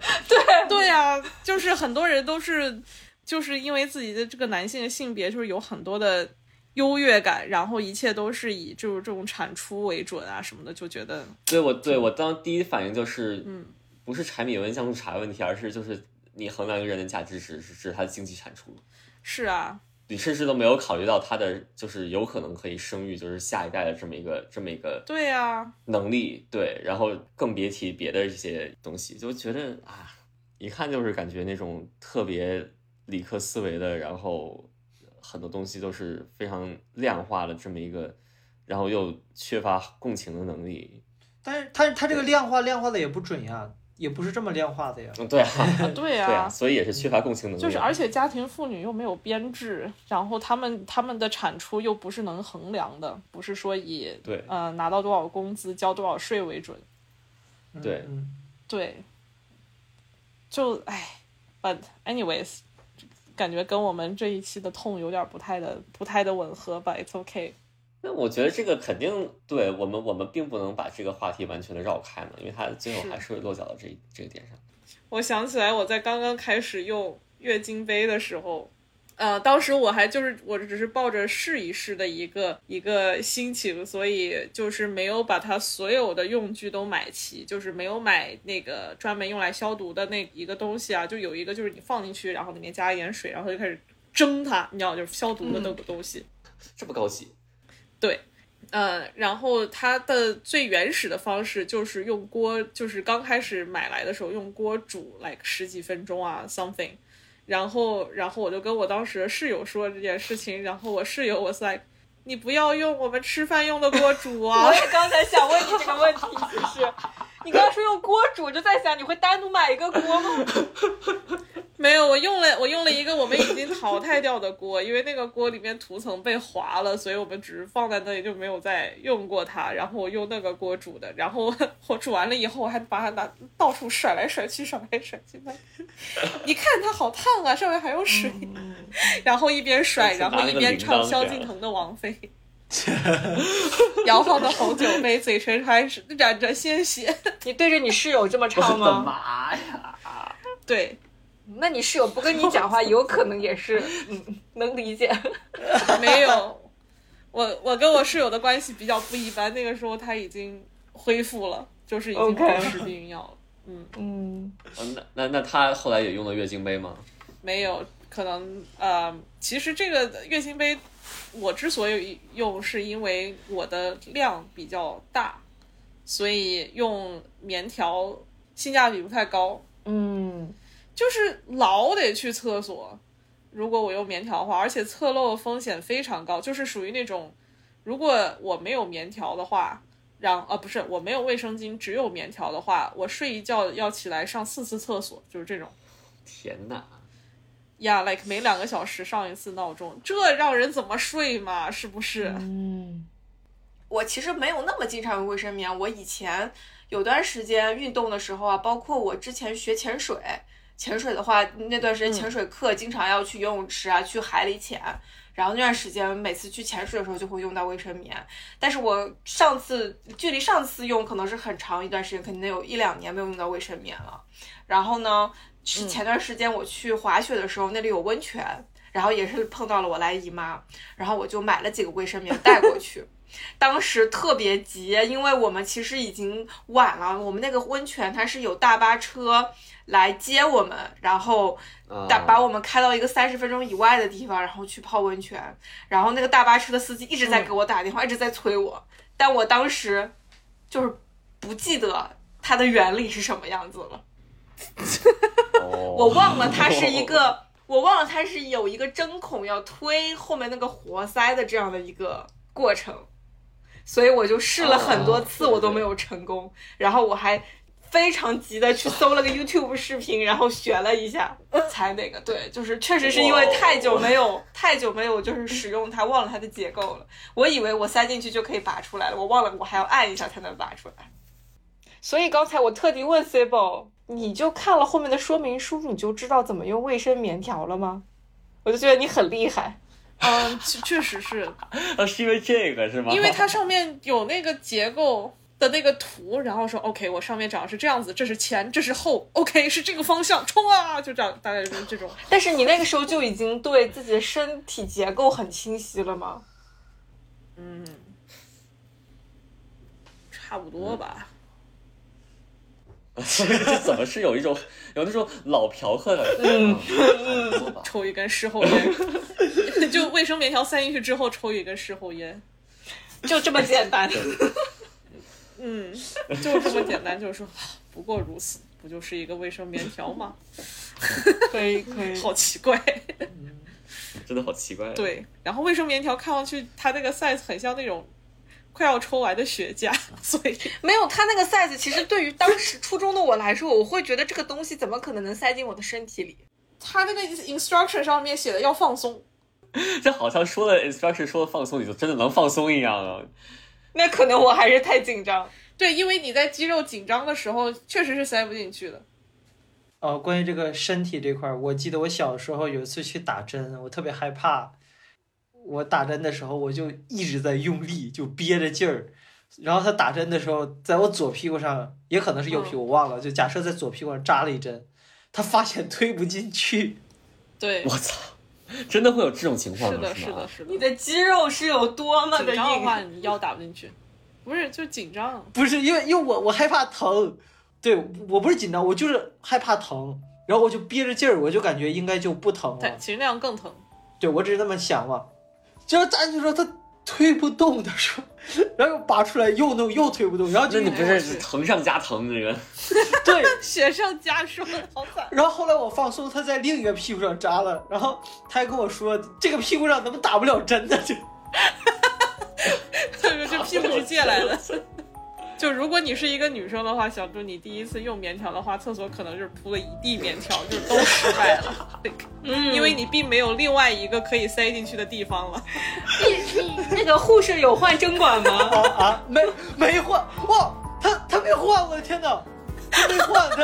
Speaker 1: 对呀、就是很多人都是，就是因为自己的这个男性的性别，就是有很多的优越感，然后一切都是以就是这种产出为准啊什么的，就觉得
Speaker 2: 对我对我当第一反应就是，
Speaker 1: 嗯，
Speaker 2: 不是柴米油盐酱醋茶问题，而是就是你衡量一个人的价值是是是他的经济产出，
Speaker 1: 是啊，
Speaker 2: 你甚至都没有考虑到他的就是有可能可以生育就是下一代的这么一个这么一个
Speaker 1: 对啊，
Speaker 2: 能力，对，然后更别提别的一些东西，就觉得啊，一看就是感觉那种特别理科思维的，然后很多东西都是非常量化的这么一个，然后又缺乏共情的能力。
Speaker 4: 但是他他这个量化量化的也不准呀，也不是这么量化的呀。
Speaker 1: [laughs]
Speaker 2: 嗯，对啊，
Speaker 1: 啊对
Speaker 2: 对啊，
Speaker 1: 啊，
Speaker 2: 所以也是缺乏共情能力啊。
Speaker 1: 就是而且家庭妇女又没有编制，然后他们他们的产出又不是能衡量的，不是说以
Speaker 2: 对
Speaker 1: 呃拿到多少工资、交多少税为准，
Speaker 4: 嗯
Speaker 2: 对
Speaker 4: 嗯
Speaker 1: 对，就唉，but anyways，感觉跟我们这一期的痛有点不太的不太的吻合吧，it's okay。
Speaker 2: 那我觉得这个肯定对我们，我们并不能把这个话题完全的绕开嘛，因为它最后
Speaker 1: 是
Speaker 2: 还是会落脚到这一这个点上。
Speaker 1: 我想起来，我在刚刚开始用月经杯的时候，呃，当时我还就是我只是抱着试一试的一个一个心情，所以就是没有把它所有的用具都买齐，就是没有买那个专门用来消毒的那一个东西啊，就有一个就是你放进去，然后里面加一点水，然后就开始蒸它，你知道，就是消毒的那个东西。
Speaker 2: 这么高级，
Speaker 1: 嗯，然后它的最原始的方式就是用锅，就是刚开始买来的时候用锅煮，like 十几分钟啊，something。然后，然后我就跟我当时的室友说这件事情，然后我室友我是 like，你不要用我们吃饭用的锅煮啊
Speaker 3: 我。也刚才想问你这个问题，其实 [laughs] 你刚刚说用锅煮，我就在想你会单独买一个锅吗？ [laughs]
Speaker 1: [laughs] 没有，我用了我用了一个我们已经淘汰掉的锅，因为那个锅里面涂层被划了，所以我们只是放在那里就没有再用过它。然后我用那个锅煮的，然后我煮完了以后，我还把它拿到处甩来甩去，甩来甩去，一看它好烫啊，上面还有水， [laughs] 然后一边甩，
Speaker 2: 嗯就
Speaker 1: 然
Speaker 2: 拿
Speaker 1: 后
Speaker 2: 那
Speaker 1: 一
Speaker 2: 个
Speaker 1: 边
Speaker 2: 铃
Speaker 1: 唱
Speaker 2: 铛
Speaker 1: 萧
Speaker 2: 这样
Speaker 1: 敬腾的《王妃》，摇晃着红酒杯，嘴唇还是染着鲜血。
Speaker 3: 你对着你室友这么
Speaker 2: 我的
Speaker 3: 唱吗？嗯
Speaker 2: 妈呀！
Speaker 1: 对，
Speaker 3: 那你室友不跟你讲话，有可能也 [laughs] 是，嗯，能理解。
Speaker 1: [laughs] 没有，我我跟我室友的关系比较不一般，那个时候他已经恢复了，就是已经
Speaker 3: OK
Speaker 1: 不吃避孕药了。嗯，
Speaker 3: 嗯，
Speaker 2: 嗯那那那他后来也用了月经杯吗？
Speaker 1: 没有，可能呃，其实这个月经杯我之所以用，是因为我的量比较大，所以用棉条性价比不太高。
Speaker 3: 嗯，
Speaker 1: 就是老得去厕所。如果我用棉条的话，而且侧漏的风险非常高，就是属于那种，如果我没有棉条的话，然啊不是我没有卫生巾，只有棉条的话，我睡一觉要起来上四次厕所，就是这种
Speaker 2: 天哪！
Speaker 1: 呀、l i k e 每两个小时上一次闹钟，这让人怎么睡嘛？是不是？
Speaker 3: 我其实没有那么经常用卫生棉。我以前有段时间运动的时候啊，包括我之前学潜水，潜水的话，那段时间潜水课经常要去游泳池啊，去海里潜。然后那段时间，每次去潜水的时候就会用到卫生棉，但是我上次距离上次用可能是很长一段时间，肯定有一两年没有用到卫生棉了。然后呢，是前段时间我去滑雪的时候，那里有温泉，然后也是碰到了我来姨妈，然后我就买了几个卫生棉带过去。当时特别急，因为我们其实已经晚了，我们那个温泉它是有大巴车来接我们，然后
Speaker 2: 啊
Speaker 3: 大把我们开到一个三十分钟以外的地方，然后去泡温泉。然后那个大巴车的司机一直在给我打电话，一直在催我，但我当时就是不记得它的原理是什么样子了，我
Speaker 1: 哦
Speaker 2: 我
Speaker 3: 忘了它是一个，我忘了它是有一个针孔要推后面那个活塞的这样的一个过程，所以我就试了很多次，
Speaker 2: 哦
Speaker 3: 我都没有成功。然后我还。非常急的去搜了个 YouTube 视频，然后学了一下，才那个对，就是确实是因为
Speaker 2: 哇哦
Speaker 3: 太久没有太久没有就是使用它，忘了它的结构了。我以为我塞进去就可以拔出来了，我忘了我还要按一下才能拔出来。所以刚才我特地问 c i b o 你就看了后面的说明书，你就知道怎么用卫生棉条了吗？我就觉得你很厉害。
Speaker 1: 嗯，确确实是，
Speaker 2: 啊，是因为这个是吗？
Speaker 1: 因为
Speaker 2: [laughs]
Speaker 1: 它上面有那个结构的那个图，然后说 OK，我上面长的是这样子，这是前，这是后，OK [laughs] 是这个方向，冲啊！就这样，大概就是这种。
Speaker 3: 但是你那个时候就已经对自己的身体结构很清晰了吗？
Speaker 1: 嗯，差不多吧。
Speaker 2: 这怎么是有一种有那种老嫖客的？嗯，差不多吧
Speaker 1: 抽一根事后烟，就卫生棉条塞进去之后抽一根事后烟。
Speaker 3: 就这么简
Speaker 5: [laughs]
Speaker 3: 单。
Speaker 1: 嗯，就是这么简单，就是说， [laughs] 不过如此，不就是一个卫生棉条吗？
Speaker 5: 可以可以，
Speaker 1: 好奇怪。
Speaker 2: 真的好奇怪。，啊
Speaker 1: 对，然后卫生棉条看上去它那个 size 很像那种快要抽完的雪茄，所以
Speaker 6: 没有它那个 size，其实对于当时初中的我来说，我会觉得这个东西怎么可能能塞进我的身体里？
Speaker 1: 它那个 instruction 上面写的要放松，
Speaker 2: 这好像说了 instruction 说了放松，你就真的能放松一样啊。
Speaker 6: 那可能我还是太紧张。
Speaker 1: 对，因为你在肌肉紧张的时候，确实是塞不进去的。
Speaker 4: 哦，关于这个身体这块儿，我记得我小时候有一次去打针，我特别害怕。我打针的时候，我就一直在用力，就憋着劲儿。然后他打针的时候，在我左屁股上，也可能是右屁股，我忘了。就假设在左屁股上扎了一针，他发现推不进去，
Speaker 1: 对，
Speaker 2: 我操，真的会有这种情况
Speaker 1: 是
Speaker 2: 吗？
Speaker 1: 的，
Speaker 2: 是
Speaker 1: 是的，
Speaker 2: 吗
Speaker 1: 是的。
Speaker 6: 你的肌肉是有多么的
Speaker 1: 紧
Speaker 6: 硬
Speaker 1: 张的话，你腰打不进去，不是就是紧张。
Speaker 4: 不是因为因为我我害怕疼，对我不是紧张，我就是害怕疼。然后我就憋着劲儿，我就感觉应该就不疼
Speaker 1: 但
Speaker 4: 了。
Speaker 1: 其实那样更疼。
Speaker 4: 对我只是那么想嘛。就是咱就说他推不动的时候，然后又拔出来又弄又推不动，然后就
Speaker 2: 那你不
Speaker 1: 我
Speaker 2: 是
Speaker 1: 去
Speaker 2: 疼上加疼这个？
Speaker 4: 对，
Speaker 1: [laughs] 雪上加霜，好 [laughs] 惨。
Speaker 4: 然后后来我放松，他在另一个屁股上扎了，然后他还跟我说这个屁股上怎么打不了针呢？就
Speaker 1: [laughs] 这屁股是借来的。 [laughs] 就如果你是一个女生的话，小猪，你第一次用棉条的话，厕所可能就是铺了一地棉条，就是都失败 [laughs] 了，
Speaker 6: 嗯
Speaker 1: 因为你并没有另外一个可以塞进去的地方了。
Speaker 6: 那个护士有换针管吗？
Speaker 4: 啊啊，没没换哇，他他没换，我的天哪，他没换他，